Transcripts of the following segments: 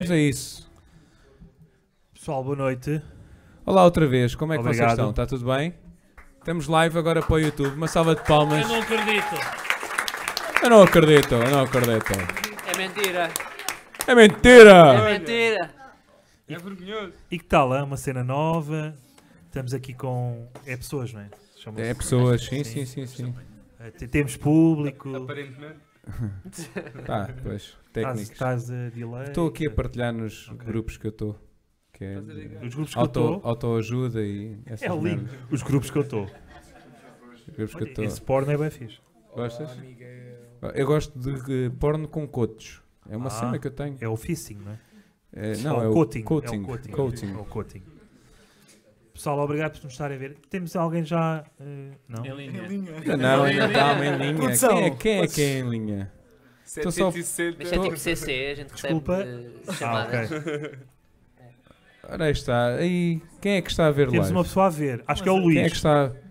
Vamos a isso. Pessoal, boa noite. Olá outra vez, como é que vocês Obrigado. estão? Está tudo bem? Estamos live agora para o YouTube, uma salva de palmas. Eu não acredito. Eu não acredito, eu não acredito. É mentira. É É mentira! mentira. É vergonhoso. E que tal? É uma cena nova. Estamos aqui com. É pessoas, não é? Chama-se. É pessoas, sim, sim, sim, sim. Eh, te- Temos público. Aparentemente. Tá, pois, Estás, técnicos. estás a delay. Estou aqui a partilhar nos grupos que eu estou. Que é Estás a ligar? Os grupos que eu auto- estou. autoajuda e essas É lindo. merdas. Os grupos que eu estou. Grupos que eu estou. Esse é porno é bem fixe. Gostas? Eu gosto de eh, porno com cotos. É uma Ah. cena que eu tenho. É o fishing, não é? É, não, Ou é o coating. coating. É o coating. coating. É o coating. Pessoal, obrigado por nos estarem a ver. Temos alguém já. eh, não? Em linha. Ainda Não, ainda está em linha. Quem é, quem é que é em linha? Estou só- Mas é Tô- tipo CC, a gente Então Desculpa. recebe eh, Ah, chamadas. ok. Ora aí está. Aí, quem é que está a ver Temos live? uma pessoa a ver. Acho que é o Quem é que Luís. Ah, está...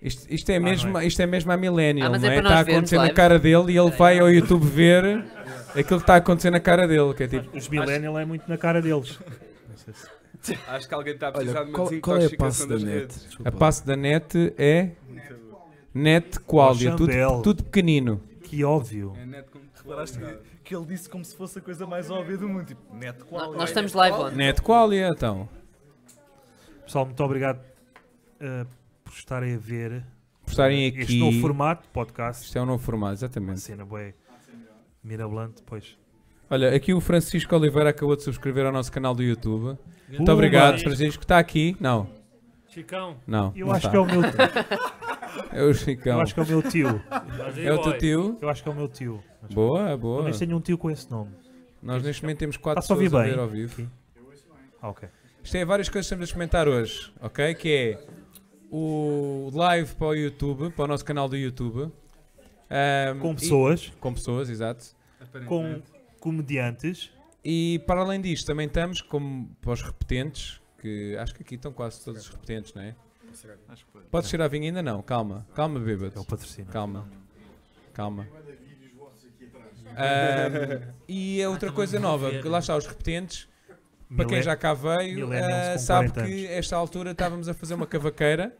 Isto, isto é mesmo, não isto é mesmo a Millennial, Ah, mas não é é? para Está a nós vermos acontecer na live. É. cara dele e ele Peraí. vai ao YouTube ver aquilo que está a acontecer na cara dele. Que é tipo, Os Millennial é muito na cara deles. Acho que alguém está a precisar Olha, de uma qual, qual é a passo desintoxicação da das net? redes. a Desculpa. passo da net é net qualia, Oh, tudo, Chandel. tudo pequenino. Que óbvio. É net com... Reparaste que, que ele disse como se fosse a coisa mais óbvia do mundo. Tipo, net qual? No- Nós estamos live on. Net qualia, então. Pessoal, muito obrigado eh, por estarem a ver Por estarem este aqui. novo formato de podcast. Isto é um novo formato, Uma exatamente. cena bué mirabolante, pois. Olha, aqui o Francisco Oliveira acabou de subscrever ao nosso canal do YouTube. Muito Uma. obrigado, Francisco. Está aqui? Não, Chicão, não. Eu não acho, está. que é o meu, É o Chicão. eu acho que é o meu tio. mas É o teu tio? Eu acho que é o meu tio. Mas Boa, Eu boa. nem tenho um tio com esse nome. Nós neste momento temos quatro Está-se a ouvir pessoas a bem? ver ao vivo. Ah, ok. Isto é várias coisas que estamos a experimentar hoje, ok? Que é o live para o YouTube, para o nosso canal do YouTube. Ahm, Com e- pessoas, com pessoas, exato. com comediantes. E para além disto, também estamos como para os repetentes, que acho que aqui estão quase todos os repetentes, não é? Podes tirar a vinha ainda não, calma, calma, É o bêbado. patrocínio. Calma. Calma. Ahm, e a outra estão coisa a nova, ver. que lá está os repetentes, para Milé- quem já cá veio, millennials ah, com sabe 40 que anos. esta altura estávamos a fazer uma cavaqueira,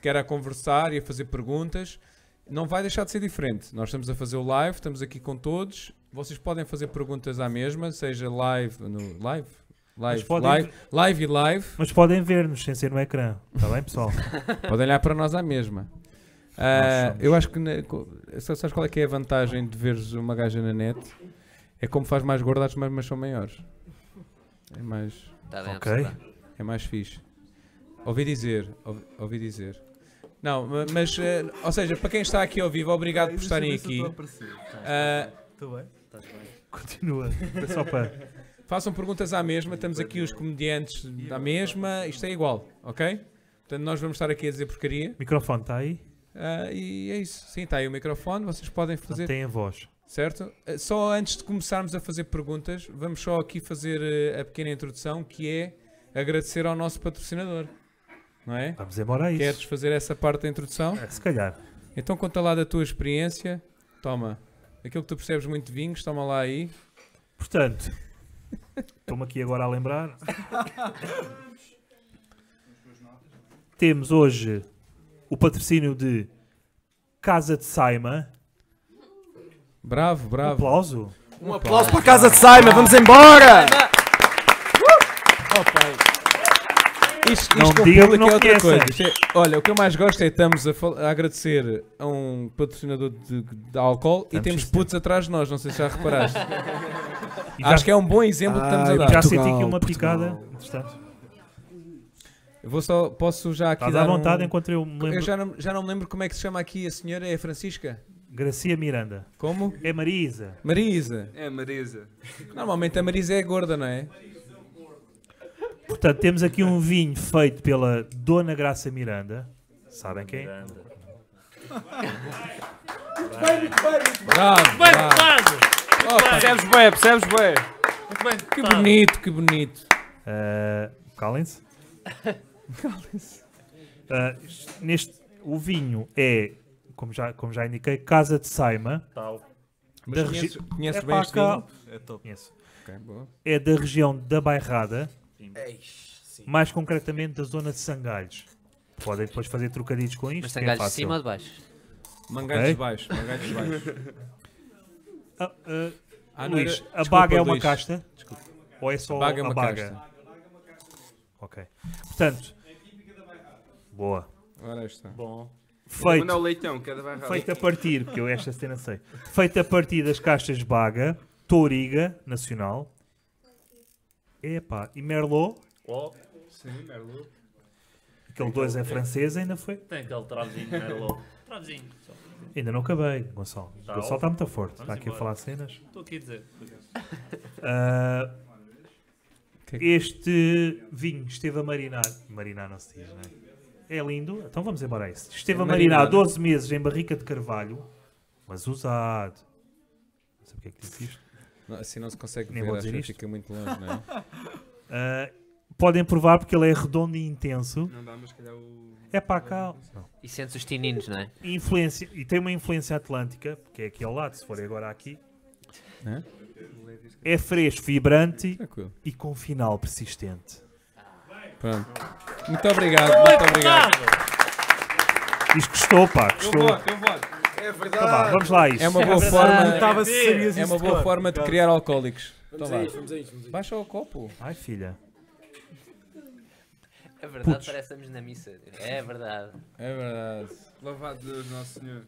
que era a conversar e a fazer perguntas. Não vai deixar de ser diferente. Nós estamos a fazer o live, estamos aqui com todos. Vocês podem fazer perguntas à mesma, seja live no live, live, podem- live, live e live. Mas podem ver-nos sem ser no ecrã. Está Tá bem, pessoal? Podem olhar para nós à mesma. Ah, somos- eu acho que. Na, co- sa- sabes qual é que é a vantagem de veres uma gaja na net? É como faz mais gordas, mas, mas são maiores. É mais, Tá bem, Ok. observado. é mais fixe. Ouvi dizer. Ouvi, ouvi dizer. Não, ma- mas. eh, ou seja, para quem está aqui ao vivo, obrigado por estarem aqui. Tá, Ah, Estou bem? Continua. É Só para. façam perguntas à mesma. Estamos aqui os comediantes à mesma. Isto é igual, ok? Portanto, nós vamos estar aqui a dizer porcaria. Microfone está aí? Ah, e é isso. Sim, está aí o microfone. Vocês podem fazer. Não tem Então a voz. Certo? Eh, Só antes de começarmos a fazer perguntas, vamos só aqui fazer eh, a pequena introdução que é agradecer ao nosso patrocinador. Não é? Vamos embora a Queres isso. fazer essa parte da introdução? É, Se calhar. Então conta lá da tua experiência. Toma. Aquilo que tu percebes muito de vinhos, toma lá aí. Portanto, estou-me aqui agora a lembrar. Temos hoje o patrocínio de Casa de Saima. Bravo, Um bravo. aplauso. Um Aplausos para a casa de Saima, vamos embora! Uh! Isto, Não isto com o diga que público não é outra conheçam. coisa. Isto é- olha, o que eu mais gosto é que estamos a, fal- a agradecer a um patrocinador de, de álcool e Estamos temos sim, putos atrás de nós, não sei se já reparaste. E já, Acho que é um bom exemplo que estamos a Ai, dar. já Portugal, senti aqui uma Portugal. picada. Interessante. Eu vou só, posso já aqui Estás dar à vontade um... enquanto eu me Eu lembro. já não, já não me lembro como é que se chama aqui a senhora, é a Francisca? Gracia Miranda. Como? É Marisa. Marisa. É, Marisa. Normalmente a Marisa é gorda, não é? Portanto, temos aqui um vinho feito pela Dona Graça Miranda. Sabem quem? Bravo, Bem bravo. tocado! Opa, Percebes bem, percebes bem. Muito bem que tocado. bonito, que bonito. Ah, Calem-se. Ah, neste, o vinho é, como já, como já indiquei, Casa de Saima. Mas Da regi- conheces, conheces É bem pá, este cá. vinho? É top. Conheço. Ok, boa. é da região da Bairrada, Eish, sim. mais concretamente da zona de Sangalhos. Podem depois fazer trocadilhos com isto, Mas que é sangalhos de fácil. cima ou de baixo? Mangalhos Ok. de baixo, mangalhos de baixo. Ah, ah, Ah, não Luís, era- a desculpa, baga é uma Luís. casta? Ou é só A a baga baga? é uma Ok. Portanto, boa. Ora aí está. Bom. Feito. Manda o leitão, cada vai rápido. Feito a partir, porque eu esta cena sei. Feito a partir das caixas Baga, Touriga Nacional. Epá, e Merlot, Oh. Sim, é Merlot. aquele 2 é francês, ainda foi. Tem aquele é, travozinho, Merlot. Travozinho. só. Ainda não acabei, Gonçalo. Tá, Gonçalo está muito forte. Está Vamos aqui a embora. falar cenas. Estou aqui a dizer. Ah, Que- este vinho esteve a marinar. Marinar não se diz, não é? É lindo. Então vamos embora a esse. Esteve É a marinar marinado. 12 meses em barrica de carvalho, mas usado. Não sei porque é que disse isto. Não, assim não se consegue Nem ver, vou acho dizer que isto. fica muito longe, não é? Ah, podem provar porque ele é redondo e intenso. Não dá, mas se calhar o. É para cá. Não. E sentes os tininos, não é? Influência, e tem uma influência atlântica, que é aqui ao lado, se for agora aqui. Né? É fresco, vibrante Tranquilo. e com um final persistente. Pronto. Muito obrigado, muito obrigado. Isto gostou, pá, Eu gostou. voto, eu voto. É Então vá, verdade. vamos lá a isso. É uma boa forma, Estava se sabias é isso uma de boa cor. forma de criar alcoólicos. Então Vamos vá. a isto, vamos a isto. vamos a isto. Baixa o copo. Ai, filha. É verdade, Putos. parece que estamos na missa. É verdade. É verdade. Louvado Deus, Nosso Senhor.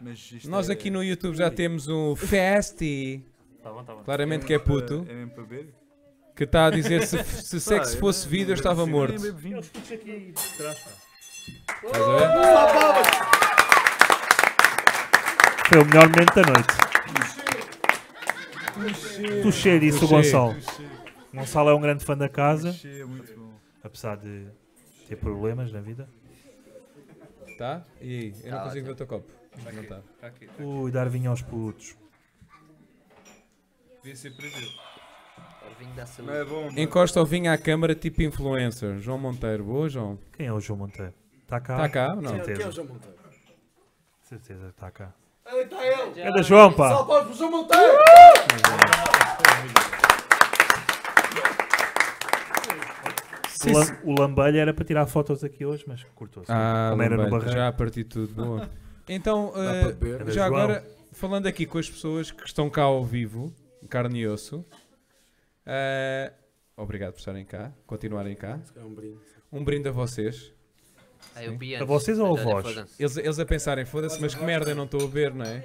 Mas isto Nós é- aqui no YouTube já temos um Festi, Tá bom, tá bom. claramente que é mesmo puto, para- É mesmo para ver? que está a dizer se, se sexo eu fosse vida eu estava morto. Nem bebo vinho. Estás a ver? Foi o melhor momento da noite. Tuxê, disse o Touché. Gonçalo. O Gonçalo é um grande fã da casa, É Cheio, muito bom. apesar de ter problemas na vida. Tá? E aí? Eu não Tá consigo ver ótimo. o teu copo. Não tá. Está aqui. Ui, dar vinho aos putos. Devia ser preso. O vinho da Não saúde. é bom. Encosta o vinho à câmara tipo influencer. João Monteiro. Boa, João. Quem é o João Monteiro? Está cá? Está Tá cá ou não? Quem é- Quem é o Certeza. João Monteiro? Certeza que está tá cá. Aí está ele. É da João, pá! Salve para o João Monteiro. O, lam- o Lambalha era para tirar fotos aqui hoje, mas cortou-se. Ah, Como era no lembrei-te, barranco. já a partir de tudo. Boa. Então, eh, para beber. Era já João. agora, falando aqui com as pessoas que estão cá ao vivo, em carne e osso. eh, obrigado por estarem cá, continuarem cá. É um brinde. Um brinde a vocês. Ah, eu vi A antes. vocês ou a Mas olha, vós? foda-se. Eles, eles a pensarem, foda-se, mas que merda, eu não estou a ver, não é?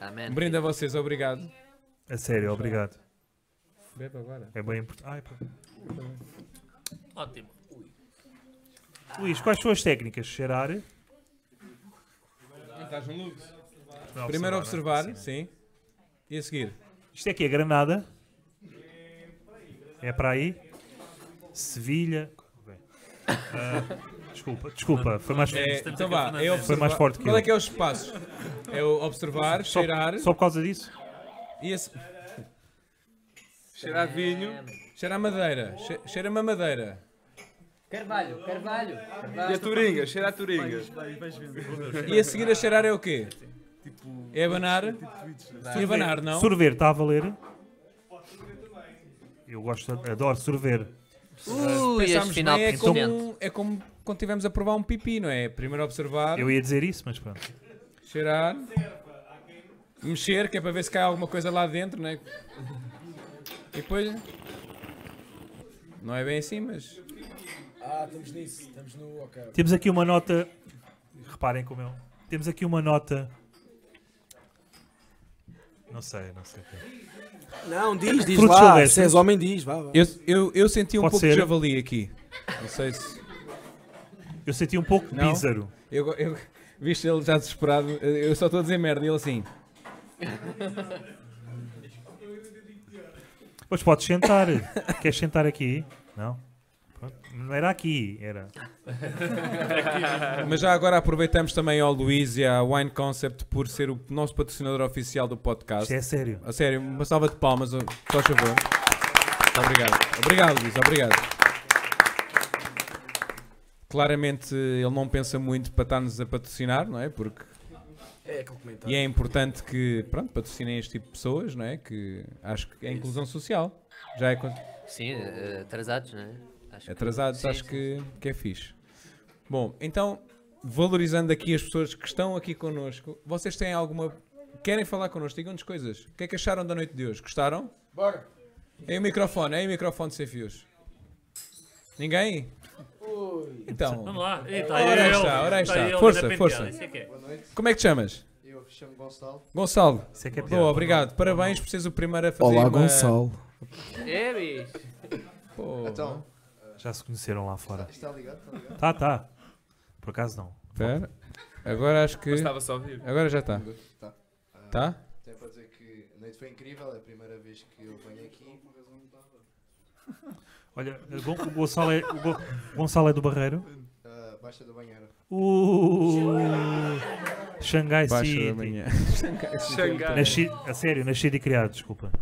Amém. Um brinde a vocês, obrigado. A sério, obrigado. Bebe agora. É bem importante. Ai, pá. Ótimo. Luís, quais são as técnicas? Cheirar? Estás no loop. Primeiro observar, não é? sim. E a seguir? Isto é que é Granada. É para aí. Sevilha. Bem. Ah, desculpa, desculpa. Foi mais É, Estamos então a vá, caminhar bem. é observar. Foi mais forte que Qual é eu. que é os passos? É o observar, só, cheirar só por causa disso. e a se- Cheirar vinho. cheirar madeira. Che- Cheira-me a madeira. Carvalho, Carvalho. E a Turinga, cheira a Turinga. Vai- vais vendo. E a seguir a cheirar é o quê? Tipo, É abanar? né? É abanar, não? Sorver, está a valer? Eu gosto, adoro sorver. Ui, este Pensámos bem, final é persistente. como, é como quando tivemos a provar um pipi, não é? Primeiro observar, Eu ia dizer isso, mas pronto. cheirar, mexer, que é para ver se cai alguma coisa lá dentro, não é? E depois... Não é bem assim, mas... Ah, estamos nisso. Estamos no. Ok. Temos aqui uma nota. Reparem como eu. Temos aqui uma nota. Não sei, não sei. o que é. Não, diz, diz Frutos lá. silvestres. Se és homem, diz. Vá, vá. Eu, eu, eu senti um Pode pouco de ser? javali aqui. Não sei se... Eu senti um pouco Não? bízaro. Eu, go- eu, viste ele já desesperado, eu só estou a dizer merda, e ele assim... Pois podes sentar. Queres sentar aqui? Não? Pronto. Não era aqui, era. Mas já agora aproveitamos também ao Luís e à Wine Concept por ser o nosso patrocinador oficial do Isto podcast. é sério. A sério, uma salva de palmas, ó, só favor. Muito Obrigado. Obrigado, Luís, obrigado. Claramente ele não pensa muito para estar-nos a patrocinar, não é? Porque É aquele comentário. E é importante que, pronto, patrocinem este tipo de pessoas, não é? Que acho que é inclusão social. Já é con- Sim, eh, atrasados, não é? Acho que- atrasados, sim, acho sim, Que, que é fixe. Bom, então, valorizando aqui as pessoas que estão aqui connosco, vocês têm alguma. Querem falar connosco? Digam-nos coisas. O que é que acharam da noite de hoje? Gostaram? Bora! Aí o microfone, aí o microfone sem fios. Ninguém? Ui! Então, Vamos lá. tá Eita, Ora aí está, ora aí está. Força, força. como é que te chamas? Eu chamo Gonçalo. Gonçalo. Isso é que é Boa, pior. obrigado. Parabéns por seres o primeiro a fazer uma... sim. É, bicho. Pô. Então, Já se conheceram lá fora. está ligado? Está ligado? Ah, Tá, tá. Por acaso não. Espera. Agora acho que... Mas estava só a ouvir. Agora já está. Tá. Ah, Tá? Tenho para dizer que a noite foi incrível, é a primeira vez que eu venho aqui. Olha, o Gon- o Gonçalo é, o Gon- o Gonçalo é do Barreiro. Ah, baixa da banheira. Uh, Xangai Baixa City. da manhã. Xangai. Nasci, a sério, nascido e criado, desculpa.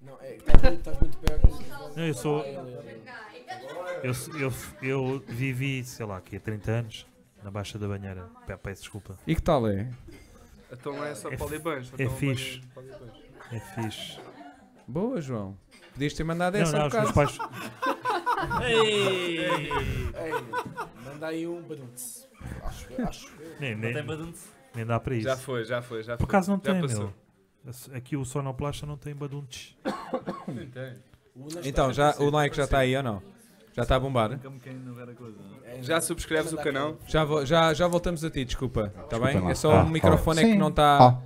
Não, é, estás muito, estás muito perto. Não, eu sou. Ele- Eu, sou- eu, eu vivi, sei lá, aqui há 30 anos, na Baixa da Banheira. Pe- Peço desculpa. E que tal é? Então não é só É f- polibans. é fixe. É fixe. Boa, João. Podias ter mandado Não, essa não, um os meus bocado. pais. Ei, manda aí um badum-ts. Acho, eu, acho. eu. Nem, Não tem nem, badum nem dá para Já isso. foi, já foi, já foi. Por acaso não já tem, passou. meu. Aqui o Sonoplasta não tem baduntes. Não tem. O Unas Então, já, o like já está aí ou não? Já está a bombar? Como quem não era coisa. não é? É, Já subscreves o Manda aquele- canal? Já, vo- já, já voltamos a ti, desculpa. Está bem? lá. É só Ah, o microfone é que sim. não está...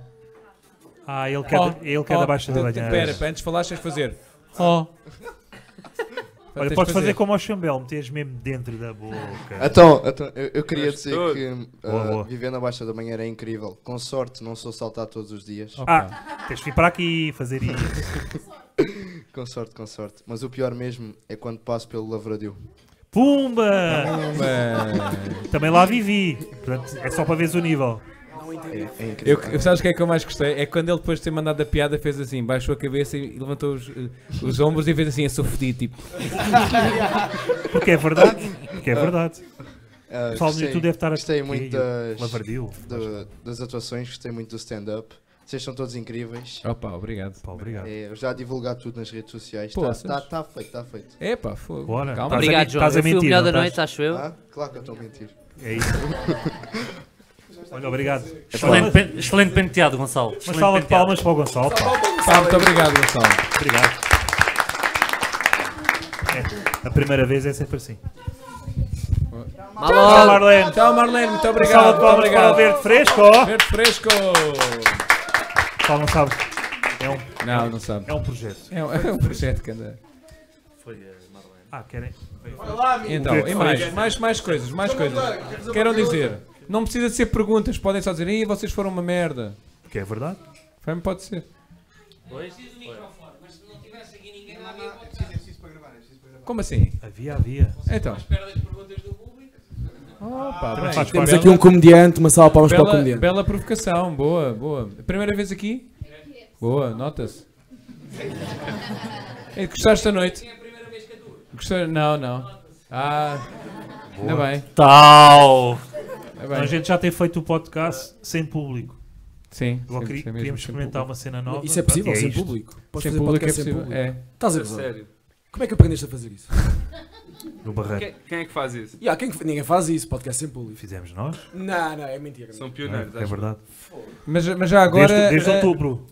Ah, ele quer, ele quer da Baixa da Banheira. Espera, para antes de falar, tens de fazer. Oh. Tens Olha, de podes fazer como ao Chambel, meteres mesmo dentro da boca. Então, então, eu, eu queria Mas dizer todo. que ah, Boa, boa. viver na Baixa da Banheira é incrível. Com sorte, não sou saltar todos os dias. Ok. Ah, tens de vir para aqui fazer isso. Com sorte, com sorte. Mas o pior mesmo é quando passo pelo Lavradio. Pumba! Mas- Também lá vivi. Portanto, é só para veres o nível. Não É, entendi. é incrível. Eu, eu- sabes o que é que eu mais gostei? É quando ele depois de ter mandado a piada fez assim, baixou a cabeça e levantou os, eh, os ombros e fez assim, eu sou fedido, tipo, Porque é verdade. Porque é verdade. Ah, O pessoal no gostei- YouTube deve estar a Gostei muito das, Lavardio. do- é. das atuações, gostei muito do stand-up. Vocês são todos incríveis. opa, obrigado. Pá, obrigado. É, eu já divulgar tudo nas redes sociais. Está Poças. tá, tá feito, está feito. É pá, fogo. Bora. Estás a Calma. Obrigado, men- João. estás a Eu fui o mentir, melhor não da estás? noite, acho eu. Ah, claro que eu estou a mentir. É isso. Olha, obrigado. Excelente, pen- excelente penteado, Gonçalo. Uma Excelente salva de penteado. palmas para o Gonçalo. pá. Pá, muito obrigado, Gonçalo. Obrigado. É, a primeira vez é sempre assim. Tchau, Malone. Marlene. Tchau, Marlene, muito Uma salva obrigado. de Muito palmas para o obrigado. verde fresco. ó. Verde fresco! O pessoal não sabe. É um, Não, não sabe. é um projeto. É um, é um projeto que anda. Ah, querem? Então, e mais, mais, mais coisas, mais Então coisas. Queiram dizer, não precisa de ser perguntas, podem só dizer, Ih, vocês foram uma merda. Porque é verdade. Foi-me, pode ser. Como assim? Havia, havia. Então. Opa, Também bem. faz Temos parte. aqui um comediante, uma salva de palmas bela, bela provocação, boa, boa. Primeira vez aqui? Boa, nota-se. Ei, Gostaste da noite? é Gostaste? Não, não. Ah, ainda bem. Tal. Ainda Então, a bem. gente já tem feito o podcast sem público. Sim, Agora sim, queri- sim, mesmo, queríamos sim, experimentar público. uma cena nova. Isso é Pronto, possível, e sem isto. público? Podes Sem fazer público é podcast sem possível. público? É. Estás a A gozar? sério. Como é que aprendeste a fazer isso? No Barreiro. Quem, quem é que faz isso? Ya, quem- ninguém faz isso, podcast sem público. Fizemos nós. Não, não, é mentira. São não é? pioneiros. É acho. verdade. Mas, mas já agora. desde, desde eh, outubro.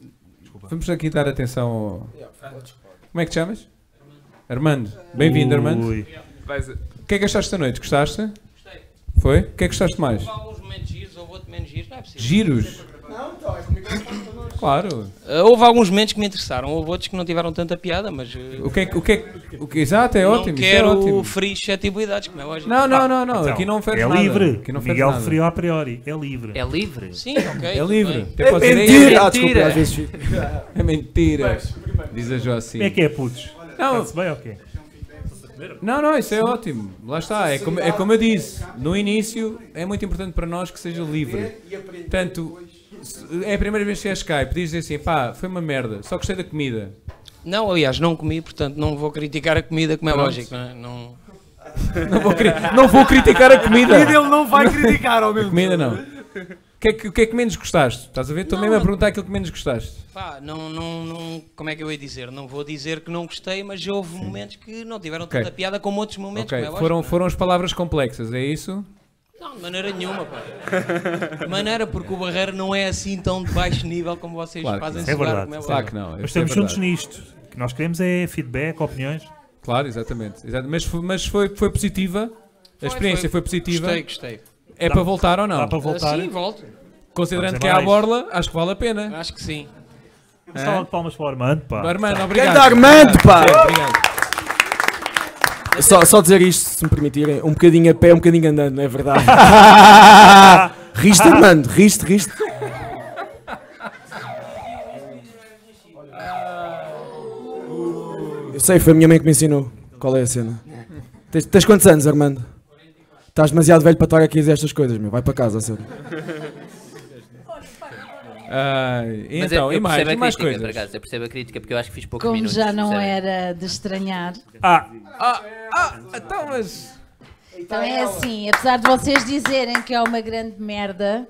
Vamos aqui dar atenção ao. Ya, podes. Como é que te chamas? Armando. Bem-vindo, Armando. Ui. Vais a- O que é que achaste da noite? Gostaste? Gostei. Foi? O que é que gostaste mais? alguns momentos giros, houve outro menos giros, não é possível. Giros? Claro. Ah, houve alguns momentos que me interessaram, houve outros que não tiveram tanta piada, mas. ah, O que é que. O que é que- o que- exato, é não ótimo. isso quero é ótimo. ferir suscetibilidades, como é hoje. Não, não, não, não. Então, aqui não oferece É nada. livre. Aqui não oferece Miguel nada. Frio a priori. É livre. É livre? Sim, ok. É tudo livre. bem. Até posso dizer, Mentira! Ah, desculpa, Mentira. às vezes fico. É mentira. Diz a Joaci. Como é que é, putos? Não, Está-se bem ou quê? não, não, isso é ótimo. Lá está. É como, é como eu disse. No início é muito importante para nós que seja livre. Portanto, se- é a primeira vez que é Skype. Dizes assim, pá, foi uma merda. Só gostei da comida. Não, aliás, não comi, portanto não vou criticar a comida, como é Pronto. lógico. Não, é? não... Não vou, cri- não vou criticar a comida. Ele não vai criticar ao mesmo Comida não. O que, é que, o que é que menos gostaste? Estás a ver? Estou Não, mesmo a não- perguntar aquilo que menos gostaste. Pá, não, não, não, como é que eu ia dizer? Não vou dizer que não gostei, mas houve momentos que não tiveram Ok. tanta piada como outros momentos. Ok, como é foram, lógico, foram as palavras complexas, é isso? Não, de maneira nenhuma, pá. De maneira porque o Barreiro não é assim tão de baixo nível como vocês Claro que fazem não. chegar, É verdade. como Claro que óbvio. não. Mas isso é estamos juntos verdade. nisto. O que nós queremos é feedback, opiniões. Claro, exatamente. exato. Mas, foi, mas foi, foi positiva? A Foi, experiência foi. foi, positiva? Gostei, gostei. É Dá- para voltar ou Dá não? para voltar. Ah, sim, volto. Considerando Vamos que é à mais. borla, acho que vale a pena. Acho que sim. Uma salva de palmas para o Armando, pá. Armando, obrigado. Grande Armando, pá! Obrigado, obrigado. Só, só dizer isto, se me permitirem. Um bocadinho a pé, um bocadinho andando, não é verdade? riste, Armando, riste, riste. Eu sei, foi a minha mãe que me ensinou. Qual é a cena? Tens, tens quantos anos, Armando? Estás demasiado velho para estar aqui a dizer estas coisas, meu. Vai para casa, a sério. Ah, e então, eu, e mais, percebo e a mais crítica, por coisas. acaso. Eu percebo a crítica porque eu acho que fiz poucos Como minutos. um já não é percebem? era de estranhar. Ah, Então, mas. Então é assim, apesar de vocês dizerem que é uma grande merda,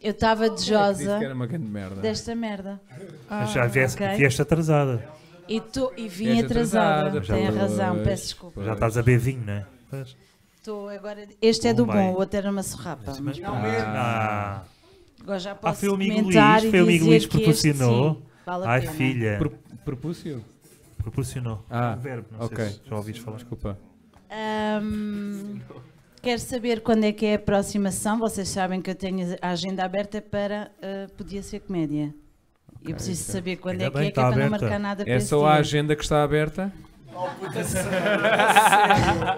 eu estava Disse é que dejosa era uma grande merda. desta merda. Ah, já vieste, Ah, ok. vieste atrasada. E, tu, e vim És atrasada. atrasada, Tem pois, razão, pois. peço desculpa. Já estás a bevinho, não é? Pois. Estou agora... Este é do Bom, bom, bem. o outro era uma serrapa. mas é Ah. Agora já Ah, posso foi o amigo comentar Luís, e foi o amigo dizer Luís que que este, proporcionou. sim, vale a Ai, pena. filha, Pro- Propúcio? proporcionou. Ah, O verbo, não ok. sei se já ouviste falar. desculpa. Ahm, quero saber quando é que é a próxima sessão. Vocês sabem que eu tenho a agenda aberta para ah, Podia Ser Comédia. eu preciso saber quando então. Ainda é que é, bem que que é está para não aberta. marcar nada para É esse só a dia. agenda que está aberta?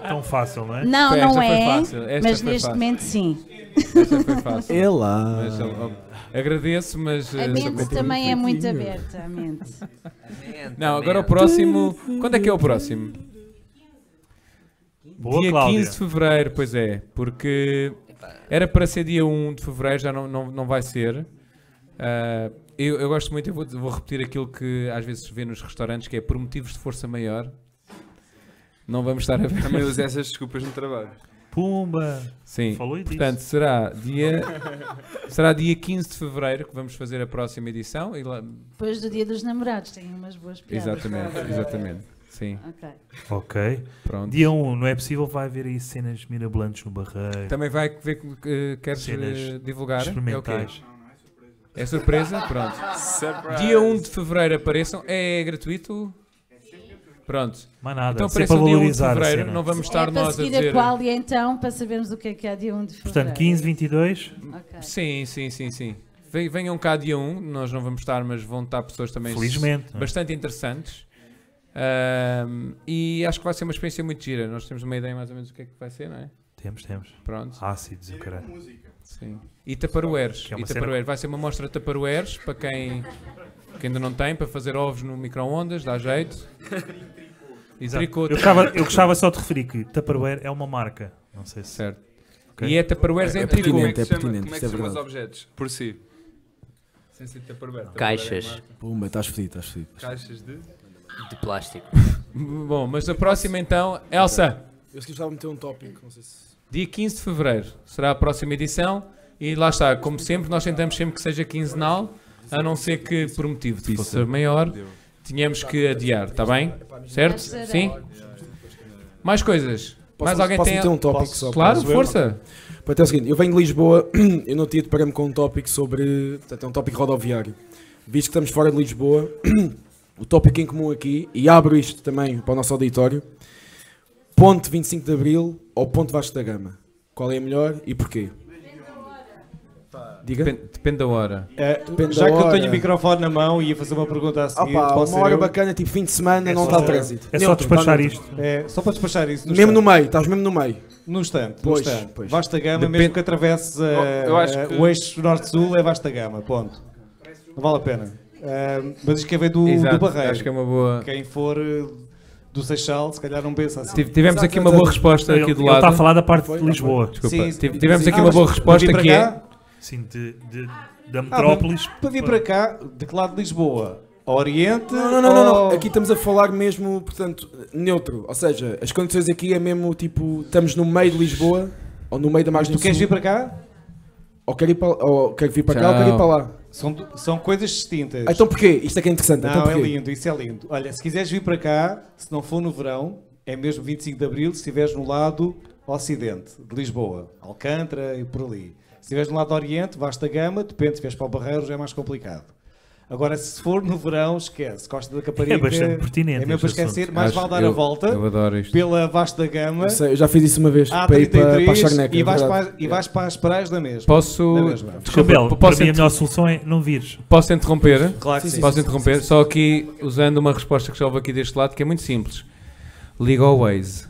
Tão fácil, não é? Não, Esta não foi é, fácil, esta mas foi neste fácil. momento sim. Essa foi fácil. É lá. Mas, ó, ó, agradeço, mas. A eh, sou mente contra- também é muito aberta, a mente. Não, agora o próximo. Quando é que é o próximo? Boa, dia Cláudia. 15 de fevereiro, pois é, porque era para ser dia 1 de fevereiro, já não, não, não vai ser. Ah, eu, eu gosto muito, eu vou, vou repetir aquilo que às vezes se vê nos restaurantes, que é por motivos de força maior. Não vamos estar a ver. Também usei essas desculpas no trabalho. Pumba. Sim. Falou e disse. Portanto, será dia, será dia 15 de fevereiro que vamos fazer a próxima edição. E lá- Depois do dia dos namorados, tem umas boas piadas. Exatamente, exatamente. Sim, Ok. Ok. pronto. Dia 1, não é possível, vai haver aí cenas mirabolantes no barreiro. Também vai ver que eh, queres Cenas eh, divulgar? É o quê? experimentais. É surpresa? Pronto. Dia 1 de fevereiro apareçam. É gratuito? Pronto. Mais nada. Então Sempre para apareçam dia 1 de valorizar a fevereiro. cena. Não vamos estar é para nós a seguir dizer. a qual e então, para sabermos o que é que há dia 1 de fevereiro. Portanto, 15, 22. Ok. Sim, sim, sim, sim. Ven- Venham cá dia 1. Nós não vamos estar, mas vão estar pessoas também Felizmente. não é? bastante interessantes. Ahm, e acho que vai ser uma experiência muito gira. Nós temos uma ideia mais ou menos do que é que vai ser, não é? Temos, temos. Pronto. Ácidos, o caralho. Sim. E taparueres. Que é uma e cena- taparueres. Vai ser uma mostra de taparueres para quem, quem ainda não tem, para fazer ovos no micro-ondas, dá jeito. E Exato. tricô. Eu gostava, eu gostava só de referir que Tupperware é uma marca. Não sei se. Certo. Ok. E é taparueres em tricô. Como é pertinente, é que se chama, pertinente, como é isto que é se chama os verdade. objetos? Por si. Sem ser taparueiro. Caixas. Taparueiro é uma- Pumba, estás fedido, estás fedido. Caixas de. De plástico. Bom, mas a próxima então, Elsa, Eu se gostava de meter um tópico, não sei se. dia 15 de fevereiro será a próxima edição e lá está, como sempre, nós tentamos sempre que seja quinzenal, a não ser que por motivo de força maior tínhamos que adiar, está bem? Certo? Sim? Mais coisas? Mais Posso- alguém posso tem. meter um tópico Posso- só, Claro, posso eu? força! Portanto, é o seguinte, eu venho de Lisboa, eu não tinha deparado-me com um tópico sobre. Portanto, é um tópico rodoviário. Visto que estamos fora de Lisboa, o tópico em comum aqui, e abro isto também para o nosso auditório: Ponte 25 de Abril ou Ponte Vasco da Gama? Qual é a melhor e porquê? Diga? Depende, depende da hora. É, Depende Já da que eu hora. tenho o microfone na mão e ia fazer uma pergunta a seguir, Opa, posso uma ser hora eu? bacana, tipo fim de semana, não dá trânsito. É só Neutro, despachar dá neutro. isto. É, só para despachar isso. No Mesmo no stand, meio, estás mesmo no meio. no stand, no Pois, stand. pois. Vasta gama, Depende- mesmo que atravesse eh, Eu acho eh, que- o eixo norte-sul, é vasta gama. Ponto. Não vale a pena. Eh, mas isto quer ver do, do Exato, Barreiro. acho que é uma boa. Quem for eh, do Seixal, se calhar não pensa assim. Tive- Tivemos aqui uma boa resposta Ele, aqui do ele está a lado. falar da parte de Lisboa. Desculpa. Sim, Tive- sim, Tivemos sim. aqui Ah, uma mas boa para vir resposta para que cá, é. Sim, de, de- da Ah, metrópolis. para, para vir para cá, de que lado de Lisboa? A Oriente? Não, não, não, não, não. ou- Aqui estamos a falar mesmo, portanto, neutro. Ou seja, as condições aqui é mesmo tipo, estamos no meio de Lisboa ou no meio da Mas margem tu queres sul. vir para cá? Ou quero, ir para, ou quero vir para cá ou quero ir para é lá. São, du- são coisas distintas. Ah, Então porquê? Isto é que é interessante. então Não, é porquê? lindo, isso é lindo. Olha, se quiseres vir para cá, se não for no verão, é mesmo 25 de Abril, se estiveres no lado ocidente de Lisboa, Alcântara e por ali. Se estiveres no lado oriente, vasta gama, depende, se estiveres para o Barreiros é mais complicado. Agora, se for no verão, esquece. Costa da Caparica É bastante pertinente É mesmo para este esquecer, assunto. mais Acho- vale dar a eu- volta eu adoro isto. pela vasta gama. Eu sei, eu já fiz isso uma vez, à para ir para- 33, para a Charneca, Ah, e é vais, verdade. para, e vais para as praias da mesma. Posso- Da mesma. Desculpa, Cabelo, posso para mim a int- melhor solução é não vires. Posso interromper? Claro que sim. Posso Sim, sim, interromper? Só aqui usando uma resposta que já houve aqui deste lado, que é muito simples. Liga ao Waze.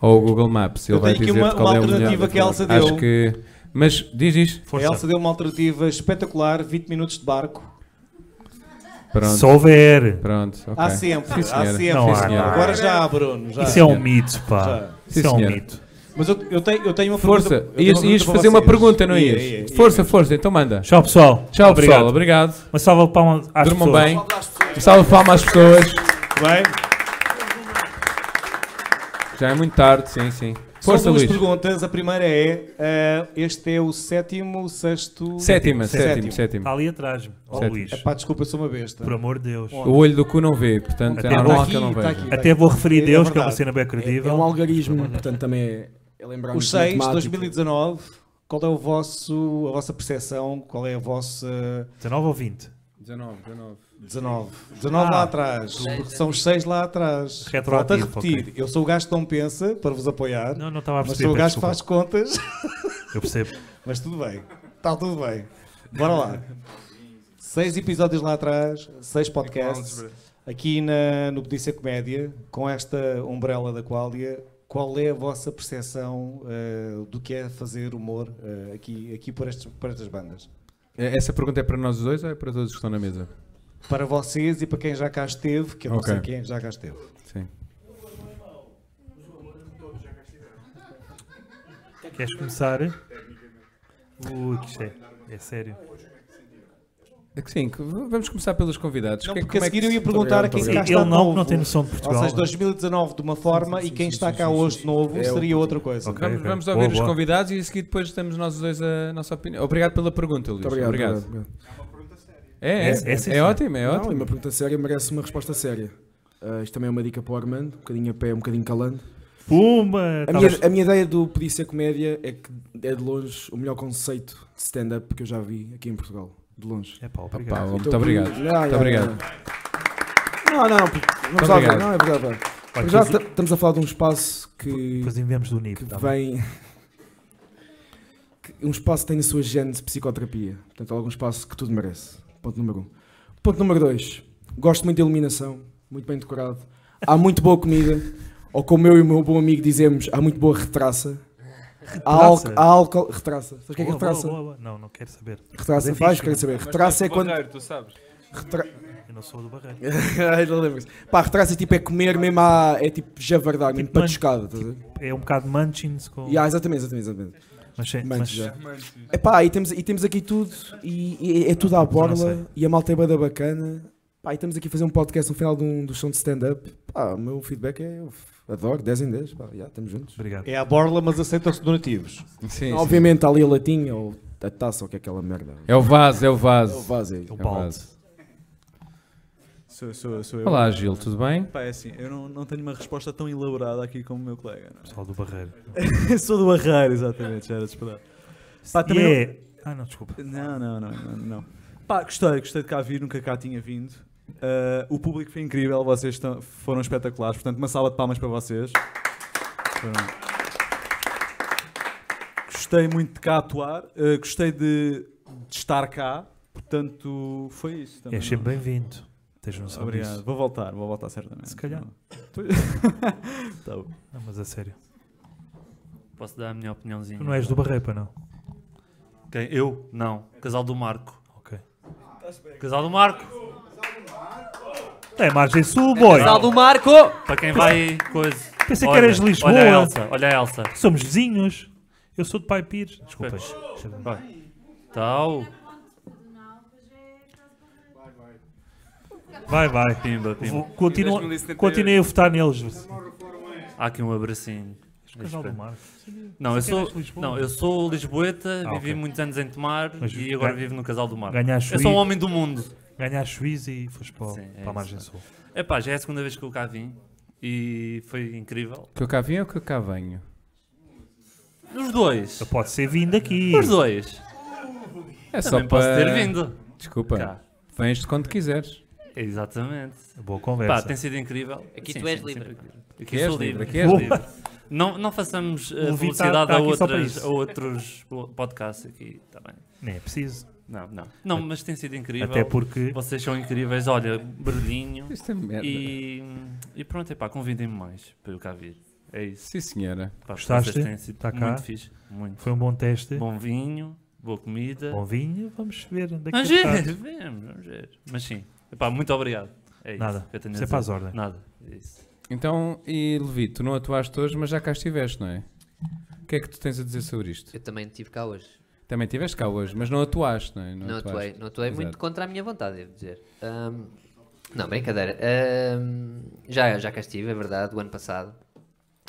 Ou o Google Maps, ele Eu vai tenho aqui dizer uma- qual uma é o melhor. alternativa que a Elsa deu. Acho que... Mas diz isto. A Elsa deu uma alternativa espetacular, 20 minutos de barco. Pronto. Se houver. Pronto, ok. Há sempre, Sim, há senhora. sempre. Não há, Sim, senhora. não há. Agora já há, Bruno. Já. Isso é um mito, pá. Já. Sim, Isso é um senhora. mito. Mas eu, eu tenho, eu tenho uma Força, pergunta. eu tenho ias, ias para fazer uma vocês. pergunta, não Ia, ias? ia, ia. força, força, então manda. Tchau, pessoal. Tchau, obrigado. pessoal, obrigado. Uma salva de palmas às Durmam pessoas. bem. Um salve de palmas às pessoas. Bem, Já é muito tarde, sim, sim. Força, Força, São duas Luís. perguntas. A primeira é, eh, este é o sétimo, sexto... Sétima, sétimo, sétimo. Está ali atrás. Ó Certo. Luís, Epá, desculpa, eu sou uma besta. por amor de Deus. O olho do cu não vê, portanto é Até normal aqui, que eu não tá veja. aqui. Até vou referir É Deus, que é uma verdade. cena bem É, credível. é um algarismo, portanto também é, é lembrar Os seis, 2019, qual é o vosso, a vossa percepção, qual é a vossa... 19 ou 20? 19, 19. 19. 19 lá atrás. Porque são os 6 lá atrás. Volto a Retroativo, repetir. Eu sou o gajo que não pensa, para vos apoiar. Não, não estava a mas perceber. sou o gajo que peço faz contas. desculpa. Eu percebo. Mas tudo bem. Está tudo bem. Bora lá. Seis episódios lá atrás, seis podcasts. Aqui na, no Pedícia Comédia, com esta umbrella da Qualia, qual é a vossa percepção eh, do que é fazer humor eh, aqui, aqui por, estes, por estas bandas? Essa pergunta é para nós os dois ou é para todos que estão na mesa? Para vocês e para quem já cá esteve, que eu não Ok. sei quem já cá esteve. Sim. Queres começar? Ui, que isto é. É sério. É que Sim, que- vamos começar pelos convidados. Não, Que- porque a como é que seguir eu se- ia perguntar a quem Sim, cá ele está não, novo. que não tem noção de Portugal. Ou seja, 2019 de uma forma e quem está cá hoje de novo seria outra coisa. Ok. Vamos, vamos Boa, ouvir os boa. convidados e a seguir depois damos nós os dois a nossa opinião. Obrigado pela pergunta, Luís. Muito obrigado. obrigado. obrigado. É, é, É- é, é sim, senhor. ótimo, é Não, ótimo. e uma pergunta séria merece uma resposta séria. Ah, isto também é uma dica para o Armando, um bocadinho a pé, um bocadinho calando. Puma! tá A minha, a minha ideia do Podia Ser Comédia é que é de longe o melhor conceito de stand-up que eu já vi aqui em Portugal. De longe. É pá, Pá, obrigado. muito Então, obrigado. Não, não, Muito obrigado. Não, não, não, vamos lá ver. obrigado. Não, é verdade. vai. Vai, Porque já depois- ta- estamos a falar de um espaço que, Depois enviamos do NIP. que tá bem? vem. que um espaço que tem a sua gênese de psicoterapia. Portanto, é algum espaço que tudo merece. Ponto número um. Ponto número dois. Gosto muito da iluminação, muito bem decorado. Há muito boa comida. Ou como eu e o meu bom amigo dizemos, há muito boa retraça. Há álcool. Há álcool retraça. Sabes o que é que é Boa, retraça? boa, boa, boa. Não, não quero saber. Mas Retraça, é faz, fixe, quero não? saber. Mas Retraça é tens de quando. barreiro, tu sabes. retra- Eu não sou do Barreiro. Ai, não lembro-se. Pá, retraça é tipo é comer mesmo à, é tipo javardar, mesmo Tipo patuscada, estás a ver? É um bocado Munchins com. Yeah, exatamente, exatamente, exatamente. Mas, sim, Mantes mas- já. Epá, e temos, e temos aqui tudo, e, e- é tudo à sei. borla, e a malta é bada bacana. Pá, e estamos aqui a fazer um podcast no final de um, do show de stand-up. Pá, o meu feedback é, eu adoro, 10 em 10, pá, já, estamos juntos. Obrigado. É a borla, mas aceitam-se donativos. Sim, sim. Obviamente está ali a latinha, ou a taça, ou que é aquela merda. É o vaso, é o É o vaso. vaso aí. É o É o balde. vaso. Sou, sou, sou eu. Olá, Gil, tudo bem? Pá, é assim, eu não, não tenho uma resposta tão elaborada aqui como o meu colega. não Pessoal do Barreiro. é? Sou do Arrar, exatamente, já era de esperar. Pá, também E é- Ah, não, desculpa. É Não, não, não, não, não. Pá, gostei, gostei de cá vir, nunca cá tinha vindo. Ah, o público foi incrível, vocês estão- foram espetaculares, portanto, uma salva de palmas para vocês. Foram- Gostei muito de cá atuar, ah, gostei de, de estar cá, portanto, foi isso também. é? És É sempre bem-vindo. Tens noção Obrigado, disso. vou voltar, vou voltar certamente. Então, Se calhar. Tá bom. Não, mas a sério. Posso dar a minha opiniãozinha? Tu não és do Barreiro, pá, não? Quem? Eu? Não. Casal do Marco. Ok. Casal do Marco. Tem margem sul, boy. Sal do Marco! Para quem vai coisa. Pensei que eras de Lisboa. Olha a Elsa. Olha a Elsa. Somos vizinhos. Eu sou de Pai Pires. Desculpa. Vai. Tal. Vai, vai. Pimba, pimba. Vou- Continua, 2078. continuem a votar neles. Há aqui um abracinho. Casal do Mar. Não, eu Sei que sou, eras de Lisboa. não, eu sou lisboeta, Ah, vivi ok. muitos anos em Tomar Mas e agora gan- vivo no Casal do Mar. ganhaste eu sou um juízo. homem do mundo. Ganhaste juízo e foste para, Sim, é para a isso. margem sul. Epá, já é a segunda vez que eu cá vim e foi incrível. Que eu cá vim ou que eu cá venho? Os dois. Eu pode ser vindo aqui. Os dois. É Também só para... posso ter vindo. Desculpa. Cá. Vens-te quando quiseres. Exatamente. Boa Pá, tem sido incrível. Aqui tu és livre, sempre pá. incrível. Aqui Aqui és sou livre, livre. aqui és Boa. livre. Não, não façamos uh, O Vitor publicidade tá a, aqui só para outras, isso. a outros po- podcasts aqui também. Nem é preciso. Não, não. Não, mas tem sido incrível. Até porque- Vocês são incríveis. Olha, Berlinho. Isto é merda. E, e pronto, epá, convidem-me mais para eu cá vir. É isso. Sim, senhora. Pá, Gostaste? vocês têm sido Está cá. muito fixe. Muito. Foi um bom teste. Bom vinho, boa comida. Bom vinho, vamos ver. Daqui Vamos a ver, bocado. vemos, vamos ver. Mas sim, Epá, muito obrigado. É isso Nada. que eu tenho a Isso é dizer. para as ordens. Nada. É isso. Então, e Levi, tu não atuaste hoje, mas já cá estiveste, não é? O que é que tu tens a dizer sobre isto? Eu também estive cá hoje. Também estiveste cá hoje, mas não atuaste, não é? Não, atuei, atuaste. não atuei muito Exato. contra a minha vontade, devo dizer. Ahm, não, brincadeira. Ahm, já, já cá estive, é verdade, o ano passado.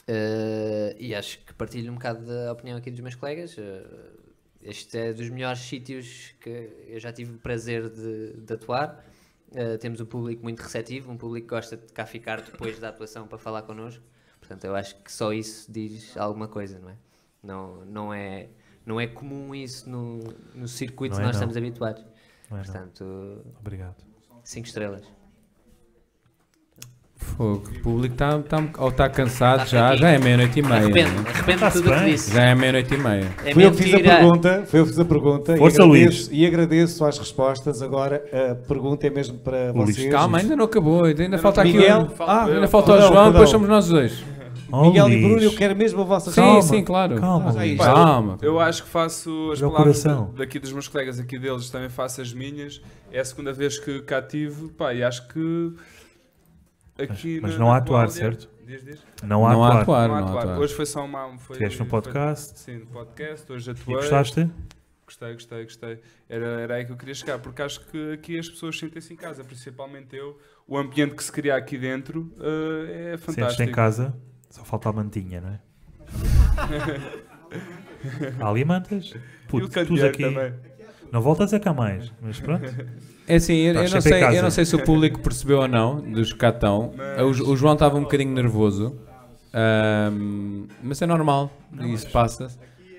Ah, e acho que partilho um bocado da opinião aqui dos meus colegas. Ah, este é dos melhores sítios que eu já tive o prazer de, de atuar. Ah, temos um público muito receptivo, um público que gosta de cá ficar depois da atuação para falar connosco. Portanto, eu acho que só isso diz alguma coisa, não é? Não, não, é, não é comum isso no, no circuito Não que é nós não. estamos habituados. Não é não. Portanto, Obrigado. 5 estrelas. Fogo, o público está tá, um- ou tá cansado Tá já, fraquinho. já é meia-noite e meia. Arrepende, não é? arrepende de tudo o que disse. Já é meia-noite e meia. Foi É Tá eu que fiz a mentira. pergunta, foi eu que fiz a pergunta Força, e, agradeço, e agradeço às respostas. Agora a pergunta é mesmo para Luís, vocês. calma, ainda não acabou, ainda, ainda falta aqui Miguel, o- Ah, ainda falta o João, depois somos nós dois. Miguel e Bruno, eu quero mesmo a vossa Sim, resposta. sim, claro. Calma, Calma, Luís. calma. Eu acho que faço as Meu palavras coração. da- daqui dos meus colegas, aqui deles, também faço as minhas. É a segunda vez que cá tive, pá, e acho que. Aqui Mas na- não na há atuar, Coalha- certo? Diz, diz. Não há Não há atuar. atuar. Não há não há atuar. atuar. Hoje foi só uma. Foi, Estiveste no foi- podcast. sim, no podcast, hoje E atuei. gostaste? Gostei, gostei, gostei. Era, era aí que eu queria chegar, porque acho que aqui as pessoas sentem-se em casa, principalmente eu. O ambiente que se cria aqui dentro eh, é Sentes em fantástico. casa, só falta a mantinha, não é? Há ali mantas? E o Puto, tu candeeiro aqui. também. Não voltas a cá mais, mas pronto. É assim, eu, Estás eu não Tá sempre em sei, eu casa. não sei se o público percebeu ou não, dos que cá estão. O, Jo- o João estava um bocadinho nervoso, ahm, mas é normal, isso passa.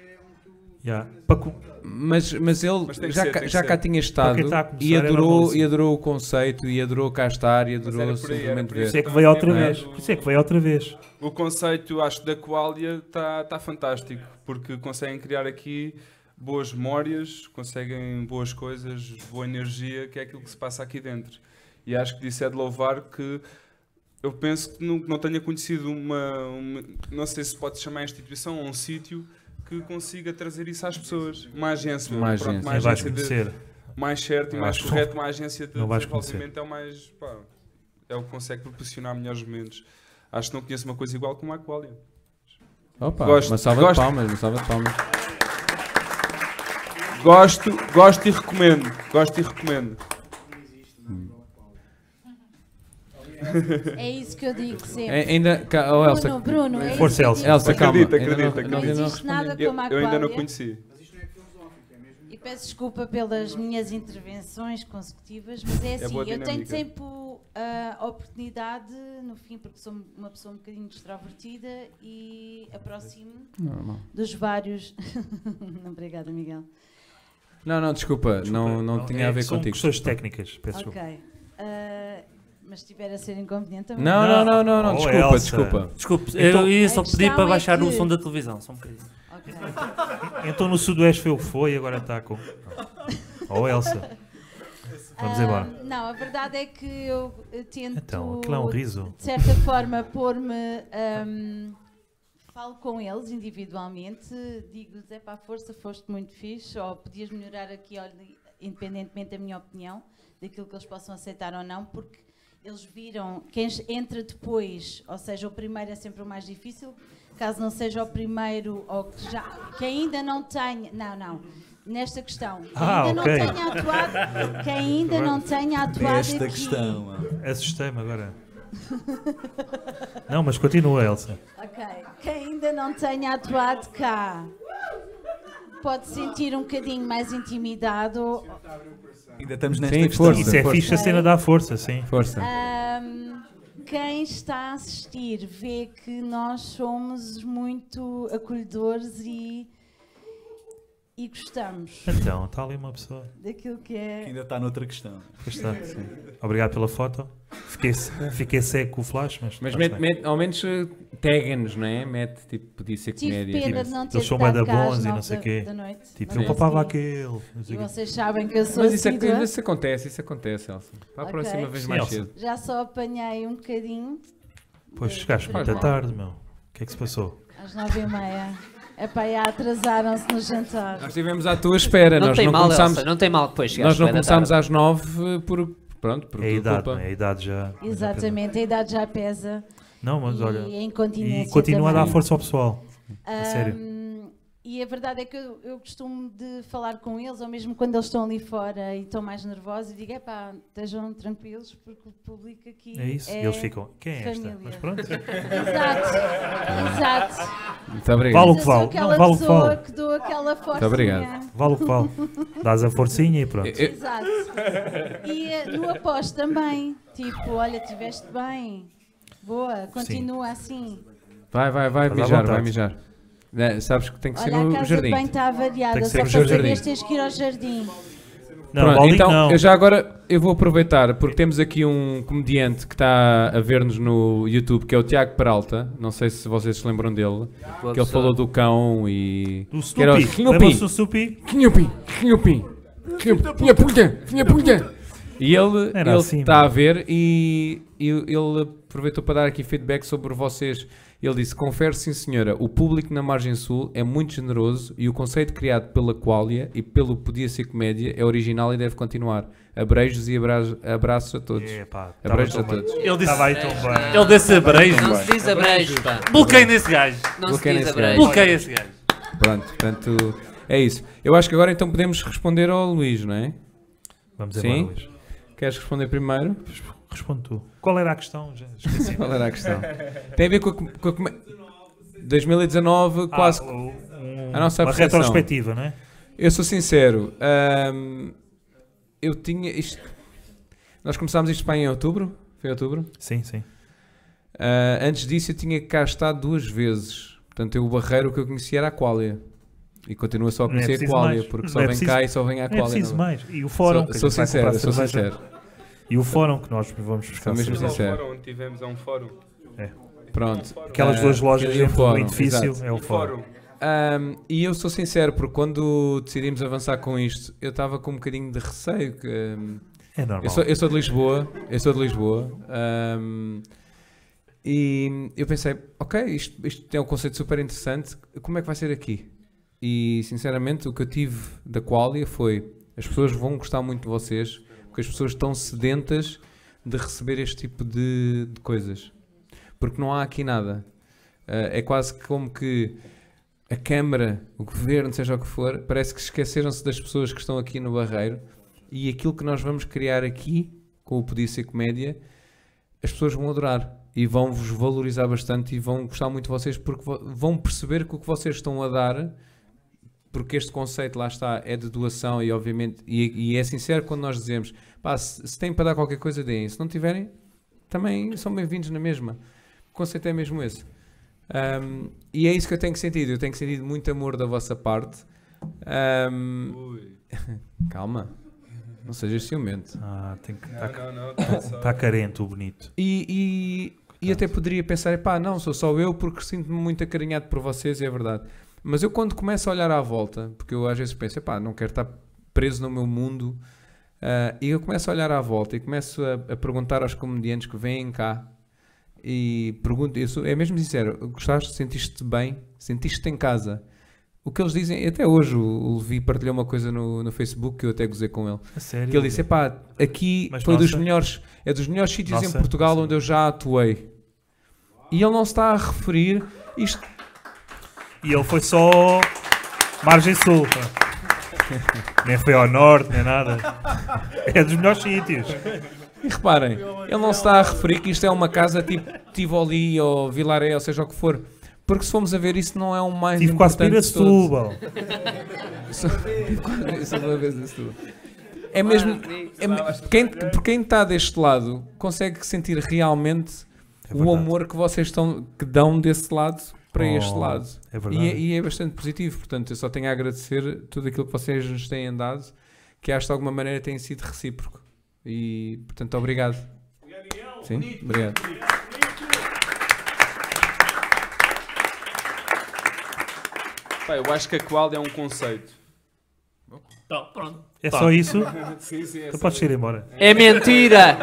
Já. Para co- Mas, mas ele Mas tem que já, ser, cá, tem que já ser. cá tinha Para estado quem está a começar é e, era adorou, maluco. e adorou o conceito, e adorou cá estar, e era adorou por aí, era simplesmente por Por aí. ver. isso é que veio outra É. vez. Por isso é que veio outra vez. O conceito, acho, da Qualia está tá fantástico, porque conseguem criar aqui boas memórias, conseguem boas coisas, boa energia, que é aquilo que se passa aqui dentro. E acho que isso é de louvar que eu penso que não, não tenha conhecido uma, uma- não sei se pode chamar instituição ou um sítio que consiga trazer isso às pessoas. Uma agência. Uma pronto, agência. Não vais agência de- conhecer. mais certo e Não mais vais- correto, uma agência de não vais desenvolvimento é o mais. pá, é o que consegue proporcionar melhores momentos. Acho que não conheço uma coisa igual como a Aqualia. Opa, Gosto, uma salva gosto. de palmas, uma salva de palmas. Gosto, gosto e recomendo. Gosto e recomendo. É isso que eu digo sempre. A- Ainda, cá- oh, Elsa, Bruno, Bruno, é isso Força, que eu Elsa. digo. Elsa calma. Acredita, ainda não- acredita, não- ainda não Não existe nada Eu, como a eu ainda não Aqualia. conheci. E peço desculpa pelas minhas intervenções consecutivas, mas é assim, boa eu tenho dinâmica. sempre o- a oportunidade, no fim, porque sou uma pessoa um bocadinho extrovertida e aproximo-me Normal. dos vários. Obrigada, Miguel. Não, não, desculpa, não, não, tinha é- a ver são contigo. questões técnicas, peço ok. desculpa. Ah, mas se estiver a ser inconveniente também. Não, não, não, não, não, Oh, desculpa, Elsa. desculpa. Desculpe, Então- eu ia só A pedir questão para é baixar o que- som da televisão, só um bocadinho. Ok. Então no Sudoeste foi o que foi e agora está com. Oh, Elsa. Vamos Ah, embora. Não, a verdade é que eu eh, tento. Então, aquilo é um riso. de certa forma, pôr-me. ahm, falo com eles individualmente, digo-lhes: é para força, foste muito fixe, ou podias melhorar aqui, olha, independentemente da minha opinião, daquilo que eles possam aceitar ou não, porque eles viram quem es- entra depois, ou seja, o primeiro é sempre o mais difícil, caso não seja o primeiro ou que, já, que ainda não tenha. Não, não. Nesta questão, que Ah, ainda ok. não tenha atuado, que ainda não tenha atuado Esta aqui. questão. ah. Assustei-me agora. Não, mas continua, Elsa. Ok. Quem ainda não tenha atuado cá pode sentir um bocadinho mais intimidado. Ainda estamos nesta questão. força. Isso é fixe, a cena dá força, sim. Força. Ahm, quem está a assistir vê que nós somos muito acolhedores e, e gostamos Então, está ali uma pessoa. daquilo que é. Ainda está noutra questão. Pois está. Obrigado pela foto. Fiquei, se- fiquei seco com o flash, mas. Mas está mete, bem. mete- ao menos eh, tega-nos, não é? Mete, tipo, podia ser Tive comédia. pena de não ter Eles são estado bué da cá às bons e nove não sei da- quê. da noite. Tipo, Não eu papava consegui. aquele, não sei E quê. vocês sabem que eu sou Mas isso, é, assídua. isso acontece, isso acontece, Elsa. Para a Ok. próxima vez Sim, mais Elsa. cedo. Já só apanhei um bocadinho Pois chegaste Faz muito à mal. tarde, meu. O que é que se passou? às nove e meia. Epá, e atrasaram-se no jantar. Nós estivemos à tua espera. Não nós tem não mal, começámos, Elsa, não tem mal que depois chegaste Nós não bué da começámos tarde. às nove por. Pronto, por É a tua idade, culpa. não é? A idade já. Exatamente, a idade já pesa. Não, mas E olha. a incontinência E continua a dar também. Ah, força ao pessoal. A Ahm, sério. E a verdade é que eu, eu costumo de falar com eles, ou mesmo quando eles estão ali fora e estão mais nervosos, e digo, epá, estejam tranquilos, porque o público aqui É isso, e eles ficam, "Quem é esta?" família." Mas pronto. Exato, exato. Muito obrigado. Vale o que Eu sou vale. aquela Não, vale o que pessoa vale. que dou aquela força. obrigado. Vale o que vale. Dás a forcinha e pronto. Eu- Exato. E eh, no após também, tipo, olha, tiveste bem, boa, continua assim. Vai, vai, vai Estás à mijar, vai vontade. mijar. Né, sabes que tem que ser Olha, a no casa jardim. bem está Tem variada, que só ser para no jardim. saberes tens que ir ao jardim. Não, Pronto, Paulinho então não. eu já agora eu vou aproveitar porque temos aqui um comediante que está a ver-nos no YouTube que é o Tiago Peralta. Não sei se vocês se lembram dele. que ele pessoa. falou do cão e. Do que era o Snoopy. Snoopy. Lembra-se do Snoopy? Quinhopim, quinhopim, minha puta, minha puta. E ele Era ele assim, está mano. a ver e, e ele aproveitou para dar aqui feedback sobre vocês. Ele disse: Confere, sim, senhora, o público na Margem Sul é muito generoso e o conceito criado pela Qualia e pelo Podia Ser Comédia é original e deve continuar. Abrejos e abra- abraços a todos. Epá, tava Abrejos tão a bem. todos. Ele disse, Estava aí tão bem. ele disse abrejo, Não pá. se diz abrejo, pá. Bloqueio nesse gajo. Não se Bloqueia diz nesse abrejo. Bloqueia esse gajo. Pronto, portanto, é isso. Eu acho que agora então podemos responder ao Luís, não é? Vamos Sim. embora, Luís. Queres responder primeiro? Responde tu. Qual era a questão? Já esqueci. Qual era a questão? Tem a ver com a, com a comé- 2019, Ah, quase. o- um- a nossa uma percepção. retrospectiva, não é? Eu sou sincero. hum, eu tinha isto. Nós começámos isto para em outubro. Foi em outubro. Sim, sim. Ah, antes disso, eu tinha cá estado duas vezes. Portanto, eu, o barreiro que eu conhecia era a Qualia. E continua só a Não é conhecer a preciso Qualia, mais. porque Não só é vem preciso- cá e só vem à Não é Qualia. preciso não. mais. E o fórum. que a sou, sou gente vai sincero, comprar sou cerveja. sincero. E o fórum que nós vamos buscar. Sou cerveja. mesmo Tivemos a um sincero. fórum, tivemos a um fórum. Pronto. Aquelas Ah, duas lojas aquele dentro do fórum, edifício exato. é o E fórum. Ahm, e eu sou sincero, porque quando decidimos avançar com isto, eu estava com um bocadinho de receio. Que, ahm, É eu, normal. sou, eu sou de Lisboa, eu sou de Lisboa. ahm, e eu pensei, ok, isto, isto é um conceito super interessante, como é que vai ser aqui? E sinceramente, o que eu tive da Qualia foi: as pessoas vão gostar muito de vocês, porque as pessoas estão sedentas de receber este tipo de, de coisas. Porque não há aqui nada. Ah, é quase como que a Câmara, o Governo, seja o que for, parece que esqueceram-se das pessoas que estão aqui no Barreiro e aquilo que nós vamos criar aqui, com o Podia Ser Comédia, as pessoas vão adorar e vão vos valorizar bastante e vão gostar muito de vocês porque vo- vão perceber que o que vocês estão a dar porque este conceito lá está é de doação e obviamente e, e é sincero quando nós dizemos pá, se, se têm para dar qualquer coisa deem, se não tiverem também são bem-vindos na mesma o conceito é mesmo esse Ahm, e é isso que eu tenho sentido eu tenho sentido muito amor da vossa parte Ahm, Ui. calma não sejas ciumento Ah, tem que. Está Não, não, não. tá só- carente o bonito. E, e, e até poderia pensar, pá, não, sou só eu porque sinto-me muito acarinhado por vocês, e é verdade. Mas eu quando começo a olhar à volta, porque eu às vezes penso, pá, não quero estar preso no meu mundo, ah, e eu começo a olhar à volta e começo a, a perguntar aos comediantes que vêm cá, e pergunto, eu sou- é mesmo sincero, gostaste, sentiste-te bem, sentiste-te em casa. O que eles dizem, até hoje o, o Levi partilhou uma coisa no, no Facebook que eu até gozei com ele. A sério. Que ele disse: "Epá, aqui Mas foi dos nossa. melhores, é dos melhores sítios Nossa. em Portugal onde eu já atuei. E ele não está a referir isto. E ele foi só margem sul. nem foi ao norte, nem nada. É dos melhores sítios. E reparem, ele não se está a referir que isto é uma casa tipo Tivoli ou Vilaré, ou seja o que for. Porque se formos a ver, isso não é o mais Tive quase importante. para ir a de Setúbal. todos. Só- tive quase- isso uma vez a Setúbal. É mesmo. É, me- quem, por quem está deste lado consegue sentir realmente É o amor que vocês estão, que dão desse lado para Oh, este lado. é E verdade. e, é bastante positivo. Portanto, eu só tenho a agradecer tudo aquilo que vocês nos têm dado, que acho que de alguma maneira tem sido recíproco. E, portanto, obrigado. Sim, obrigado. Pá, eu acho que a qual é um conceito. Então, pronto. É só isso? Tá, sim, sim, é então só podes ir isso. embora. É mentira!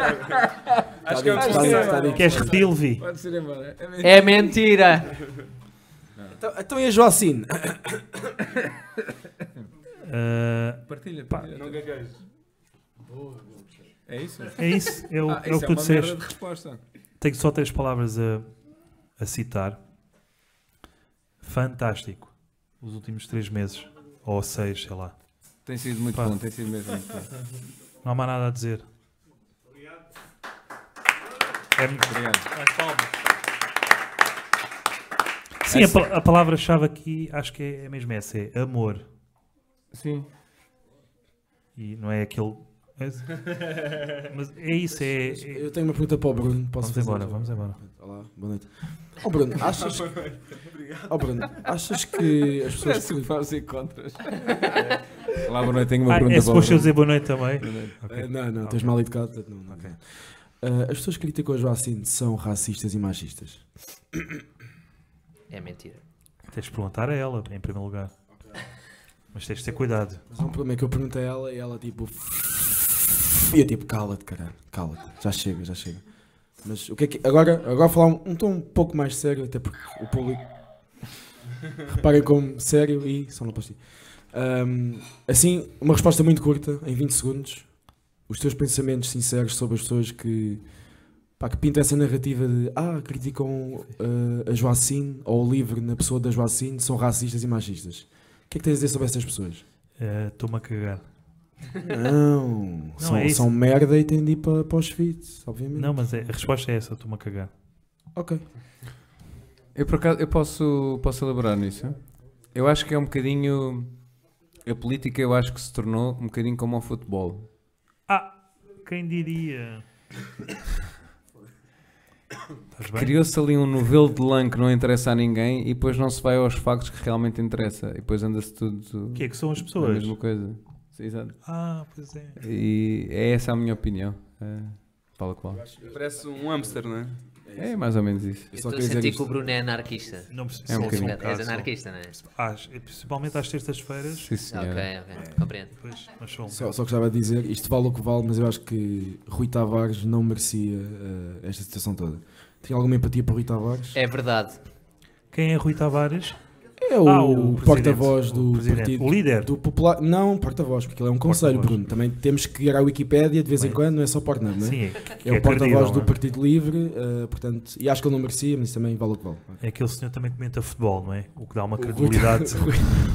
Acho que é um Está dito, está dito, conceito. está Queres repetir, Levi? Pode ir embora. É mentira! Então, então e a Joacine? Ah, Partilha, pá, partilha. Não gaguejo. É isso? É isso, é o, Ah, é o isso que é tu uma merda disseste. de resposta. Tenho só três palavras a, a citar. Fantástico. Os últimos três meses, ou seis, sei lá. Tem sido muito Pá. bom, tem sido mesmo muito bom. Não há mais nada a dizer. É muito obrigado. Sim, a, pa- a palavra-chave aqui acho que é mesmo essa: é amor. Sim. E não é aquele. Mas, mas é isso, é. é- Eu tenho uma pergunta para o Bruno. Posso Vamos fazer? embora, vamos embora. Olá, boa noite. Ó Bruno, achas que... Ó Bruno, achas que as pessoas... Parece que faz e contras. Olá, boa noite, tenho uma Ah, pergunta é para o suposto eu Bruno. dizer boa noite também. Eh, Não, não, tens mal educado. portanto Não, não. Eh, as pessoas que criticam a Joacine são racistas e machistas. É mentira. Tens de perguntar a ela, em primeiro lugar. Mas tens de ter cuidado. Mas há um problema é que eu perguntei a ela e ela tipo... E eu tipo, cala-te, caralho, cala-te. Já chega, já chega. Mas o que é que... Agora, agora falar um, um tom um pouco mais sério, até porque o público... Reparem como sério e sonoplastia. Ahm, assim, uma resposta muito curta, em 20 segundos. Os teus pensamentos sinceros sobre as pessoas que... Pá, que pintam essa narrativa de ah, criticam ah, a Joacine ou o livro na pessoa da Joacine, são racistas e machistas. O que é que tens a dizer sobre essas pessoas? Eh, Estou-me a cagar. Não, são, é isso. são merda e têm de ir para, para os fits, obviamente. Não, mas é- a resposta é essa: estou-me a cagar. Ok. Eu, por acaso, eu posso, posso elaborar nisso? Eu acho que é um bocadinho. A política eu acho que se tornou um bocadinho como ao futebol. Ah, Quem diria? Estás bem? Criou-se ali um novelo de lã que não interessa a ninguém e depois não se vai aos factos que realmente interessa. E depois anda-se tudo O que é que são as a pessoas? mesma coisa. Sim, exato. Ah, pois é. E é essa a minha opinião. É, fala qual. Parece um hamster, não é? É mais ou menos isso. Eu só estou a queria dizer sentir isto. Ah, que o Bruno é anarquista. Não preciso. É um só- só bocadinho. bocado, És só. anarquista, não é? Às- principalmente às terças-feiras. Sim, senhora. Ok, ok, compreendo. Pois, mas um são. Só, só gostava de dizer, isto vale o que vale, mas eu acho que Rui Tavares não merecia eh, esta situação toda. Tem alguma empatia para o Rui Tavares? É verdade. Quem é Rui Tavares? É o, Ah, o porta-voz presidente, o do presidente, partido. o líder. Do popular... Não, porta-voz, porque ele é um conselho, Porta-voz. Bruno. Também temos que ir à Wikipédia de vez em Bem. quando, não é só Portnum, não é? Sim, é, que É o porta-voz credível, do não é? Partido Livre, eh, portanto, e acho que ele não merecia, mas isso também vale o que vale. É aquele senhor que também comenta futebol, não é? O que dá uma O Rui credibilidade.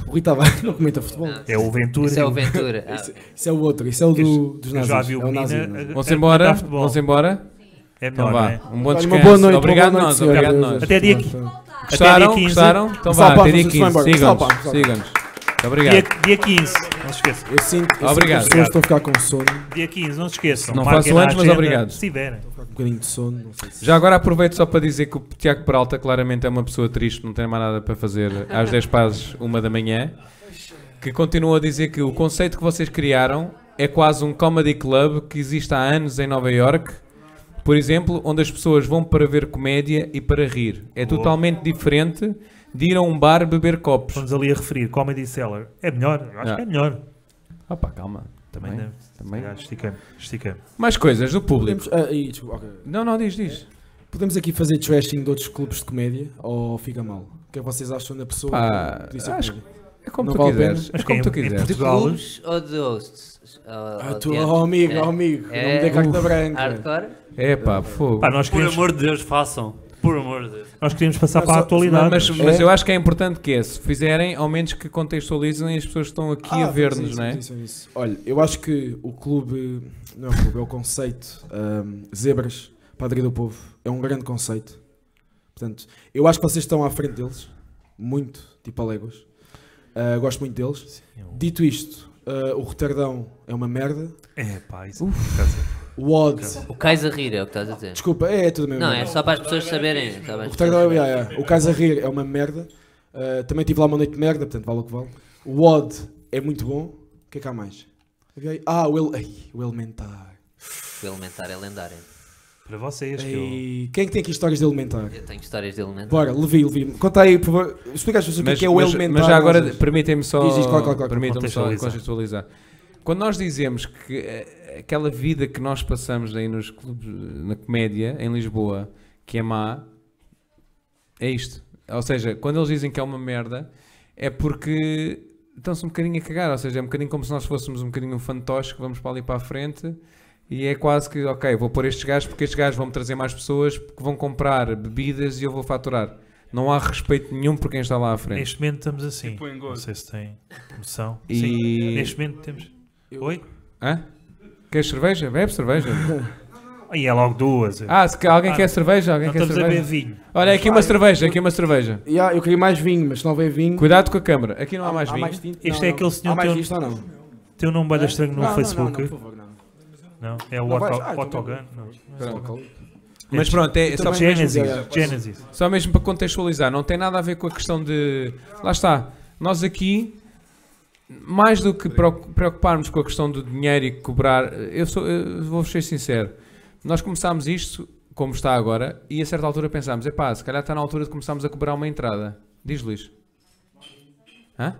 O Rui Tavares não comenta futebol. Não, É o Ventura. Isso é o Ventura. Ah, Isso, ok. isso é o outro, isso é o do, dos Eu nazis. já vi o é o menino. nazi, a- nazi. a- Vamos a embora? comentar futebol. Vamos embora? É melhor, Então não vá. é? Um bom Olha, descanso. uma boa noite, uma obrigado boa noite, nós, senhora. obrigado nós. Até dia, qui- Gostaram? Até dia 15. Gostaram? Então Pessoal, vá, pá, até dia vocês vão 15. embora. Pessoal, pá, Sigam-nos. pessoal. Sigam-nos. Muito dia, obrigado. dia 15. Não se esqueçam. Eu sinto, eu Obrigado. sinto que as pessoas estão a ficar com sono, estão Dia 15, não se esqueçam. Não Marquem façam na antes, mas agenda, obrigado. Se tiverem. a ficar com um bocadinho de sono. Não sei se... Já agora aproveito só para dizer que o Tiago Peralta claramente é uma pessoa triste, não tem mais nada para fazer às 10 pazes, uma da manhã. Que continua a dizer que o conceito que vocês criaram é quase um comedy club que existe há anos em Nova York, por exemplo, onde as pessoas vão para ver comédia e para rir. É Boa. totalmente diferente de ir a um bar beber copos. Estamos ali a referir. Comedy Seller. É melhor. Eu acho Ah. que é melhor. Opa, calma. Também Bem, deve. também. Ah, Estica-me. Estica-me. Mais coisas do público. Podemos, ah, e, desculpa, ok. Não, não, diz, diz. Podemos aqui fazer trashing de outros clubes de comédia ou fica mal? O que é que vocês acham da pessoa? Pá, que disse a acho comédia? É como Não tu vale a quiseres. Mas É como quem- tu em quiseres. De Portugal- clubes ou de hosts? Ou- Ah, ou tu, de- oh, amigo, É. oh, amigo, É. não me dê carta Uf. branca. Hardcore? É pá, fogo. Pá, nós Por queremos. amor de Deus, façam. Por amor de Deus. Nós queríamos passar para a atualidade. Mas, mas eu acho que é importante que é, se fizerem, ao menos que contextualizem as pessoas que estão aqui Ah, a ver-nos, isso, não é? isso, isso. Olha, eu acho que o clube, não é o clube, é o conceito. ahm, zebras, Padre do Povo, é um grande conceito. Portanto, eu acho que vocês estão à frente deles, muito, tipo a léguas. Ah, gosto muito deles. é um- Dito isto, ah, o Roterdão é uma merda. É, pá, isso um O Odds. O Kaiser Rir é o que estás a dizer. Desculpa, é, é tudo mesmo. Não, é só para as pessoas saberem. só para as O Roterdão é, pessoas é, é. O Casa Rir é uma merda. Uh, também tive lá uma noite de merda, portanto vale o que vale. O Odd é muito bom. O que é que há mais? Ok? Ah, o, El... Ai, o Elementar. saberem. O Elementar é lendário. Para vocês, que eu... Ei, Quem é que tem aqui histórias de Elementar? Eu tenho histórias de Elementar. Bora, Levi, Levi. Conta aí, por favor. Explica às pessoas o que é, que é o mas, Elementar. mas já agora, vocês. permitem-me só, Diz, diz, claro, claro, claro. permitem-me só Contextualizar. contextualizar. Quando nós dizemos que eh, aquela vida que nós passamos aí nos clubes, eh, na comédia, em Lisboa, que é má, é isto. Ou seja, quando eles dizem que é uma merda, é porque estão-se um bocadinho a cagar. Ou seja, é um bocadinho como se nós fôssemos um bocadinho um fantoche que vamos para ali para a frente e é quase que, ok, vou pôr estes gajos porque estes gajos vão me trazer mais pessoas que vão comprar bebidas e eu vou faturar. Não há respeito nenhum por quem está lá à frente. Neste momento estamos assim. Tipo em Não gozo. sei se tem noção. E- Sim. Neste momento temos. Oi? Hã? Queres cerveja? Bebe cerveja. Aí é logo duas. Ah, se ca- alguém Ah, quer cerveja, alguém não quer estamos a cerveja. beber vinho. Olha, é aqui uma cerveja, aqui uma cerveja. Yeah, eu queria mais vinho, mas se não vem vinho. Cuidado com a câmara. Aqui não há mais vinho. tinto? Este Não, é não. aquele senhor Há mais teu- isto ou não? Teu nome bada estranho Não, no não, não, Facebook. não, por favor, não. Não, é o Não vais- Ah, Otto- então Ottogan. não. não. Pronto. Mas pronto, é Eu só também- mesmo- Genesis. Mas- Genesis. Só mesmo para contextualizar, não tem nada a ver com a questão de. Lá está, nós aqui, mais do que preocu- preocuparmos com a questão do dinheiro e cobrar, eu, sou, eu vou ser sincero, nós começámos isto como está agora e a certa altura pensámos: epá, se calhar está na altura de começarmos a cobrar uma entrada. Diz Luís. Hã?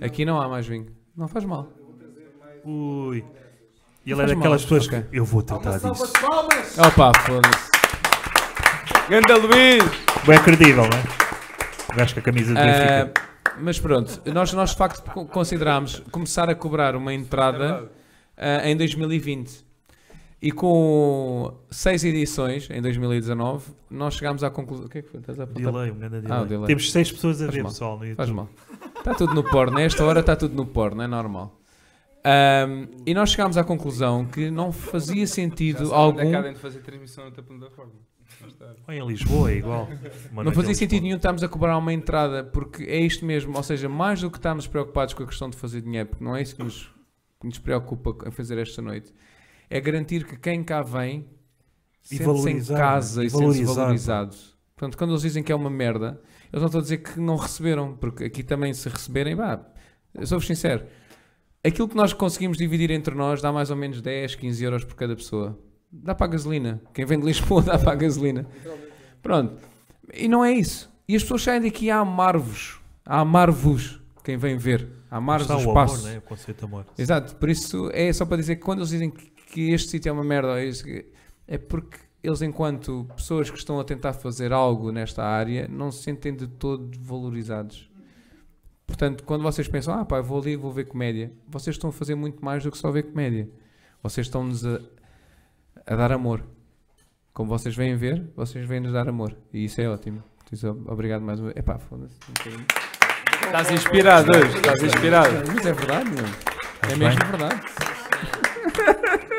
Aqui não há mais vinho. Não faz mal. Ui. E ele Não é faz daquelas mal, pessoas ok. que. Eu vou tratar disso. Opa, foda-se. Ganda Luís! É credível, não é? O gajo com a camisa do Ah, é Benfica. mas pronto, nós, nós de facto co- considerámos começar a cobrar uma É entrada ah, em 2020. E com seis edições em 2019, nós chegámos à conclusão. O que é que foi? Estás a apontar? Delay, um grande Ah, delay. o delay. Temos seis pessoas a Faz ver, mal. pessoal, no Faz YouTube. mal. Está tudo no porno. Nesta hora está tudo no porno, é normal. Ahm, e nós chegámos à conclusão que não fazia sentido Algum... É que há algum. de fazer transmissão na outra plataforma. Lá está. Olha, em Lisboa é igual. Uma Não noite fazia em sentido Lisboa. nenhum estarmos a cobrar uma entrada, porque é isto mesmo. Ou seja, mais do que estarmos preocupados com a questão de fazer dinheiro, porque não é isso que nos, que nos preocupa a fazer esta noite, é garantir que quem cá vem E sente-se em valorizar, casa e e sente-se valorizar. valorizado. Portanto, quando eles dizem que é uma merda, eles não estão a dizer que não receberam, porque aqui também se receberem, pá, eu sou-vos sincero, aquilo que nós conseguimos dividir entre nós dá mais ou menos 10, 15 euros por cada pessoa. Dá para a gasolina. Quem vem de Lisboa dá para a gasolina. Pronto. E não é isso. E as pessoas saem daqui a amar-vos. A amar-vos. Quem vem ver. A amar-vos Está o o amor, espaço. não é? O conceito de amor. Exato, por isso é só para dizer que quando eles dizem que, que este sítio é uma merda, ou isso que- é porque eles, enquanto pessoas que estão a tentar fazer algo nesta área, não se sentem de todo valorizados. Portanto, quando vocês pensam, ah pá, eu vou ali e vou ver comédia, vocês estão a fazer muito mais do que só ver comédia. Vocês estão-nos a, a dar amor. Como vocês vêm ver, vocês vêm-nos dar amor. E isso é ótimo. Por isso, Obrigado mais uma vez. Epá, foda-se. um bocadinho. Estás inspirado hoje, estás inspirado. Mas é verdade, meu. É Estás mesmo bem? verdade.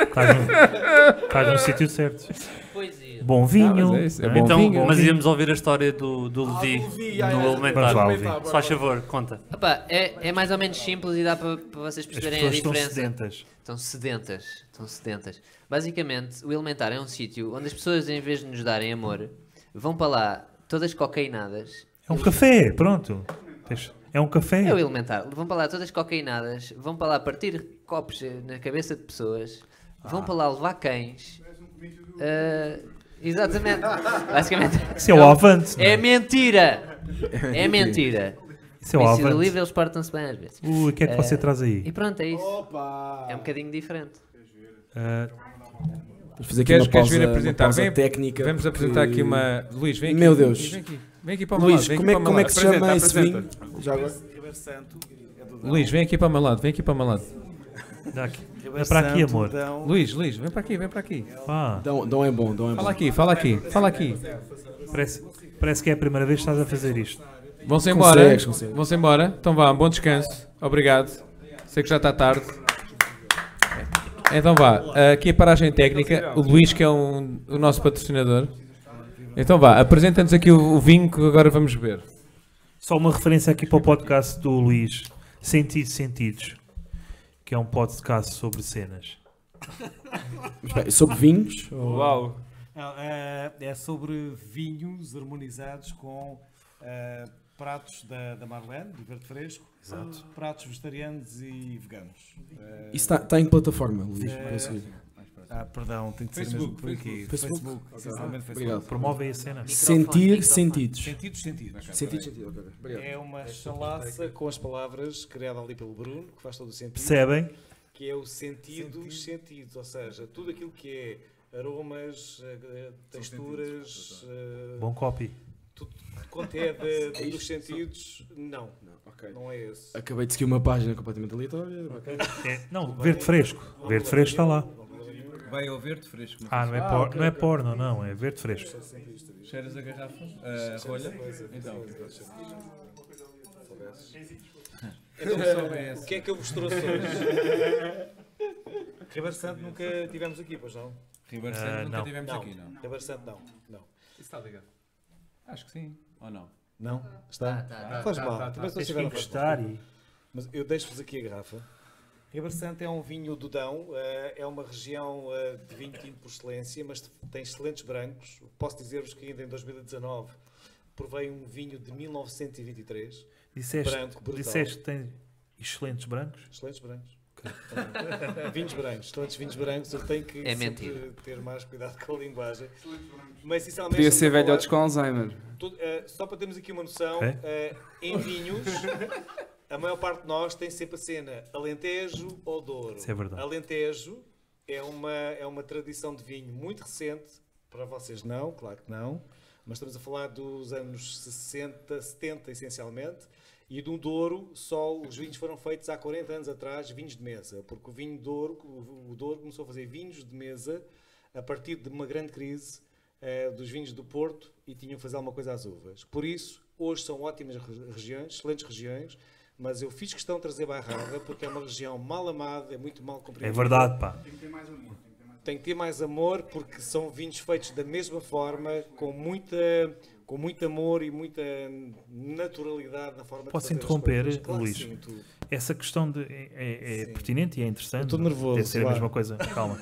Estás no- Estás no sítio certo. Poesia. Bom vinho. né? mas é isso, é não bom Então, um vinho, mas vinho. íamos ouvir a história do, Ah, do Levi no Vamos lá, Levi. Elementar. Se faz favor, conta. Opa, é, é mais ou menos simples e dá para para vocês As perceberem a pessoas estão diferença. sedentas. Estão sedentas, estão sedentas. Basicamente, o Elementar é um sítio onde as pessoas, em vez de nos darem amor, vão para lá todas cocainadas. É um café, pronto. Tens- É um café. É o Elementar. Vão para lá todas cocainadas, vão para lá partir copos eh, na cabeça de pessoas, Ah. vão para lá levar cães. Ah, exatamente. Basicamente. Isso é o Avante. não É É, mentira! É mentira. Isso é o Homicídio livre, Avante. eles portam-se bem às vezes. Ui, o que é que Eh, você traz aí? E pronto, é isso. É um bocadinho diferente. Ah, Vamos fazer aqui Queres, uma queres pausa, vir apresentar? Uma pausa Vem- técnica. Vamos apresentar que- aqui uma. Luís, vem aqui. Meu Deus. Vem aqui, vem aqui para o meu lado. Luís, Vem como é, aqui para o como meu é lado. que se chama Apresenta, esse vinho? apresenta. Já agora. Luís, vem aqui para o meu lado. Vem aqui para o meu lado. Dá aqui. Vem É para aqui, amor. Luís, Luís, vem para aqui, vem para aqui. Pá. então. Dão, dão é bom, dão é bom. Fala aqui, fala aqui, fala aqui. Parece, parece que é a primeira vez que estás a fazer isto. Vão-se embora. Consegues, consegues. Vão-se embora. Então vá, bom descanso. Obrigado. Sei que já está tarde. Então vá, aqui a paragem técnica. O Luís, que é um, o nosso patrocinador. Então vá, apresenta-nos aqui o, o vinho que agora vamos beber. Só uma referência aqui para o podcast do Luís, Sentidos Sentidos, que é um podcast sobre cenas. Mas, espera, Sobre vinhos? ou- Uau! Não, é, é sobre vinhos harmonizados com eh, pratos da, da Marlene, de verde fresco, pratos vegetarianos e veganos. Eh, Isso está em que plataforma, Luís. eh, Para seguir? ah, Então, perdão, tem de ser Facebook, mesmo por aqui. Facebook. essencialmente Obrigado. Promovem a cena. Sentir sentidos. Sentidos, sentidos. Sentir sentidos, ok, ok. Obrigado. É uma chalaça com as palavras criada ali pelo Bruno, que faz todo o sentido. Percebem? que é o sentido, dos sentidos, ou seja, tudo aquilo que é aromas, eh, eh, texturas, eh, Bom copy. quanto é de- dos sentidos, não, Ok. não é esse. Acabei de seguir uma página completamente aleatória. ok. É, não, verde fresco. Verde fresco está lá. Vai ao verde fresco. Ah, não é, por- não é porno, não, é verde fresco. Cheiras a garrafa? A rolha? Então. Então, soubesse. o que é que eu vos trouxe hoje? Ribeiro Santo nunca tivemos aqui, pois não? Ribeiro Ah, Santo nunca não. tivemos aqui, não? Ribeiro Santo não, não. Isso está ligado? Acho que sim. Ou não? Não? Ah, Está? tá, faz tá, mal. tá, tá. Também se não Tens que tiver, não faz mal. encostar e. Mas eu deixo-vos aqui a garrafa. Ribeiro Santo é um vinho do Dão, eh, é uma região eh, de vinho tinto por excelência, mas tem excelentes brancos. Posso dizer-vos que ainda em 2019 provei um vinho de 1923, Disseste, branco, brutal. disseste que tem excelentes brancos? Excelentes brancos. Ah, vinhos brancos, excelentes vinhos brancos. Eu tenho que É sempre mentira. ter mais cuidado com a linguagem. Mas é essencialmente Podia estamos ser a falar- velhotes com Alzheimer. Tu- eh, só para termos aqui uma noção, Ok. eh, em vinhos, a maior parte de nós tem sempre a cena Alentejo ou Douro. Isso é verdade. Alentejo é uma, é uma tradição de vinho muito recente, para vocês não, claro que não, mas estamos a falar dos anos 60, 70 essencialmente, e de um Douro só os vinhos foram feitos há 40 anos atrás, vinhos de mesa, porque o vinho Douro, o o Douro começou a fazer vinhos de mesa a partir de uma grande crise eh, dos vinhos do Porto e tinham que fazer alguma coisa às uvas. Por isso, hoje são ótimas re- regiões, excelentes regiões, mas eu fiz questão de trazer Bairrada porque é uma região mal amada, é muito mal É compreendida. verdade, pá. Tem que ter mais amor porque são vinhos feitos da mesma forma, com muita com muito amor e muita naturalidade na forma Posso de fazer as interromper, coisas. Claro que Luís? sim, tu- Essa questão de. é- É, é pertinente e é interessante. Eu tô nervoso, Deve ser a vá. mesma coisa. Calma.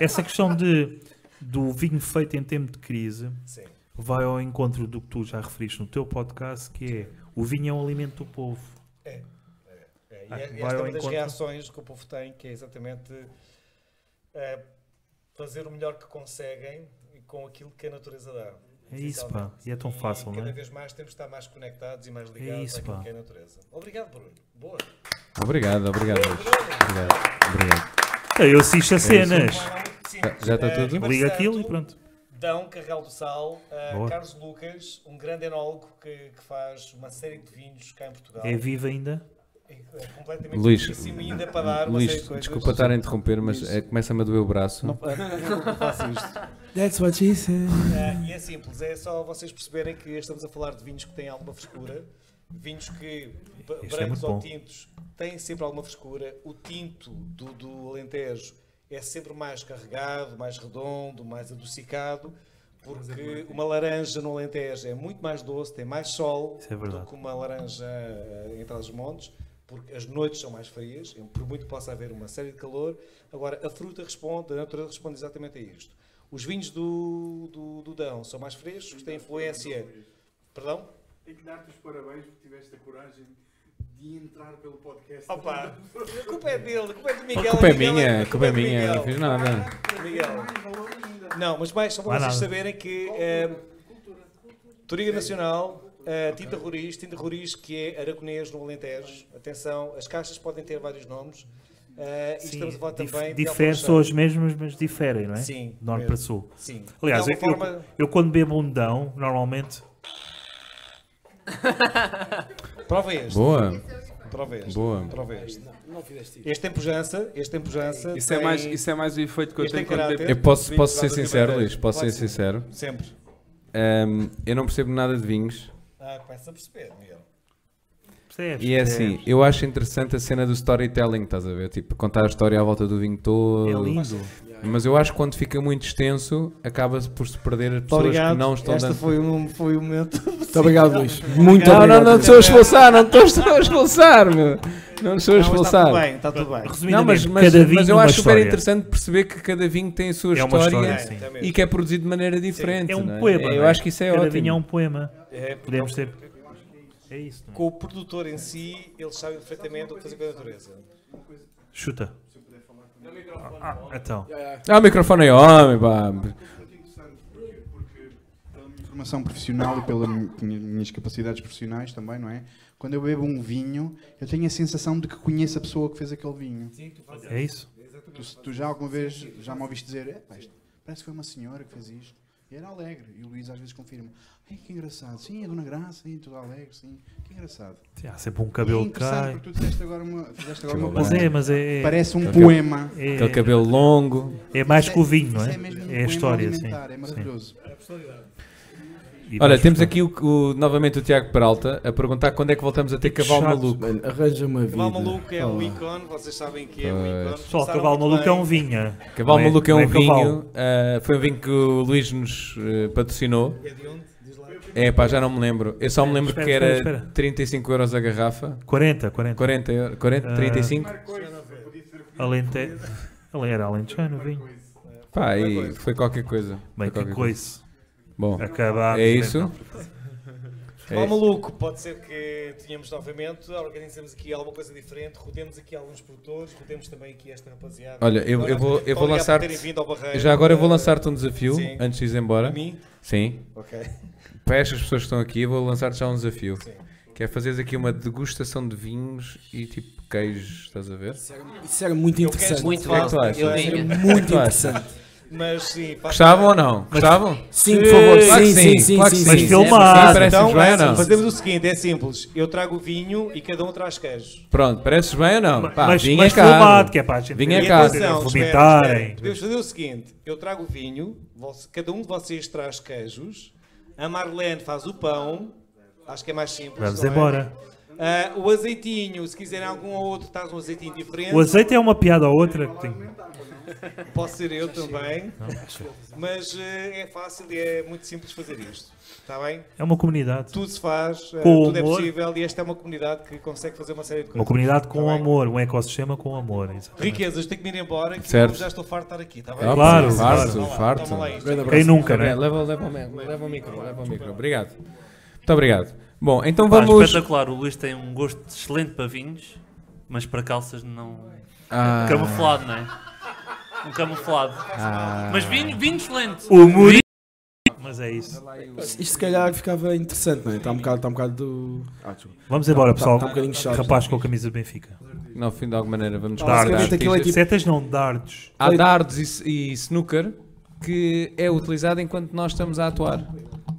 Essa questão de, do vinho feito em tempo de crise Sim. vai ao encontro do que tu já referiste no teu podcast, que é o vinho é um alimento do povo. É, e Ah, é- vai esta é ao uma das encontro. reações que o povo tem, que é exatamente eh, fazer o melhor que conseguem e com aquilo que a natureza dá. É isso, essencialmente. pá. E é tão e fácil, não cada é? vez mais temos de estar mais conectados e mais ligados isso, àquilo pá. que é a natureza. Obrigado, Bruno. Boa. Obrigado, obrigado, Luís. Obrigado, obrigado. É, É Eu assisto a cenas. É, Não há muito que sim. Já- já está Eh, tudo? Ribeiro Liga Santo, aquilo e pronto. Dão Carral Então, do Sal, eh, Boa. Carlos Lucas, um grande enólogo que, que faz uma série de vinhos cá em Portugal. É vivo ainda. É completamente Luís, riquíssimo e ainda para dar uma série de Luís, coisas. desculpa estar a interromper, mas é um eh, começa-me a doer o braço. Faço isto. That's what she said. Ah, e é simples, é só vocês perceberem que estamos a falar de vinhos que têm alguma frescura, vinhos que, b- Este é brancos muito ou bom. tintos, têm sempre alguma frescura. O tinto do, do Alentejo é sempre mais carregado, mais redondo, mais adocicado, porque uma laranja no Alentejo é muito mais doce, tem mais sol Isso é do verdade. que uma laranja ah, entre os montes. Porque as noites são mais frias, por muito que possa haver uma série de calor. Agora, a fruta responde, a natureza responde exatamente a isto. Os vinhos do, do, do Dão são mais frescos, têm influência. Perdão? Tenho que dar-te os parabéns porque tiveste a coragem de entrar pelo podcast. Opa! A culpa é dele, a culpa é do A Miguel. culpa é Miguel minha, a a culpa é do minha, eu Miguel. não fiz nada. Miguel. Não, mas mais, só para Mais vocês nada. saberem que eh, Toriga Nacional, eh, Tinta Roriz, Tinta Roriz que é Araconês no Alentejo. Atenção, as caixas podem ter vários nomes. eh, e Sim, estamos a falar dif- também de diferem, Alcochete. são as mesmas, mas diferem, não é? Sim, De norte mesmo. para sul. Sim. Aliás, De eu, alguma forma- eu quando bebo um dão, normalmente Prova este. Boa. Proveste. Boa. Proveste. Não, não fizeste isso. Este tem pujança, este tem pujança. Isso é tem- mais- isso é mais o efeito que eu este tenho tem quando caráter. bebo. Eu posso, Vinho posso de ser lata de sincero, bandeira. Luís? Posso ser Pode ser. sincero? Sempre. Ahm, eu não percebo nada de vinhos. Ah, começa a perceber, Miguel. Percebes? E é assim, eu acho interessante a cena do storytelling, estás a ver? Tipo, contar a história à volta do vinho todo. É lindo. Mas eu acho que quando fica muito extenso, acaba-se por se perder as pessoas que não estão Esta dando. foi, um, foi um momento. Muito obrigado, Luís. Muito obrigado. Não, não, não te estou a expulsar, não te estou a expulsar, meu. Não tá te estou a Não, mas está expulsar. tudo bem, está tudo bem. Não, mas, Resumidamente, mas, cada mas vinho eu uma acho super história. interessante perceber que cada vinho tem a sua É uma história, história, sim. É, é e que é produzido de maneira diferente. É não um poema. Eu não é? acho que isso é Cada ótimo. vinho é um poema. É. Podemos ter. É isso. Com o produtor em si, eles sabem perfeitamente o que fazer com a natureza. Chuta. Ah, então. Ah, o microfone é homem, pá. formação profissional e pelas minhas capacidades profissionais também, não é? Quando eu bebo um vinho, eu tenho a sensação de que conheço a pessoa que fez aquele vinho. Sim, tu fazes É isso. Tu, tu já alguma vez já me ouviste dizer, "É, pá, isto parece que foi uma senhora que fez isto. E era alegre. E o Luís às vezes confirma, ai que engraçado, sim, a Dona Graça, sim, tudo alegre, sim, que engraçado. Sim, há sempre um E é cabelo que interessante cai. porque tu disseste agora uma, fizeste agora uma Mas ponte. é, mas é. é- Parece um Aquele- poema. É- Aquele cabelo longo. É mais que o vinho, não Isso é? é mesmo um É a poema história, sim. alimentar, é maravilhoso. E Olha, vamos temos buscar. aqui o, o- novamente o Tiago Peralta a perguntar quando é que voltamos a ter Cavalo chato, Maluco. Arranja uma vida. Cavalo Maluco é um Fala. ícone, vocês sabem que é um Pois. ícone. Pessoal, Começaram Cavalo muito Maluco é bem. um vinho. Cavalo Não é- Maluco é não um vinho. cavalo. ah, foi um vinho que o Luís nos eh, patrocinou. É de onde? Diz lá. É pá, já não me lembro. Eu só me lembro Espera, que era espera, espera. 35 euros a garrafa. 40, 40. 40, euro- 40 Ah, 35? né? Alente... Ale- Era alentejano o vinho. Pá, e foi qualquer coisa. Bem, Foi que qualquer coisa. né? Bom, Acabámos, é bem, isso? não. É Cavalo Maluco, pode ser que tenhamos novamente, organizemos aqui alguma coisa diferente, rodemos aqui alguns produtores, rodemos também aqui esta rapaziada. Olha, eu, eu vou, eu vou Obrigado por lançar. terem vindo ao Barreiro. Já agora eu vou lançar-te um desafio Sim. antes de ir embora. A mim? Sim. Ok. Para estas pessoas que estão aqui, eu vou lançar-te já um desafio. Que é fazeres aqui uma degustação de vinhos e tipo queijos, estás a ver? Isso era muito Eu quero interessante. muito O que é que tu bom. achas? Eu O que é que tinha. tu Muito achas? interessante. Mas sim, pá- Gostavam ou não? Gostavam? Sim, por favor. Claro que Sim, sim, sim, claro que sim, Mas sim. Sim, parece-vos Então, bem é ou não? assim, fazemos o seguinte, é simples. Eu trago o vinho e cada um traz queijo. Pronto, pareces bem ou não? Pá, mas- vinho mas é caro. filmado, que é para a gente Vinho E é ver. caro. atenção, espera, vomitarem. espera. Podemos fazer o seguinte. Eu trago o vinho, voce- cada um de vocês traz queijos, a Marlene faz o pão, acho que é mais simples. Vamos não é? embora. Ah, o azeitinho, se quiserem algum ou outro, traz um azeitinho diferente. O azeite é uma piada ou outra. que tem- Posso ser eu também. Mas eh, é fácil e é muito simples fazer isto. Está bem? É uma comunidade. Tudo se faz, eh, Com tudo é humor. possível e esta é uma comunidade que consegue fazer uma série de coisas. Uma comunidade Tá com bem? amor, um ecossistema com amor. exatamente. Riquezas, tenho que me ir embora, que Certo. eu já estou farto de estar aqui, está bem? Ah, Claro, pá, claro. farto, Toma lá, farto. toma lá isto. Grande Quem abraço. nunca, né? Leva, leva, o me- leva o micro, leva o micro. Obrigado. Muito obrigado. Bom, então Pá, vamos. espetacular, o Luís tem um gosto excelente para vinhos, mas para calças não. é. Ah. Camuflado, não é? Um camuflado. Ah. Mas vinho, vinho excelente. O Muri. Mas é isso. Isto se calhar ficava interessante, não é? Está um bocado, está um bocado do. Ah, desculpa. Vamos embora, Tá- pessoal. tá um bocadinho chato. Rapaz com a camisa do Benfica. Não, fim de alguma maneira, vamos Dardos. guardar. Basicamente aquilo é tipo- Setas não, dardos. Há dardos e, e snooker que é utilizado enquanto nós estamos a atuar.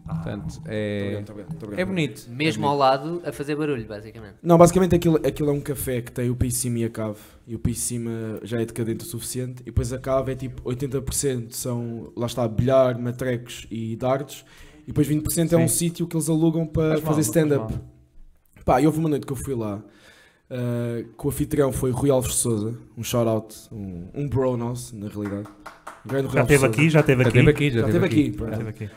Portanto, é, Muito obrigado, muito obrigado. é bonito. Mesmo ao lado, a fazer barulho, basicamente. Não, basicamente aquilo, aquilo é um café que tem o piso de cima e a cave. E o piso de cima já é decadente o suficiente. E depois a cave é tipo 80% são, lá está, bilhar, matrecos e dardos. E depois 20% é um sítio que eles alugam para Faz mal, fazer não faz stand-up. Pá, e houve uma noite que eu fui lá. ah, que o anfitrião foi Rui Alves Souza. Um shout-out, um, um bro nosso, na realidade. Um grande Rui Já Alves teve Sousa. aqui, já teve Já aqui. teve aqui, já, Já teve teve aqui. aqui, pronto. Já teve aqui.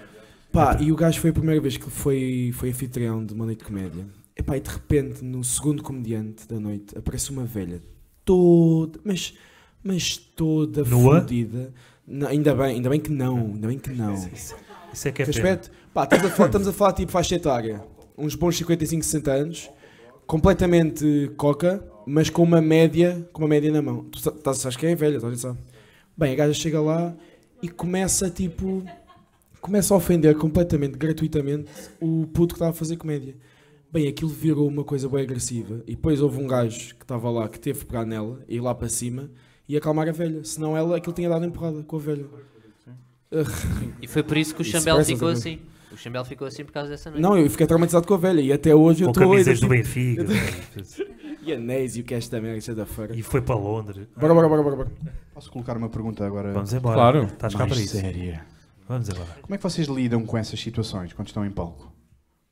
Pá, e o gajo foi a primeira vez que foi, foi anfitrião de uma noite de comédia. Epá, e de repente, no segundo comediante da noite, aparece uma velha toda, mas, mas toda Nua? fodida. Não, ainda bem, ainda bem que não, ainda bem que não. Isso é que é Tens pena. aspecto? Pá, estamos a, falar, estamos a falar tipo faixa etária, uns bons 55, 60 anos, completamente coca, mas com uma média, com uma média na mão. Tu sa- tá- sabes quem é velha, olha só. Bem, a gaja chega lá e começa tipo. Começa a ofender completamente, gratuitamente, o puto que estava a fazer comédia. Bem, aquilo virou uma coisa bem agressiva. E depois houve um gajo que estava lá que teve que pegar nela e ir lá para cima e acalmar a velha. Senão ela, aquilo tinha dado empurrada com a velha. E foi por isso que o Isso Chambel parece ficou exatamente. assim. O Chambel ficou assim por causa dessa noite. Não, eu fiquei traumatizado com a velha e até hoje eu Com estou. camisas ainda, do tipo, Benfica. E anéis e o que é esta merda, da feira. E foi para Londres. Bora, bora, bora, bora. bora. Posso colocar uma pergunta agora? Vamos embora. Estás cá Mais para isso. séria. Vamos embora. Como é que vocês lidam com essas situações quando estão em palco?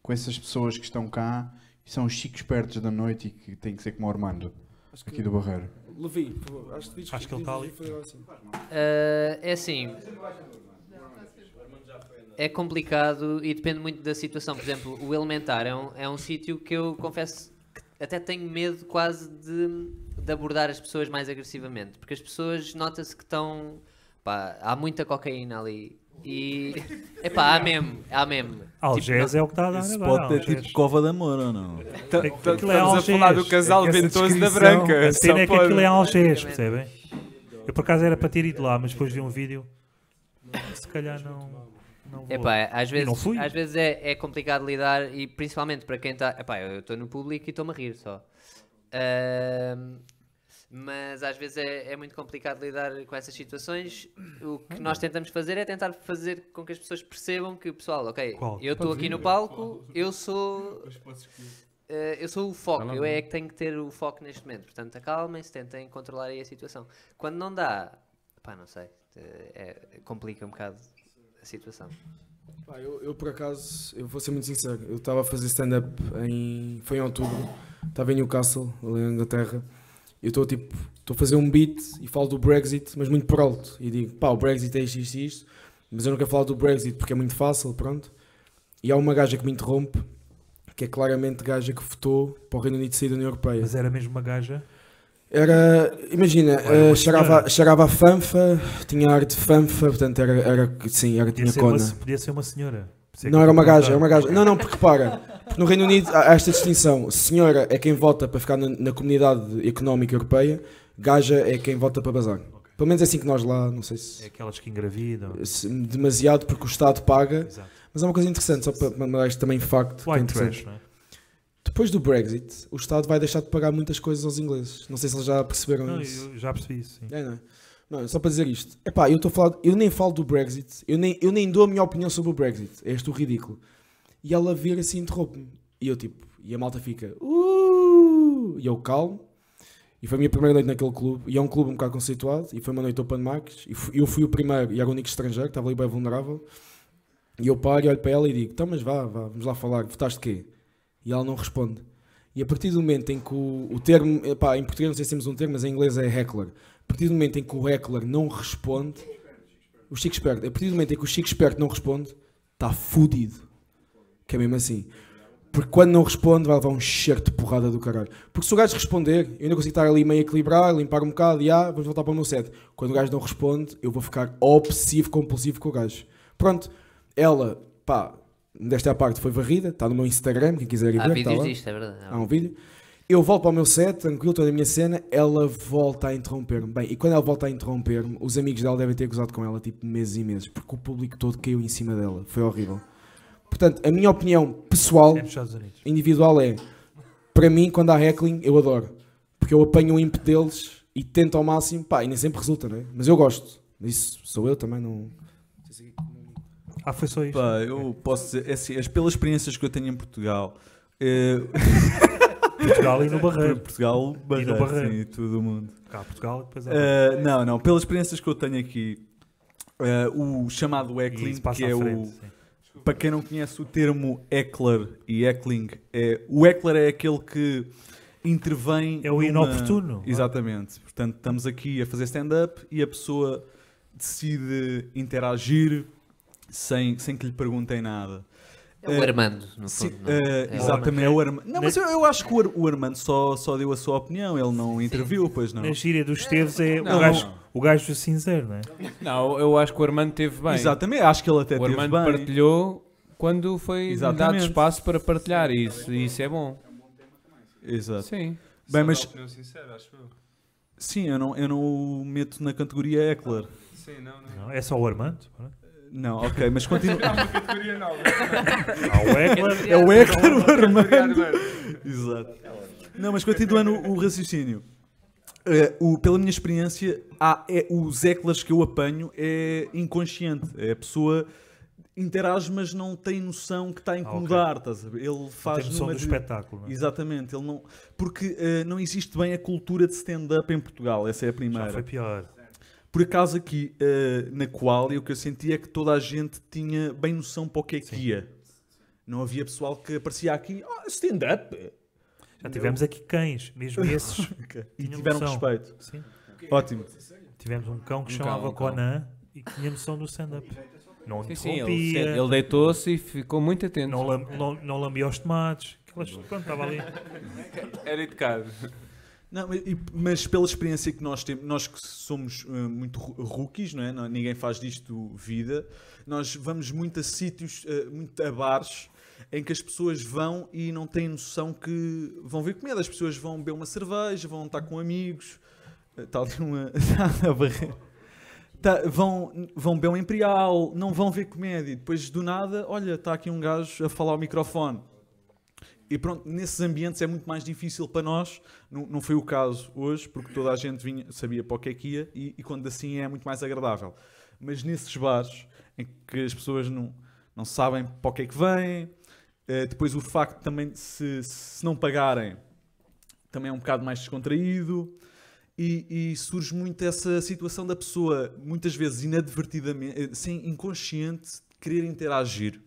Com essas pessoas que estão cá e são os chicos pertos da noite e que têm que ser como o Armando, aqui do Barreiro. Levi, por favor, acho que diz Acho que ele está ali. Ah, é assim. É complicado e depende muito da situação. Por exemplo, o Elementar é um, é um sítio que eu confesso que até tenho medo quase de, de abordar as pessoas mais agressivamente. Porque as pessoas nota-se que estão. Pá, há muita cocaína ali. E. Epá, há mesmo. Há mesmo. Algés é o que está a dar Esse agora. pode ter tipo cova de amor ou não? Tipo, Aquilo é Estamos a falar do Algés. casal É que essa ventoso da descrição, Branca. A cena Só é que pode. aquilo é Algés, percebem? Eu por acaso era para ter ido lá, mas depois vi um vídeo. Se calhar não. não vou. Epá, é, às E vezes, não fui. às vezes é, é complicado lidar e principalmente para quem está. Epá, eu estou no público e estou-me a rir só. Ahm, mas às vezes é, é muito complicado lidar com essas situações. O que nós tentamos fazer é tentar fazer com que as pessoas percebam que, pessoal, ok, Qual? eu estou Podes aqui ir. no palco, eu sou. eh, eu sou o foco, eu é que tenho que ter o foco neste momento. Portanto, acalmem-se, tentem controlar aí a situação. Quando não dá, pá, não sei, eh, é- complica um bocado a situação. Pá, eu, eu, por acaso, eu vou ser muito sincero, eu estava a fazer stand-up em. foi em outubro, estava em Newcastle, ali na Inglaterra, eu estou tipo, estou a fazer um beat e falo do Brexit, mas muito por alto, e digo, pá, o Brexit é isto, isto, e isto, mas eu não quero falar do Brexit porque é muito fácil, pronto. E há uma gaja que me interrompe, que é claramente gaja que votou para o Reino Unido sair da União Europeia. Mas era mesmo uma gaja. Era, imagina, Olha, eh, uma cheirava, senhora. cheirava a fanfa, tinha ar de fanfa, portanto era, era sim, era, Podia tinha ser, uma, cona. se- podia ser uma senhora. Por isso é que Não eu era uma perguntava. gaja, era uma gaja. Não, não, porque para. Porque no Reino Unido há esta distinção. Senhora é quem vota para ficar na, na comunidade económica europeia, gaja é quem vota para bazar. Pelo menos é assim que nós lá, não sei se. É aquelas que engravidam. se- demasiado porque o Estado paga. Exato. Mas há uma coisa interessante, só para para mandar isto também facto. que é White interessante. trash, não é? Depois do Brexit, o Estado vai deixar de pagar muitas coisas aos ingleses. Não sei se eles já perceberam Não, isso. eu já percebi isso. Sim. É, não é? Não, só para dizer isto. Epá, eu estou a falar, eu nem falo do Brexit, eu nem, eu nem dou a minha opinião sobre o Brexit. É este o ridículo. E ela vira assim, interrompe-me. E eu tipo, e a malta fica, "Uh!" e eu calmo. E foi a minha primeira noite naquele clube, e é um clube um bocado conceituado, e foi uma noite open mics, e fu- eu fui o primeiro, e era o único estrangeiro, estava ali bem vulnerável. E eu paro e olho para ela e digo: Então, mas vá, vá, vamos lá falar, votaste quê? E ela não responde. E a partir do momento em que o, o termo, epá, em português não sei se temos um termo, mas em inglês é heckler. A partir do momento em que o heckler não responde, o Chico Esperto, a partir do momento em que o Chico Esperto não responde, está Tá fudido. Que é mesmo assim. Porque quando não responde, vai levar um cheiro de porrada do caralho. Porque se o gajo responder, eu ainda consigo estar ali meio a equilibrar, limpar um bocado e ah, vamos voltar para o meu set. Quando o gajo não responde, eu vou ficar obsessivo, compulsivo com o gajo. Pronto, ela, pá, desta parte foi varrida, está no meu Instagram, quem quiser ir Há ver. vídeos está lá. disto, é verdade. Há um vídeo. Eu volto para o meu set, tranquilo, estou na minha cena, ela volta a interromper-me. Bem, e quando ela volta a interromper-me, os amigos dela devem ter gozado com ela tipo meses e meses, porque o público todo caiu em cima dela. Foi horrível. Portanto, a minha opinião É pessoal, individual, é para mim, quando há heckling, eu adoro. Porque eu apanho o ímpeto deles e tento ao máximo, pá, e nem sempre resulta, não é? Mas eu gosto. Isso sou eu também, não. Ah, foi só isto. Pá, eu posso dizer, é assim, as, pelas experiências que eu tenho em Portugal. eh, Portugal e no Barreiro. Portugal, E no Barreiro, Barreiro. sim, todo o mundo. Cá, Portugal e depois é há- Eh, não, não, pelas experiências que eu tenho aqui, eh, o chamado heckling, isso passa que à é frente, o. Para quem não conhece o termo heckler e heckling, é, o heckler é aquele que intervém. É o inoportuno. Exatamente. Portanto, estamos aqui a fazer stand-up e a pessoa decide interagir sem, sem que lhe perguntem nada. É o Eh, Armando, no sim, fundo, não eh, é? É o exatamente, é o Armando. Não, Ne- mas eu, eu acho que o, Ar- o Armando só, só deu a sua opinião, ele não interviu, pois não. Na gíria dos Esteves é Não, o, gajo, o gajo cinzeiro, não é? Não, eu acho que o Armando teve bem. Exatamente, acho que ele até o teve Armando bem. partilhou quando foi dado Exatamente. espaço para partilhar e isso. e isso é bom. Exato. Sim. Bem, mas Opinião sincera, acho eu. sim, eu não, eu não o meto na categoria Eckler. Sim, não, não. Não, é só o Armando. Não, ok, mas continua. Há uma categoria nova. Há o Eckler. é o Eckler, o Categoria Armando. Armando. Exato. Não, mas continuando o o raciocínio. Eh, o- pela minha experiência, há, é, os Ecklers que eu apanho é inconsciente. É a pessoa interage, mas não tem noção que está a incomodar, Ah, ok. estás a ver? Ele Não faz tem noção numa do espetáculo, não é? Exatamente, ele não. Porque eh, não existe bem a cultura de stand-up em Portugal, essa é a primeira. Já foi pior. Por acaso aqui eh, na qual o que eu senti é que toda a gente tinha bem noção para o que é que ia. Não havia pessoal que aparecia aqui, "Ah, stand-up. Já tivemos aqui cães, mesmo esses. Ok. e tinham tiveram noção. respeito. Sim. Ótimo. Tivemos um cão que Um chamava cão, um cão. Conan e que tinha noção do stand-up. Não Sim, sim, ele interrompia. se- ele deitou-se e ficou muito atento. Não, lam- não, não lambia os tomates. Aquelas, pronto, estava ali. Era educado. Não, mas- e- mas pela experiência que nós temos, nós que somos eh, muito ru- rookies, não é? Não- ninguém faz disto vida, nós vamos muito a sítios, eh, muito a bares, em que as pessoas vão e não têm noção que vão ver comida. As pessoas vão beber uma cerveja, vão estar com amigos, eh, está ali uma. está a barreira. Tá, vão, vão beber um Imperial, não vão ver comédia. E Depois, do nada, olha, está aqui um gajo a falar ao microfone. E pronto, nesses ambientes é muito mais difícil para nós. Não, não foi o caso hoje, porque toda a gente vinha, sabia para o que é que ia e, e quando assim é muito mais agradável. Mas nesses bares em que as pessoas não, não sabem para o que é que vêm, eh, depois o facto também de se, se não pagarem também é um bocado mais descontraído e, e surge muito essa situação da pessoa, muitas vezes inadvertidamente, eh, sem inconsciente, querer interagir.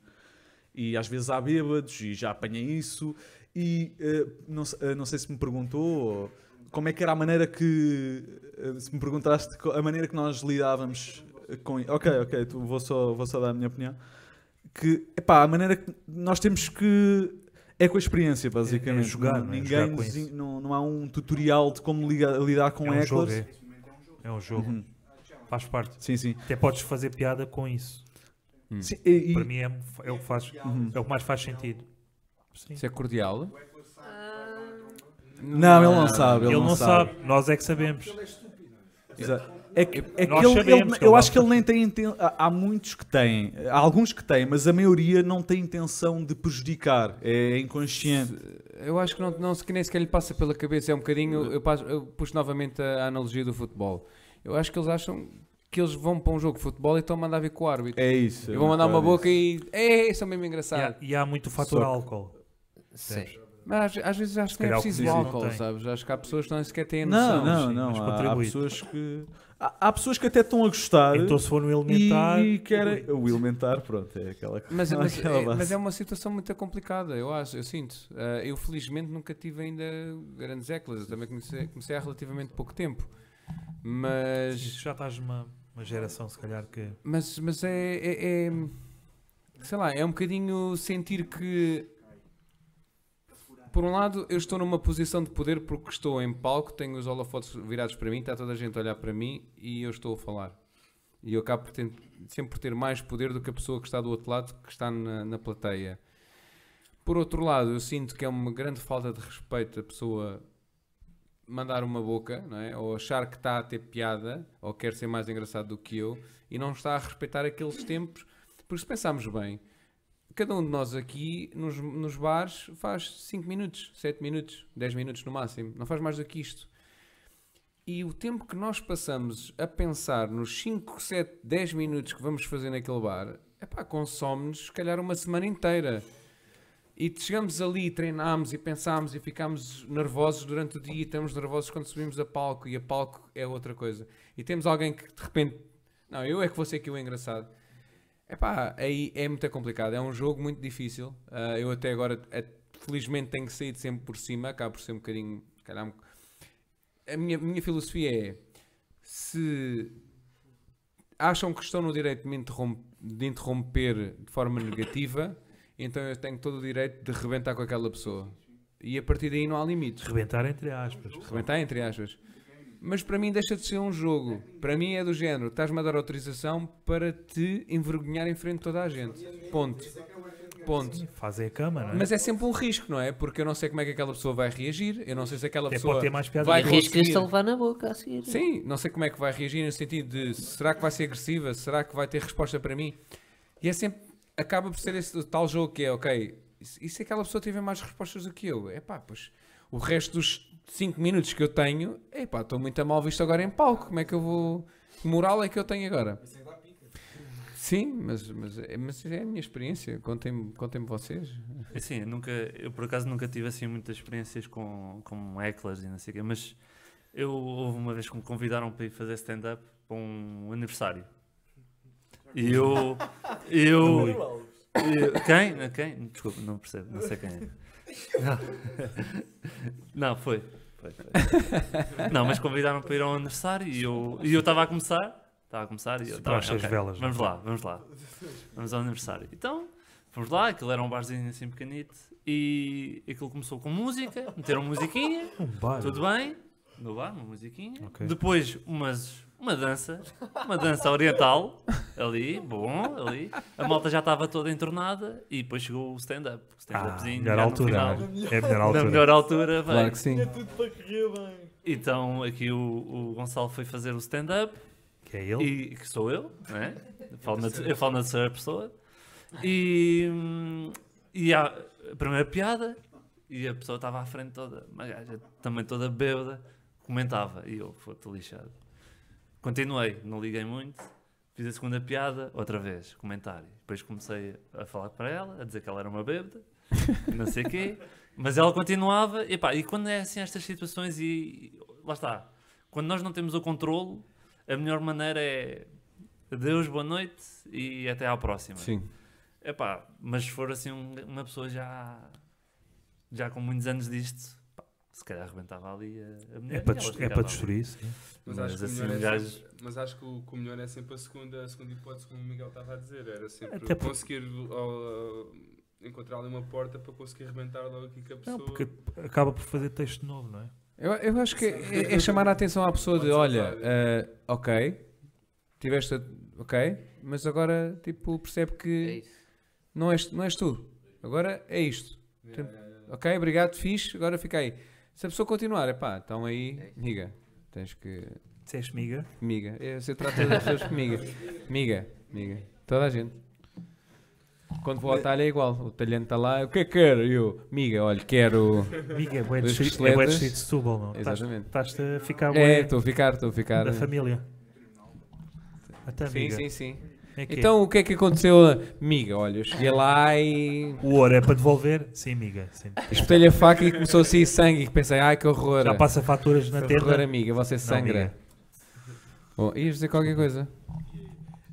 E às vezes há bêbados e já apanhei isso. E eh, não, se- eh, não sei se me perguntou ou como é que era a maneira que. eh, se me perguntaste co- a maneira que nós lidávamos eh, com. i- Ok, ok, tu, vou, só, vou só dar a minha opinião. Que, epá, a maneira que nós temos que. É com a experiência, basicamente. Não- jogar, não é? Ninguém Jogar com nos isso. in- não, não há um tutorial de como liga- lidar com é um hecklers. jogo, é. É um jogo. Faz parte. Sim, sim. Até podes fazer piada com isso. Hum. Sim, e- Uhum. e- Para mim é, é o que faz, é o que mais faz sentido. Sim. Isso é cordial? Não, ele não sabe. Ele, Ele não sabe. sabe, nós é que sabemos. Exato. É que, é que Nós ele- sabemos ele- que eu ele acho não que ele nem tem. inten- Há há muitos que têm, há alguns que têm, mas a maioria não tem intenção de prejudicar. É inconsciente. Eu acho que não, não, se- que nem sequer lhe passa pela cabeça. É um bocadinho. Eu, passo- eu puxo novamente a, a analogia do futebol. Eu acho que eles acham que eles vão para um jogo de futebol e estão a mandar vir com o árbitro. É isso, E é vão mandar um uma bocado boca e. É, isso é mesmo E engraçado. há, e há muito o fator Só que- álcool. Sim. Mas às, às vezes acho Se que nem é calhar o preciso que dizem não álcool, tem. sabes? Acho que há pessoas que não sequer têm a Não, noção. não, sim, não. mas Há, há contribui. pessoas que. Há, há pessoas que até estão a gostar. Então, se for no elementar- E, e querem. O elementar, pronto, é aquela coisa. Mas, mas, aquela é, base. um mas é uma situação muito complicada, eu acho, eu sinto. Ah, eu felizmente nunca tive ainda grandes eclas, eu também comecei, comecei há relativamente pouco tempo. Mas. Sim, já estás numa uma geração, se calhar, que. Mas, mas é, é- é- Sei lá, é um bocadinho sentir que. Por um lado, eu estou numa posição de poder porque estou em palco, tenho os holofotes virados para mim, está toda a gente a olhar para mim e eu estou a falar. E eu acabo por ter- sempre por ter mais poder do que a pessoa que está do outro lado, que está na, na plateia. Por outro lado, eu sinto que é uma grande falta de respeito a pessoa mandar uma boca, não é? Ou achar que está a ter piada, ou quer ser mais engraçado do que eu, e não está a respeitar aqueles tempos. Porque se pensarmos bem, cada um de nós aqui, nos, nos bares, faz 5 minutos, 7 minutos, 10 minutos no máximo. Não faz mais do que isto. E o tempo que nós passamos a pensar nos 5, 7, 10 minutos que vamos fazer naquele bar, epá, consome-nos se calhar uma semana inteira. E chegamos ali, treinámos e pensámos e ficámos nervosos durante o dia e estamos nervosos quando subimos a palco e a palco é outra coisa. E temos alguém que de repente, não, eu é que vou ser aqui o engraçado. Epá, aí é muito complicado, é um jogo muito difícil. Ah, eu até agora, eh, felizmente, tenho saído sempre por cima, acaba por ser um bocadinho, se calhar, um- a minha, minha filosofia é se acham que estão no direito de me interrom- de interromper de forma negativa, então eu tenho todo o direito de rebentar com aquela pessoa. E a partir daí não há limites. Rebentar entre aspas. Rebentar entre aspas. Mas para mim deixa de ser um jogo. Para mim é do género. Estás-me a dar autorização para te envergonhar em frente de toda a gente. Ponto. Ponto. Fazem a cama, não é? Mas é sempre um risco, não é? Porque eu não sei como é que aquela pessoa vai reagir. Eu não sei se aquela Até pessoa pode ter mais piada vai do que Risco de conseguir. se levar na boca a seguir. Sim, não sei como é que vai reagir no sentido de será que vai ser agressiva? Será que vai ter resposta para mim? E é sempre. Acaba por ser esse tal jogo que é, ok, e se- e se aquela pessoa tiver mais respostas do que eu? É pá, pois o resto dos 5 minutos que eu tenho, é pá, é estou muito a mal visto agora em palco. Como é que eu vou. Que moral é que eu tenho agora? Sim, mas, mas, é- mas é a minha experiência. Contem-me contem vocês. Assim, eu nunca, eu por acaso nunca tive assim muitas experiências com, com hecklers e não sei o quê, mas eu houve uma vez que me convidaram para ir fazer stand-up para um aniversário. E eu. eu, eu- quem? Quem? Desculpa, não percebo, não sei quem é. Não, foi. foi, foi. Não, mas convidaram para ir ao aniversário e eu e eu estava a começar. Estava a começar e eu estava Baixa as velas, Vamos não é? lá, vamos lá. Vamos ao aniversário. Então, fomos lá, aquilo era um barzinho assim pequenito e aquilo começou com música, meteram musiquinha, Um bar. tudo bem, no bar, uma musiquinha. Ok. Depois umas, uma dança, uma dança oriental, ali, bom, ali. A malta já estava toda entornada e depois chegou o stand-up. o stand-upzinho, Ah, melhor já no altura, final. né? É a melhor altura. Na melhor altura, Claro bem. que sim. É tudo para correr bem. Então aqui o, o Gonçalo foi fazer o stand-up. Que é ele. E que sou eu, não é? Eu falo na, eu falo na terceira pessoa. E, hum, e há a primeira piada, e a pessoa estava à frente toda, uma gaja também toda bêbada, comentava, e eu, foda-te lixado. Continuei, não liguei muito, fiz a segunda piada, outra vez, comentário. Depois comecei a falar para ela, a dizer que ela era uma bêbada, e não sei o quê, mas ela continuava, e pá, e quando é assim estas situações, e lá está, quando nós não temos o controlo, a melhor maneira é adeus, boa noite e até à próxima. Sim. Epá, mas se for assim um- uma pessoa já, já com muitos anos disto, pá, se calhar arrebentava ali a, a mulher. para e ela dest- é ficava para ali. destruir isso, né? Mas, Mas, acho que o assim, melhor um é gajo- sempre- mas acho que o, que o melhor é sempre a segunda, a segunda hipótese, como o Miguel estava a dizer. Era sempre Até porque- conseguir ó, encontrar ali uma porta para conseguir arrebentar logo aqui com a pessoa. Não, porque acaba por fazer texto novo, não é? Eu, eu acho que é, é chamar a atenção à pessoa de, olha, eh, ok, tiveste, a- ok, mas agora, tipo, percebe que não, és, não és tu. Agora é isto. Tem- Ok, obrigado, fixe, agora fica aí. Se a pessoa continuar, é pá, então aí, miga, tens que... Disseste miga? Miga, é, você trata das pessoas como miga. Miga, miga, toda a gente. Quando vou ao talho é igual, o talhante está lá, o que é que quero? E Eu, miga, olha, quero... Miga, é bué de dois street- é bué de costeletas." street de Setúbal, não? Estás- Exatamente. estás-te a ficar bué É, estou a ficar, estou a ficar. Da família. Até Sim, miga. sim, sim. É que é. Então o que é que aconteceu? Miga, olha, eu cheguei lá e. O ouro é para devolver? Sim, miga. Sim. Espetei-lhe a faca e começou a sair sangue. E pensei, ai que horror. Já passa faturas na Que terra? horror, amiga, você Não, sangra. amiga. Bom, ias dizer qualquer coisa?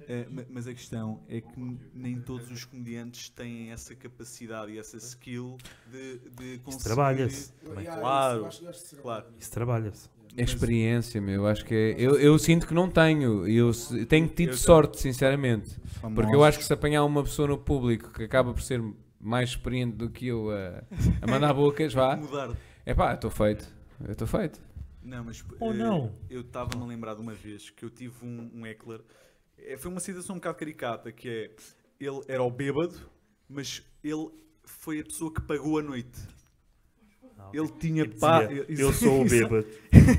É, ma- mas a questão é que n- nem todos os comediantes têm essa capacidade e essa skill de, de conseguir. trabalha-se também. Claro, claro. Isso trabalha-se. É experiência, meu. Acho que é. Eu, eu sinto que não tenho. Eu se- tenho tido Eu sorte, sinceramente. Famosos. Porque eu acho que se apanhar uma pessoa no público que acaba por ser mais experiente do que eu a, a mandar bocas, vá. Mudar. É pá, estou feito. Eu estou feito. Não, mas Ou eh, não. eu estava-me a lembrar de uma vez que eu tive um, um heckler. Eh, Foi uma situação um bocado caricata, que é ele era o bêbado, mas ele foi a pessoa que pagou a noite. Ah, Ele tinha Ele pá. dizia, ele- "Eu isso- sou o isso- bêbado."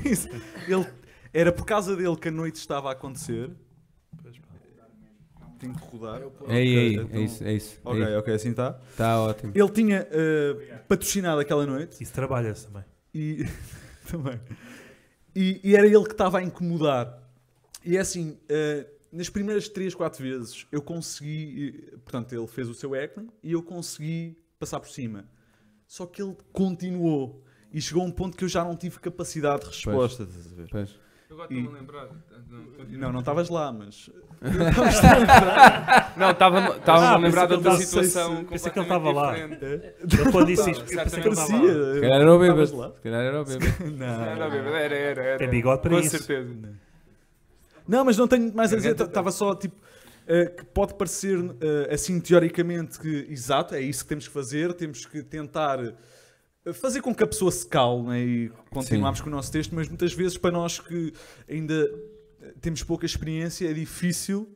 isso. ele, era por causa dele que a noite estava a acontecer. Tenho que rodar. É aí, é aí, Ok, então- é isso, é isso. é Ok, isso. ok, assim está. Está ótimo. Ele tinha eh, patrocinado aquela noite. Isso trabalha-se também. E, também. E, e era ele que estava a incomodar. E é assim, eh, nas primeiras 3, 4 vezes eu consegui. eh, Portanto, ele fez o seu heckling e eu consegui passar por cima. Só que ele continuou. E chegou a um ponto que eu já não tive capacidade de resposta. estás a ver? Pois. Eu agora estou-me a lembrar. Não, continua. Não, não estavas lá, mas. Não, estava-me- estava-me a Ah, lembrar pensei de que outra ele estava- situação sei- Pensei que ele estava lá. completamente diferente. Ele quando disse isto, Exatamente. eu pensei que ele estava lá. É? Parecia. Se calhar era o Estavas bêbado. lá. Se calhar era o bêbado. Não. Ah. Era, era, era, era. Tem É bigode para Com isso. certeza. Não, mas não tenho muito mais a dizer. Garganta Estava só tipo. eh, que pode parecer eh, assim teoricamente que exato, é isso que temos que fazer, temos que tentar eh, fazer com que a pessoa se calme né, e continuarmos com o nosso texto, mas muitas vezes para nós que ainda eh, temos pouca experiência é difícil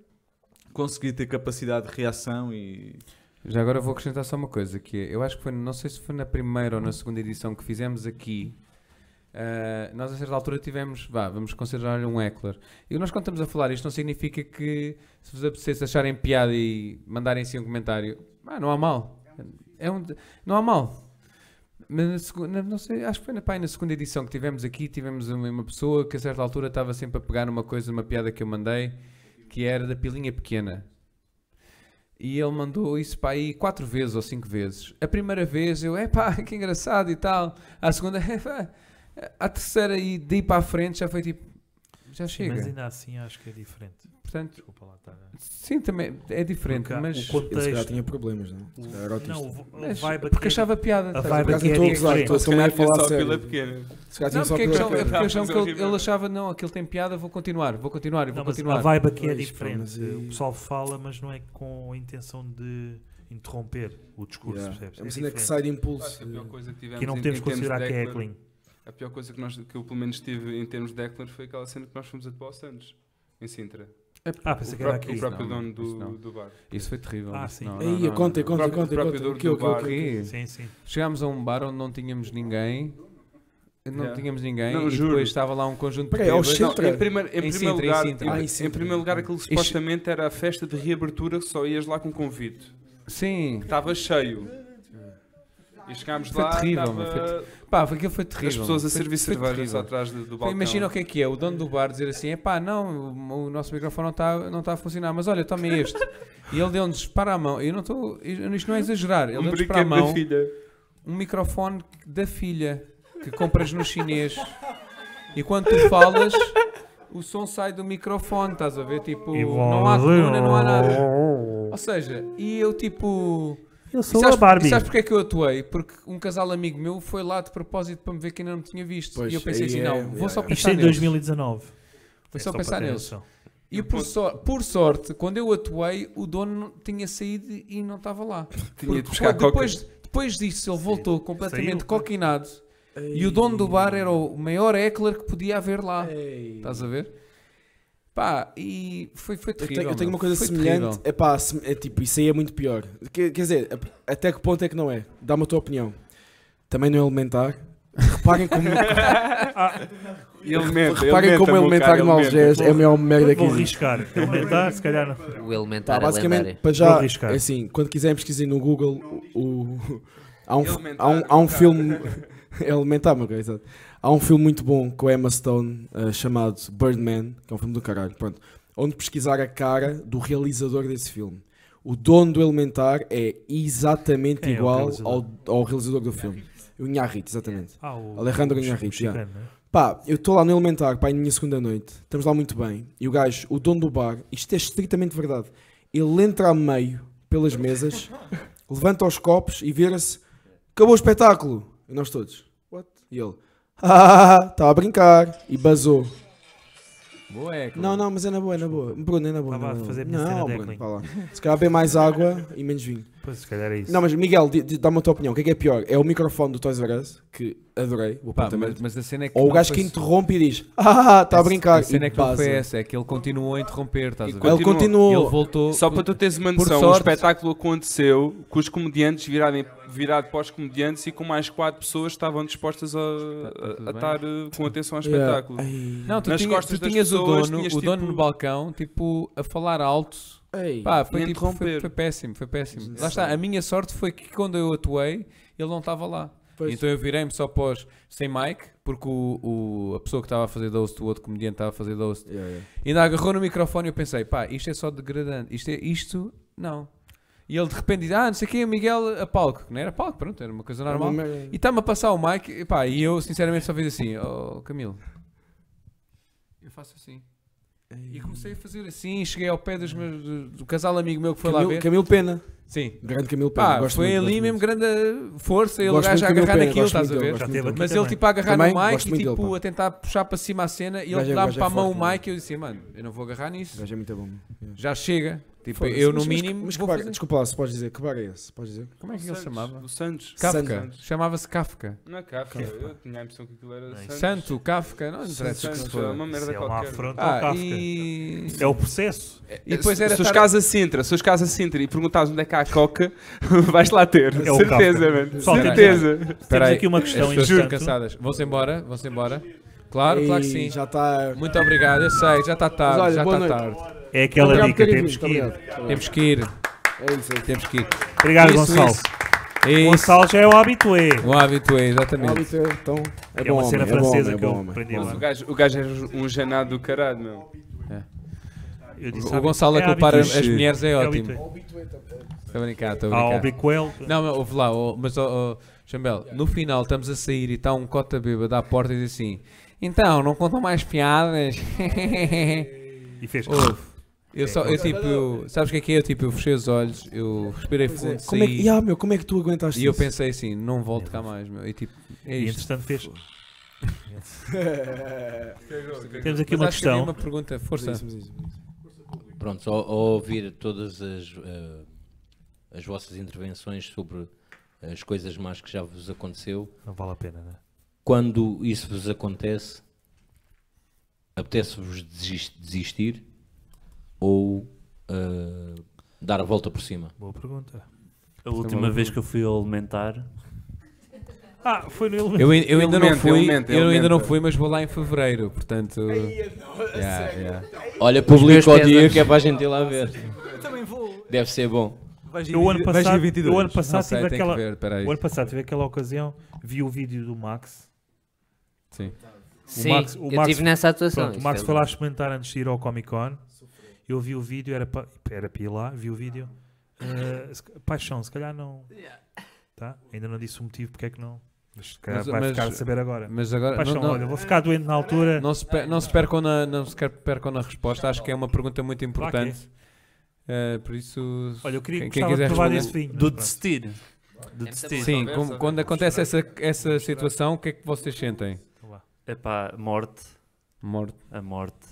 conseguir ter capacidade de reação e Já agora vou acrescentar só uma coisa, que é, eu acho que foi, não sei se foi na primeira ou na segunda edição que fizemos aqui, ah, nós a certa altura tivemos, vá, vamos considerar-lhe um heckler. E nós quando estamos a falar isto não significa que se vos apetecesse acharem piada e mandarem assim um comentário, ah, não há mal, é um, não há mal. Mas na segunda, não sei, acho que foi na, pá, na segunda edição que tivemos aqui, tivemos uma, uma pessoa que a certa altura estava sempre a pegar numa coisa, uma piada que eu mandei, que era da pilinha pequena. E ele mandou isso para aí quatro vezes ou cinco vezes. A primeira vez eu, epá, que engraçado e tal. A segunda, epá. A terceira e de ir para a frente já foi tipo, já chega. Mas ainda assim acho que é diferente. Portanto, Desculpa lá tá, né? estar. a- Sim, também é diferente, Porque há- mas. o contexto- Ele se calhar tinha problemas, não? é? Se calhar era autista. Não, o v- o Mas- vibe porque aqui- é achava piada. tá A estás vibe ver? aqui é diferente. estou- estou meio a falar a sério. Se calhar tinha Não, só porque, é que pila achava- pequena. é porque achava que ele, Estávamos ele achava, não, aquilo tem piada, vou continuar, vou continuar, vou Não, mas continuar. A vibe aqui é Pois, pá, diferente. mas e- O pessoal fala, mas não é com a intenção de interromper o discurso, Yeah. percebes? É uma cena que diferente. sai de impulso. Acho que a pior coisa que tivemos Que não em- podemos em termos de considerar que é heckling. heckling. A pior coisa que, nós, que eu pelo menos tive em termos de Eckler foi aquela cena que nós fomos a Paulo Santos, em Sintra. Ah, pensei é o que era próprio- aqui. O próprio Isso não, dono isso do, não. do bar. Isso foi terrível. Ah, isso sim. não, Aí, não, não, conta, não. conta, O próprio- conta, o próprio conta. dono O quê, o do quê, o bar. quê? Sim, sim. Chegámos a um bar onde não tínhamos ninguém. Não Yeah. tínhamos ninguém Não, e juro. depois estava lá um conjunto de Peraí, ao bêbados. Não, Não, em primeiro, em primeiro Em Sintra, em lugar, Sintra. em- Ah, em em Sintra. primeiro lugar, aquilo Isto- supostamente era a festa de reabertura que só ias lá com convite. Sim. Estava cheio. E chegámos Foi lá, terrível, estava- meu, foi te- Pá, foi- aquilo foi terrível. As pessoas a foi- servir foi cervejas terrível. atrás do, do Pá, balcão. Imagina o que é que é, o dono do bar dizer assim, é pá, não, o, o nosso microfone não está não tá a funcionar, mas olha, tome este. e ele deu-nos para a mão, eu não estou, isto não é exagerar, ele Um deu-nos para a brinquedo da mão filha. um microfone da filha, que compras no chinês, e quando tu falas, o som sai do microfone, estás a ver, tipo, E não há você- coluna, não há nada. Ou seja, e eu tipo... Eu E sou sabes, a Barbie. e sabes porque é que eu atuei? Porque um casal amigo meu foi lá de propósito para me ver que ainda não me tinha visto. Pois, e eu pensei aí assim, é- não, é- vou só é. Isto pensar em neles. 2019. Foi É só para pensar ter neles. noção. E por, sor- por sorte, quando eu atuei, o dono não- tinha saído e não estava lá. Tinha Porque de buscar foi- depois, depois disso, ele voltou completamente Saiu. coquinado. E o dono do bar era o maior heckler que podia haver lá. Ei. Estás a ver? Pá, e foi, foi Eu, te- terrível. eu tenho meu. uma coisa Foi semelhante. terrível. É pá, é tipo, isso aí é muito pior. Que- quer dizer, a- até que ponto é que não é? Dá-me a tua opinião. Também não é elementar. Reparem como. Elementa, Reparem como elementa, meu elementar caro, no Algés é a maior merda que Vou existe. arriscar. Elementar, se calhar não. O elementar Tá, é basicamente, lendário. para Vou já, arriscar. assim, quando quiserem pesquisar no Google, o, há, um, Elementar, há, um, há um cara. filme. é elementar, meu coisa. Há um filme muito bom com a Emma Stone eh, chamado Birdman, que é um filme do caralho, pronto. Onde pesquisar a cara do realizador desse filme. O dono do Elementar é exatamente Quem é o igual realizador? ao, ao realizador do filme. O Inharrit, exatamente. Ah, o Alejandro o Iñárritu, já. mexicano, né? Pá, eu estou lá no elementar, pá, e na minha segunda noite. Estamos lá muito bem. E o gajo, o dono do bar, isto é estritamente verdade. Ele entra a meio pelas mesas, levanta os copos e vira-se: acabou o espetáculo. E nós todos: what? E ele: ah, estava a brincar. E basou. Boa heckler. Não, não, mas é na boa, é na boa. Bruno, é na boa. é na Estava a boa. fazer a minha cena não, de Bruno, heckling. vá lá. Se calhar bem mais água e menos vinho. Pois, se calhar é isso. Não, mas Miguel, di- di- dá-me a tua opinião. O que é que é pior? É o microfone do Toys R Us, que adorei, o Pá, apontamento. mas, mas a cena é que Ou o não gajo foi que só- interrompe e diz: Ah, está a brincar. A cena e é que não foi baza. essa, é que ele continuou a interromper, estás a ver? Ele Ele Continua. continuou. Ele voltou. Só para tu teres uma noção, o sorte- espetáculo aconteceu com os comediantes virarem, virado para os comediantes e com mais quatro pessoas estavam dispostas a, a- a estar eh, com atenção ao Yeah. espetáculo. Ai. Não, tu, Nas tinha- costas tu das tinhas o pessoas, dono, tinhas o dono tipo- no balcão, tipo, a falar alto. Ei. Pá, foi, E tipo, foi, interromper. foi péssimo, foi péssimo. Lá está, a minha sorte foi que quando eu atuei, ele não estava lá. Pois. Então eu virei-me só pós sem mic, porque o, o- a pessoa que estava a fazer doce, o outro comediante estava a fazer doce, Yeah, yeah. ainda agarrou no microfone e eu pensei, pá, isto é só degradante, isto é isto, não. E ele de repente diz, ah, não sei quem é Miguel a palco, não era palco, pronto, era uma coisa É normal. E está-me a passar o mic, e, pá, e eu sinceramente só fiz assim, oh Camilo. Eu faço assim. E comecei a fazer assim, cheguei ao pé dos meus, do, do casal amigo meu que foi Camilo, lá ver. Camilo Pena. Sim. Grande Camilo Pena. Pá, gosto foi muito, ali gosto mesmo muito. grande eh, uh, força, ele o Gosto muito gajo a do Camilo agarrar Pena, naquilo, gosto estás a muito ver? dele, gosto Já teve muito aqui. Mas Também. ele tipo a agarrar Também no mic gosto e muito tipo dele, pá. a tentar puxar para cima a cena e Gajo ele é- dá-me gajo é para a mão forte, o mic e eu disse, mano, eu não vou agarrar O nisso. gajo é muito bom. Yeah. Já chega. Tipo, Foda-se, eu no mas- mas- mínimo Mas que vou bar, fazer- desculpa lá, se podes dizer, que bar é esse? Podes dizer? Como é que ele se chamava? O Santos. Kafka. Santos. Chamava-se Kafka. Não é Kafka, eu tinha a impressão que aquilo era Santos. Santo, Kafka, não interessa que se Santos, é foda. uma merda Isso é uma qualquer. afronta ao Ah, Kafka. e... É o processo. e depois era se os estar- casa Sintra, se os casa Sintra e perguntares onde é que há a coca, vais lá ter. É o certeza, Kafka. mano. Só tem- certeza. Espera aí, aqui uma as questão, pessoas estão entretanto. cansadas. Vão-se embora, vão-se embora. Claro, claro que Ei, sim. Já está. Muito obrigado, eu sei, já está tarde, olha, já boa está noite. tarde. É aquela Obrigado, dica, querido, temos que ir. muito obrigado. Temos que ir, É isso aí. temos que ir. Obrigado, Isso, Gonçalo. isso. É isso. Gonçalo já é o habitué. Um hábito é, exatamente. Óbito, então. É, É, bom uma cena homem, é bom francesa homem, é que bom eu homem. aprendi Mas o lá. gajo, o gajo era um janado do caralho, meu. Eu disse, É. o sabe, Gonçalo a é culpar hábito. as mulheres é É ótimo. hábito. Estou a brincar, estou a Ah, brincar. obliquel. Não, mas ouve lá, oh, mas oh, oh, Chambel, no final estamos a sair e está um cota bêbado à porta e diz assim: Então, não contam mais piadas. E fez. É, Ouve. Eu, só, eu tipo, eu- sabes o que é que é? Eu, tipo, eu fechei os olhos, eu respirei Pois é, fundo, como é que- saí. Ya, meu, como é que tu aguentaste E eu isso? pensei assim, não volto cá mais, meu. E tipo, é É E isto. entretanto fez. Mas Temos aqui uma acho que questão. havia uma pergunta, força. Pronto, ao, ao ouvir todas as, eh, as vossas intervenções sobre as coisas más que já vos aconteceu, Não vale a pena, né? quando isso vos acontece, apetece-vos desis- desistir ou eh, dar a volta por cima? Boa pergunta. A é última vez que eu fui ao elementar, Ah, foi no elemento. Eu, ai- eu ainda não Elemento, fui, elemento, eu ainda não elemento. fui, mas vou lá em fevereiro, portanto. yeah, yeah. Olha, Os meus publica o dia pesos- que é para a gente ir lá ver. Deve ser bom. Eu ano passado, eu ano passado Não sei, tive tem que aquela, ver, peraí. o ano passado tive aquela ocasião, vi o vídeo do Max. Sim. Sim, eu tive nessa atuação, pronto, o isso é Max foi foi lá bom. experimentar antes de ir ao Comic Con. Eu vi o vídeo, era para era para ir lá, vi o vídeo. Eh, se ca- paixão, se calhar não. Tá? Ainda não disse o motivo porque é que não. Mas se calhar vai ficar a saber agora. Mas agora Paixão, não, não, olha, vou ficar doente na altura. Não se, per, não se percam na, não se quer- percam na resposta, acho que é uma pergunta muito importante. Eh, por isso, Olha, eu queria- quem, quem gostava de quiser provar responder- esse vinho, mas Do pronto. desistir. Do desistir. Sim, É Conversa, né? como- vamos quando acontece essa, essa situação, o que é que vocês sentem? epá, morte. Morte. A morte.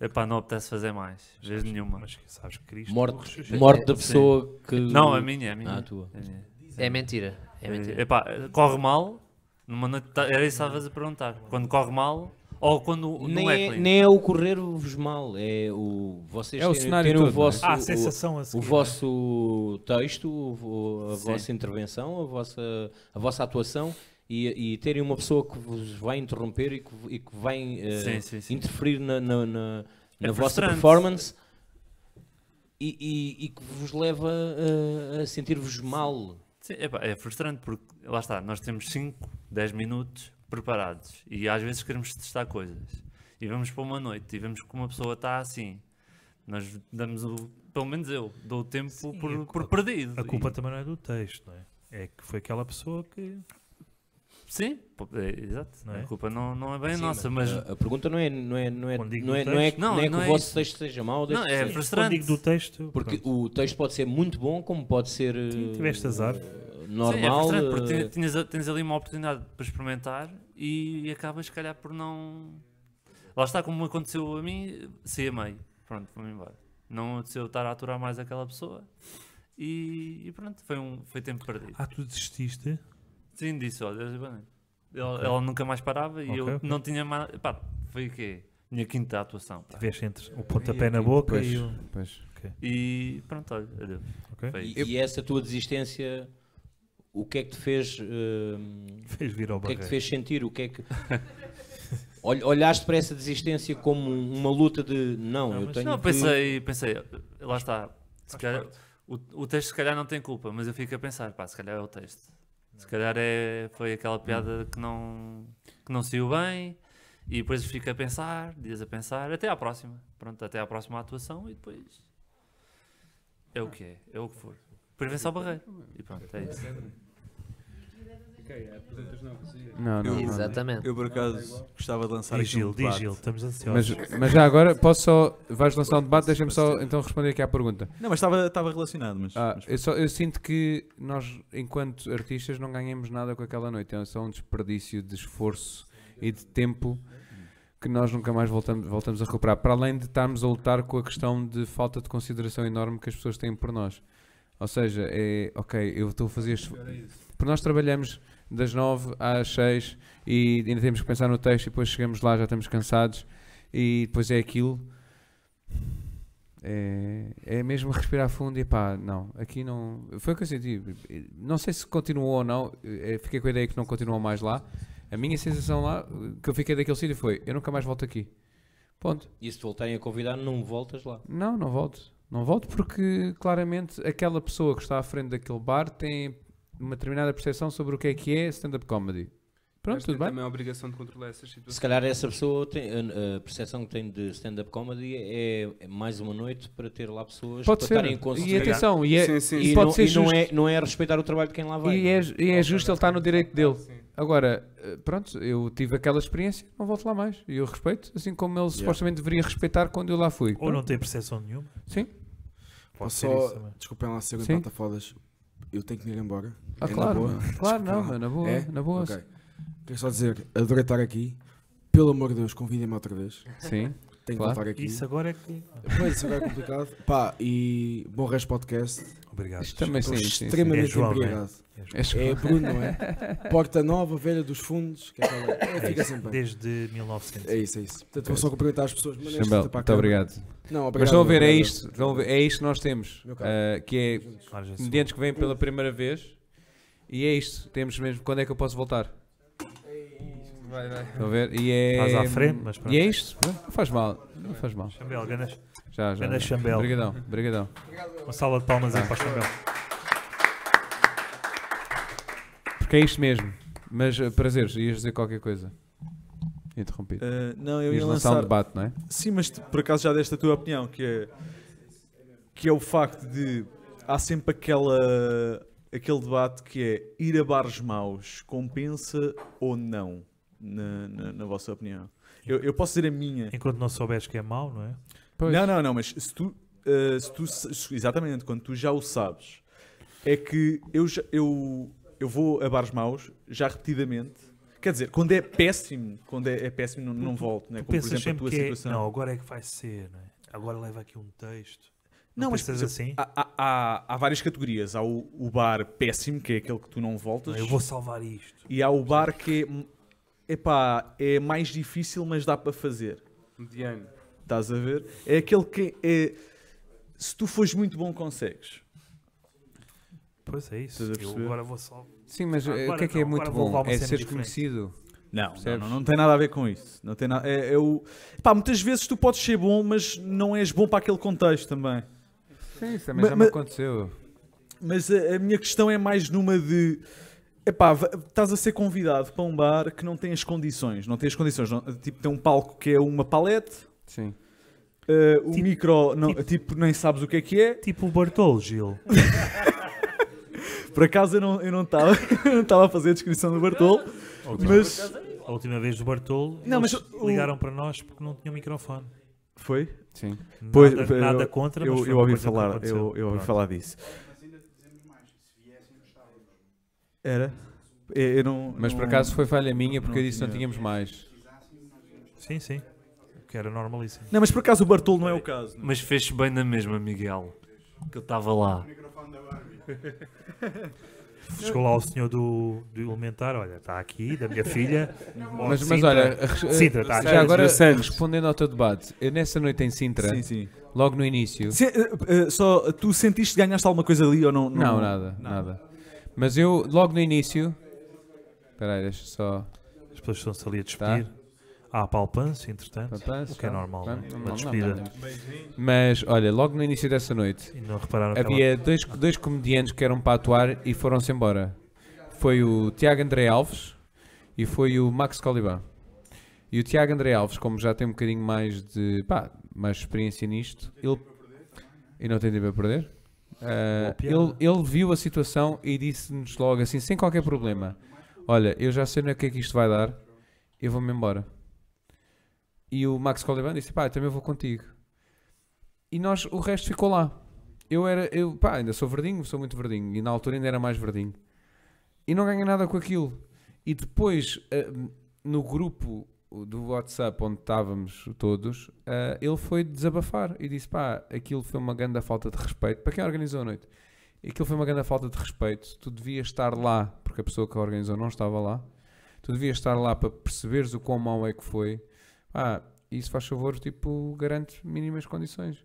Epá, não apetece fazer mais. Vez nenhuma. Mas sabes que Cristo. Morte- morte da Sim. pessoa que- Não, a minha, a minha. Ah, a tua. A minha. Eh, É mentira, é mentira. Epá, corre mal. Numa noite, ta- era isso que estavas a perguntar. Quando corre mal ou quando Nem, não é é, clean. nem é o correr-vos mal, é o vocês É o terem- cenário terem todo, o não é? vosso, Ah, a o- sensação a o, seguir, vosso texto, o- o- a Sim. vossa intervenção, a vossa, a vossa atuação e, e terem uma pessoa que vos vai interromper e que, e que vai eh, Sim, sim, sim. interferir na, na, na- É na vossa frustrante. performance e, e- e que vos leva eh, a sentir-vos mal. Sim, epá, é frustrante porque lá está, nós temos 5, 10 minutos preparados e às vezes queremos testar coisas. E vamos para uma noite e vemos que uma pessoa está assim. Nós damos o. Pelo menos eu dou o tempo por, por perdido. A culpa E- também não é do texto, não é? É que foi aquela pessoa que. Sim, pô, é, exato. Não é? A culpa não, não é bem Sim, nossa, mas mas. a- a pergunta não é- não é- não é- Quando digo não é- do não é- texto- não é que o vosso isso. texto seja mau, Não, deixa- é Sim, frustrante. quando digo do texto, Porque o texto pode ser muito bom, como pode ser eh, tiveste azar. Sim, é normal. frustrante, porque eh, ti- tinhas, a- tens ali uma oportunidade para experimentar e acabas, se calhar, por não. Lá está, como aconteceu a mim, saí a meio. Pronto, vou-me embora. Não aconteceu estar a aturar mais aquela pessoa e, e pronto, foi, um, foi tempo perdido. Ah, tu desististe? Sim, disse, olha, Deus lhe bane. ela, Ok. ela nunca mais parava e Ok, eu ok. não tinha mais. Pá, foi o quê? Minha quinta atuação. Tá. pá. Tiveste entre o pontapé na boca pois, e o. pois. Ok. E pronto, olha, adeus. Foi E, isso. e essa tua desistência, o que é que te fez. eh, Fez vir ao O que é que te barreiro. fez sentir? O que é que. Olh- Olhaste para essa desistência como um, uma luta de não, eu tenho. Não, que- pensei, pensei, lá está. Se calhar, o, o texto se calhar não tem culpa, mas eu fico a pensar, pá, se calhar é o texto. Se calhar é, foi aquela Hum. piada que não, que não saiu bem, e depois fico a pensar, dias a pensar, até à próxima. Pronto, até à próxima atuação e depois. É o que é, é o que for. Depois vem só barreiro. E pronto, é isso. é, Não, não, É não. Eu por é acaso gostava de lançar Diz, aqui um Gil, diz, debate. Gil, estamos Mas, mas já agora, posso só. Vais lançar um debate, deixa-me só então responder aqui à pergunta. Não, mas estava, estava relacionado, mas... Ah, eu, só, eu sinto que nós, enquanto artistas, não ganhamos nada com aquela noite. É só um desperdício de esforço e de tempo que nós nunca mais voltamos, voltamos a recuperar. Para além de estarmos a lutar com a questão de falta de consideração enorme que as pessoas têm por nós. Ou seja, é ok, eu estou a fazer. este- Porque nós trabalhamos das 9 às 6 e ainda temos que pensar no texto e depois chegamos lá, já estamos cansados e depois é aquilo. É, é mesmo respirar fundo e pá, não, aqui não. Foi o que eu senti. Não sei se continuou ou não, eh, fiquei com a ideia que não continuou mais lá. A minha sensação lá, eh, que eu fiquei daquele sítio foi: eu nunca mais volto aqui. Ponto. E se te voltarem a convidar, não voltas lá. Não, não volto. Não volto porque claramente aquela pessoa que está à frente daquele bar tem uma determinada percepção sobre o que é que é stand-up comedy. Pronto, Mas tudo tem bem. também a obrigação de controlar essas situações. Se calhar essa pessoa tem, eh, a a percepção que tem de stand-up comedy é é mais uma noite para ter lá pessoas Pode para ser. estarem a E consumir. atenção, e, é, e E pode não, ser e não justo. é, não é respeitar o trabalho de quem lá vai. E é, e é justo, ele está no direito dele. Agora, eh, pronto, eu tive aquela experiência, não volto lá mais. E eu respeito, assim como ele supostamente deveria respeitar quando eu lá fui. Ou não Pronto. tem percepção nenhuma. Sim. Pode ser só, isso também. desculpem lá ser Sim. platafodas. Eu tenho que me ir embora. É Ah, na claro, boa? mano. Claro, Desculpem não, lá. mano, na boa, É? na boa. Ok. Quero só dizer, adorei estar aqui. Pelo amor de Deus, convidem-me outra vez. Sim, Tenho claro. que voltar aqui. Isso agora é que- Pois, isso agora é complicado. Pá, e bom resto podcast. Obrigado. Isto também Estou sim, sim, sim. extremamente É João, embriagado. não é? É João. É Bruno, não é? Porta Nova, Velha dos Fundos. Que é aquela- é, fica sempre bem. Desde 1900. É isso, é isso. Portanto, vou só cumprimentar as pessoas. Mandem Tá Chambel, esta para a muito câmara. obrigado. Não, obrigado. Mas estão a ver, é obrigado. isto, estão a ver, é isto que nós temos, Meu caro. ah, que é Olha, já sou. comediantes que vêm pela primeira vez, e é isto, temos mesmo, quando é que eu posso voltar? Vai, vai. Estão a ver? E é, Estás à frente, mas pronto. E é isto, pronto, não faz mal, não faz mal. Chambel, ganas- Já, já. ganas já. Chambel. Obrigadão, obrigadão. né? Uma sala de palmas aí para o Chambel. Porque é isto mesmo, mas ah, prazeres, ias dizer qualquer coisa. Interrompido. Ah, não, eu ias ia lançar um debate, não é? Sim, mas tu, por acaso já deste a tua opinião, que é, que é o facto de há sempre aquela, aquele debate que é ir a bares maus compensa ou não, na, na, na vossa opinião. Eu, eu posso dizer a minha. Enquanto não souberes que é mau, não é? Pois. Não, não, não, mas se tu, eh, se tu sa- se- exatamente, quando tu já o sabes, é que eu, já- eu, eu vou a bares maus já repetidamente. Quer dizer, quando é péssimo, quando é, é péssimo não, não volto, né? como Tu por pensas exemplo a sempre tua que situação. é, não, agora é que vai ser, não é? Agora leva aqui um texto. Não, Não, mas pensas por assim? exemplo, Há, há- há- há várias categorias. Há o, o bar péssimo, que é aquele que tu não voltas. Eu vou salvar isto. E há o bar que é, epá, é mais difícil, mas dá para fazer. Mediano. Estás a ver? É aquele que é. Se tu fores muito bom, consegues. Pois é isso. Estás a Eu perceber? agora vou salvar. Sim, mas eh, o Agora que é que é não, muito agora vou bom? levar uma É cena seres diferente. conhecido? Não, não, Percebes? não, não tem nada a ver com isso. Não tem nada, é, é o, pá, muitas vezes tu podes ser bom, mas não és bom para aquele contexto também. Sim, isso é também Ma- já me ma- aconteceu. Mas a, a minha questão é mais numa de. Epá, va- estás a ser convidado para um bar que não tem as condições. Não tem as condições. não- tipo, tem um palco que é uma palete. Sim. eh, o micro, não, tipo, nem sabes o que é que é. Tipo o Bartolo, Gil. Por acaso eu não eu não estava não estava a fazer a descrição do Bartolo. Mas. A última vez do Bartolo, Não, eles mas o- ligaram para nós porque não tinha microfone. Foi? Sim. Nada, Pois, nada eu- contra, eu, mas foi eu uma ouvi coisa que falar, aconteceu. eu, eu ouvi Pronto. falar disso. Era? Eu, eu não, Mas por não- acaso foi falha minha porque não eu disse que não tinha- tínhamos mais. Sim, sim. Que era normalíssimo. Não, mas por acaso o Bartolo não é o caso. não é? Mas fez bem na mesma, Miguel. Que eu estava lá. Chegou lá o senhor do, do elementar, olha, está aqui, da minha filha. Ó, Mas, mas Sintra. olha, res- Sintra, eh, está aqui. já agora respondendo ao teu debate, eu nessa noite em Sintra, Sim, sim. logo no início, Se- eh, eh, só tu sentiste que ganhaste alguma coisa ali ou não? não, nada, nada. Mas eu, logo no início, espera aí, deixa só. As pessoas estão-se ali a despedir. Há palpanço, entretanto, Palpanço, o que é tá. normal, Tá, né? normal, uma não, despedida. não, Mas olha, logo no início dessa noite, E não repararam que havia dois, dois comediantes que eram para atuar e foram-se embora. Foi o Tiago André Alves e foi o Max Coliban. E o Tiago André Alves, como já tem um bocadinho mais de pá, mais experiência nisto, ele e não tem tempo a perder. Ah, ele, piada. ele viu a situação e disse-nos logo assim, sem qualquer problema: Olha, eu já sei no que é que isto vai dar, eu vou-me embora. E o Max Coliban disse: Pá, eu também vou contigo. E nós, o resto ficou lá. Eu era, eu, pá, ainda sou verdinho, sou muito verdinho. E na altura ainda era mais verdinho. E não ganhei nada com aquilo. E depois, ah, no grupo do WhatsApp onde estávamos todos, ah, ele foi desabafar e disse: pá, aquilo foi uma grande falta de respeito. Para quem organizou a noite, aquilo foi uma grande falta de respeito. Tu devias estar lá, porque a pessoa que a organizou não estava lá. Tu devias estar lá para perceberes o quão mau é que foi. Ah, isso faz favor, tipo, garante mínimas condições.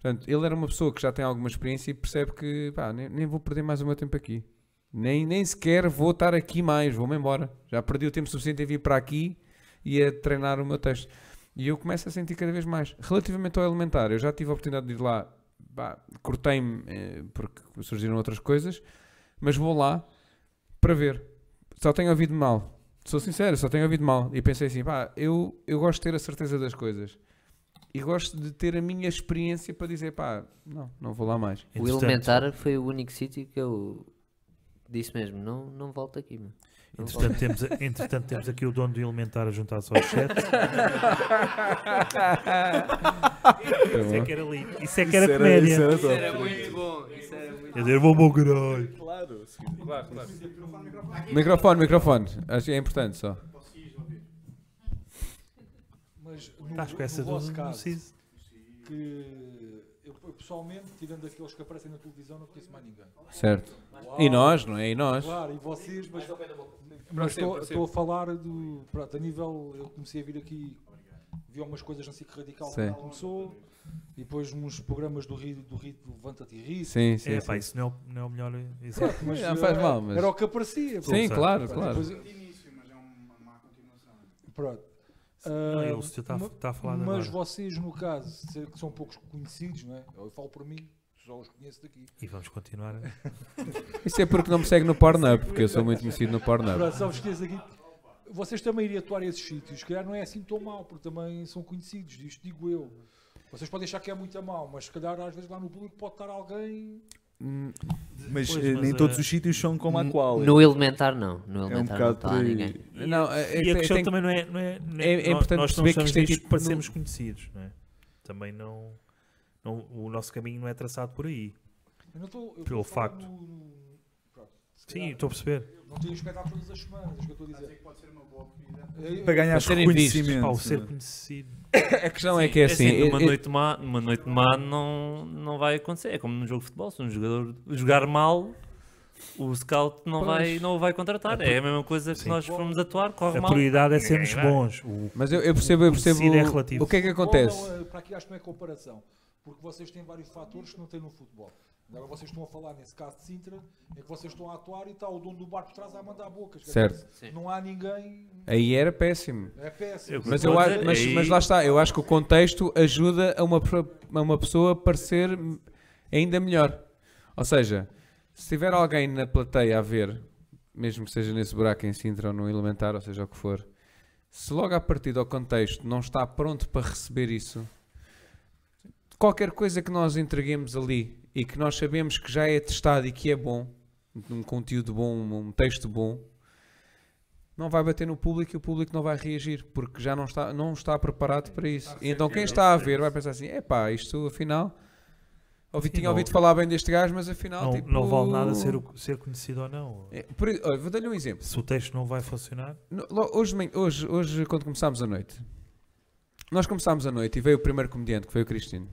Portanto, ele era uma pessoa que já tem alguma experiência e percebe que, pá, nem, nem vou perder mais o meu tempo aqui. Nem, nem sequer vou estar aqui mais, vou-me embora. Já perdi o tempo suficiente em vir para aqui e a treinar o meu texto. E eu começo a sentir cada vez mais. Relativamente ao elementar, eu já tive a oportunidade de ir lá, pá, cortei-me eh, porque surgiram outras coisas, mas vou lá para ver. Só tenho ouvido mal. Sou sincero, só tenho ouvido mal. E pensei assim, pá, eu, eu gosto de ter a certeza das coisas. E gosto de ter a minha experiência para dizer, pá, não, não vou lá mais. O Elementar foi o único sítio que eu disse mesmo, não, não volto aqui. Meu. Não Entretanto volto. temos, entretanto, temos aqui o dono do Elementar a juntar-se ao chat. isso é que era lindo. Isso é que era Isso era- comédia. isso era top. Quer dizer, Era muito bom, isso era muito bom. Eu vou para o caralho. Claro, sim, claro, claro. é- Microfone, microfone. Acho que é importante só. Mas no, Estás com no essa vosso do- do caso, Cis? que eu eu pessoalmente, tirando aqueles que aparecem na televisão, não conheço mais ninguém. Certo. E nós, não é? E nós? Claro, e vocês, mas, Para mas si, estou, para si. estou a falar do. Pronto, a nível. Eu comecei a vir aqui, vi algumas coisas na SIC Radical Sim. quando começou, e depois nos programas do Rio, do Rio do Levanta-te e Ri. Sim, sim, É, sim. pá, isso não é o, não é o melhor exemplo. Pronto, mas, Não faz eh, mal, mas- Era o que aparecia. Sim, pronto. claro, Pronto, claro. depois- Pronto. Não, Ah, ele se está tá a- ma- está a falar de Mas agora. vocês, no caso, se- que são poucos conhecidos, não é? Eu falo por mim, só os conheço daqui. E vamos continuar. Isso é porque não me segue no Pornhub, porque eu sou muito conhecido no Pornhub. Pronto, só vos conheço daqui. Vocês também iriam atuar a esses sítios, se calhar não é assim tão mal, porque também são conhecidos, isto digo eu. Vocês podem achar que é muito a mal, mas se calhar às vezes lá no público pode estar alguém. Mas, Pois, eh, mas, nem é- eh, todos os sítios são como a qual. No Elementar não. No é um Elementar não tá. bocado está por lá aí. ninguém. Não, é- é- e a tem- questão tem- também não é. Não é, não É- é nó- importante nós não perceber que estamos isto é nisto tipo- para sermos não- conhecidos, não é? Também não, não- O nosso caminho não é traçado por aí. Eu não estou- eu pelo estou a falar facto. no- no- pronto, se Sim, calhar estou a perceber. Não tenho espetáculo todas as semanas, é isso que eu estou a dizer. É, pode ser uma boa oportunidade. Para ganhar reconhecimento. Pá, o ser né? conhecido. A questão é que é assim. numa eu- eu- noite má, numa noite má não, não vai acontecer. É como num jogo de futebol, se um jogador jogar mal, o scout não, Pois. vai, não o vai contratar. É É, por- a mesma coisa que Sim. nós formos atuar, corre A mal. prioridade é ninguém sermos vai. bons. O- Mas eu, eu percebo, eu o percebo. conhecido é relativo. O que é que Futebol acontece? não é- para aqui acho que não é comparação, porque vocês têm vários fatores que não têm no futebol. Agora vocês estão a falar, nesse caso de Sintra, é que vocês estão a atuar e está o dono do bar por trás a mandar bocas. quer Certo. dizer, Não há ninguém. Aí era péssimo. É péssimo. Eu mas, concordo. eu, acho- mas, Aí- mas lá está, eu acho que o contexto ajuda a uma, pro- a uma pessoa a parecer ainda melhor. Ou seja, se tiver alguém na plateia a ver, mesmo que seja nesse buraco em Sintra ou no Elementar, ou seja o que for, se logo a partir do contexto não está pronto para receber isso, qualquer coisa que nós entreguemos ali e que nós sabemos que já é testado e que é bom, um conteúdo bom, um texto bom, não vai bater no público e o público não vai reagir porque já não está, não está preparado para isso. E então quem está a ver vai pensar assim: é pá, isto afinal. Ouvi, Sim, tinha não- ouvido falar bem deste gajo, mas afinal. Não, tipo, não vale nada ser, o- ser conhecido ou não. É, por i- olha, vou dar-lhe um exemplo. Se o texto não vai funcionar, No- lo- Hoje, de manhã- hoje, hoje, quando começámos a noite, nós começámos a noite e veio o primeiro comediante, que foi o Cristino.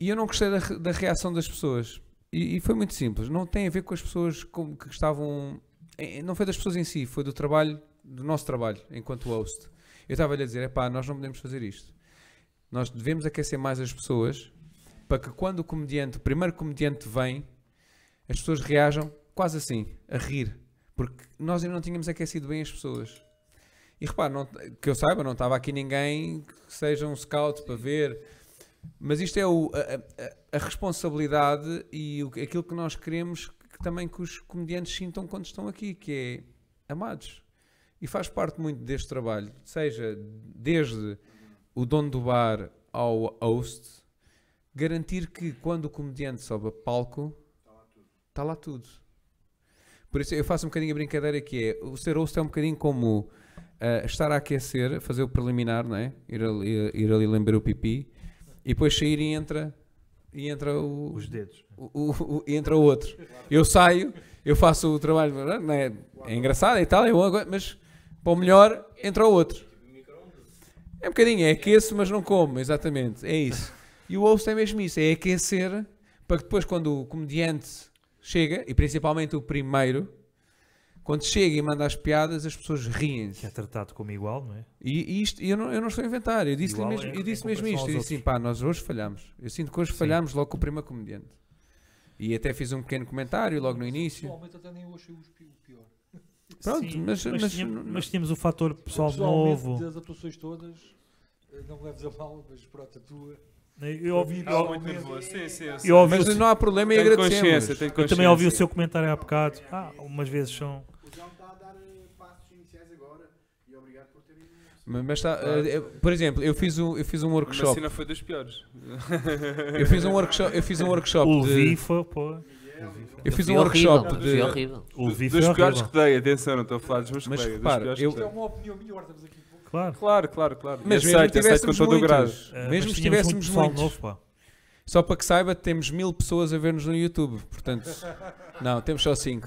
E eu não gostei da, re- da reação das pessoas. E, e foi muito simples. Não tem a ver com as pessoas como que estavam. eh, Não foi das pessoas em si, foi do trabalho, do nosso trabalho, enquanto host. Eu estava-lhe a dizer: é pá, nós não podemos fazer isto. Nós devemos aquecer mais as pessoas para que quando o comediante, o primeiro comediante vem, as pessoas reajam quase assim, a rir. Porque nós ainda não tínhamos aquecido bem as pessoas. E repare, não- que eu saiba, não estava aqui ninguém que seja um scout para ver. Mas isto é o- a, a- a responsabilidade e o, aquilo que nós queremos que também que os comediantes sintam quando estão aqui, que é amados. E faz parte muito deste trabalho, seja desde o dono do bar ao host, garantir que quando o comediante sobe a palco, está Tá lá tudo. Por isso eu faço um bocadinho a brincadeira que é, o ser host é um bocadinho como ah, estar a aquecer, fazer o preliminar, não é? Ir ali, ir ali lembrar o pipi e depois sair e entra e entra o, os dedos. o- o- o- e entra o outro. Eu saio, eu faço o trabalho, não é, é engraçado e tal, eu agora- mas para o melhor entra o outro. É um bocadinho, é aqueço, mas não como, exatamente, é isso. E o host é mesmo isso, é aquecer para que depois quando o comediante chega, e principalmente o primeiro, quando chega e manda as piadas, as pessoas riem-se. É tratado como igual, não é? E, e isto, eu não, eu não estou a inventar, eu disse Igual mesmo, em- eu em disse mesmo comparação isto. aos Eu disse assim, pá, nós hoje falhámos. Eu sinto que hoje falhámos logo com o primeiro comediante. E até fiz um pequeno comentário logo no início. Pessoalmente até nem eu achei os pi- o pior. Pronto, Sim, mas, mas mas- tínhamos- mas tínhamos o fator pessoal Pessoalmente, novo. das atuações todas, eh, não me leves a mal, mas pronto, a tua. Eu ouvi- Pessoalmente- muito nervoso. Sim, sim, eu sei. Eu ouvi Mas o- não há problema e Tenho agradecemos. consciência, tenho Eu também ouvi o consciência. seu comentário há bocado. Ah, umas vezes são. O João está a dar eh, passos iniciais Mas, mas está, eh, eh, por exemplo, eu fiz um, eu fiz um A workshop. vacina assim foi das piores. Eu fiz um workshop, eu fiz um workshop O de- Vi foi, pô. Eu fiz um Foi horrível, workshop foi de horrível. O Vi Dos foi piores horrível. que dei, atenção, não estou a falar dos meus Mas colegas, dos repara, piores que eu, dei. É uma opinião minha, agora estamos aqui. um Claro. Claro, claro, claro. Mas aceito, mesmo aceito que tivéssemos com todo o muitos, grado. Eh, mesmo mas que tínhamos tivéssemos muito pessoal muitos. novo, pá. só para que saiba, temos mil pessoas a ver-nos no YouTube, portanto, não, temos só cinco.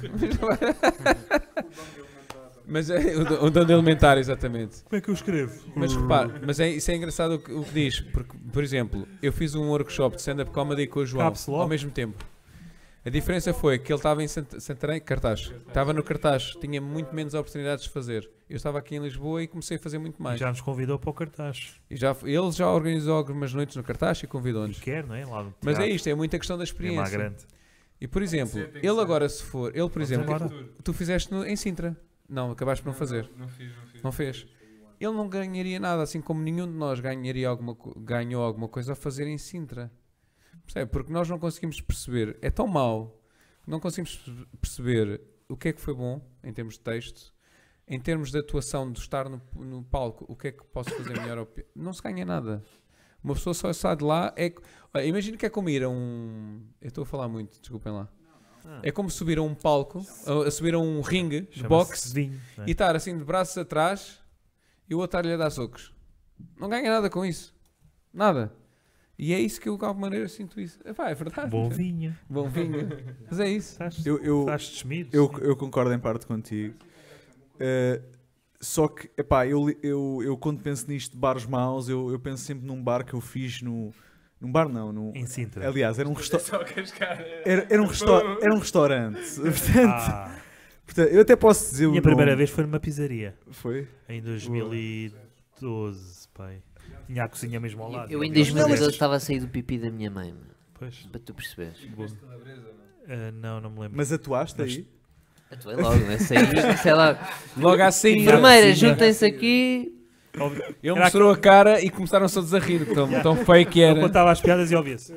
mas é o, do- o dono elementar, exatamente. Como é que eu escrevo? Mas repare, mas é, isso é engraçado o que, o que diz, porque, por exemplo, eu fiz um workshop de stand-up comedy com o João Caps lock. ao mesmo tempo. A diferença foi que ele estava em Sant- Santarém, cartaz, estava no cartaz, tinha muito menos oportunidades de fazer. Eu estava aqui em Lisboa e comecei a fazer muito mais. Já nos convidou para o cartaz. E já, ele já organizou algumas noites no cartaz e convidou-nos. Quer, não é? Lá no Mas é teatro. isto, é muita questão da Em lá experiência. grande. E por exemplo, ser, tem que ele ser. agora se for, ele por Pode ser exemplo, agora. tu fizeste no- em Sintra. Não, acabaste por não fazer. não fiz, não fiz. fez. Ele não ganharia nada, assim como nenhum de nós ganharia alguma, co- ganhou alguma coisa a fazer em Sintra. Percebe? Porque nós não conseguimos perceber, é tão mau, não conseguimos perce- perceber o que é que foi bom em termos de texto, em termos de atuação, de estar no, no palco, o que é que posso fazer melhor. ou pi- Não se ganha nada. Uma pessoa só sai de lá. É, c- Olha, imagino que é como ir a um. Eu estou a falar muito, desculpem lá. É como subir a um palco, a, a subir a um ringue de Chama-se boxe vinho, não é? e estar assim de braços atrás e o outro estar-lhe a dar socos. Não ganha nada com isso. Nada. E é isso que eu, de alguma maneira, sinto isso. Epá, é verdade. Bom vinho. Bom vinho. Mas é isso. Eu, eu, eu, eu concordo em parte contigo. Eh, só que, epá, eu, li- eu, eu quando penso nisto de bares maus, eu, eu penso sempre num bar que eu fiz no. Num bar não, num, Em Sintra. Aliás, era um é Só restaurante. cascar. é. Era, era um restaur- era um restaurante. Portanto, Ah. portanto, eu até posso dizer o Minha primeira nome. vez foi numa pizzaria. Foi? Em 2012, pai. Tinha a cozinha mesmo ao lado. Eu em Mas 2012 essas- estava a sair do pipi da minha mãe. mano. Pois. Para tu perceberes. Ah, não, não me lembro. Mas atuaste aí? Atuei logo, eu saí, sei lá. Logo assim. Enfermeiras, Assim, juntem-se aqui. Ele Era mostrou a cara e começaram todos a rir. Tão, tão feio que era. Eu contava as piadas e ouvia-se.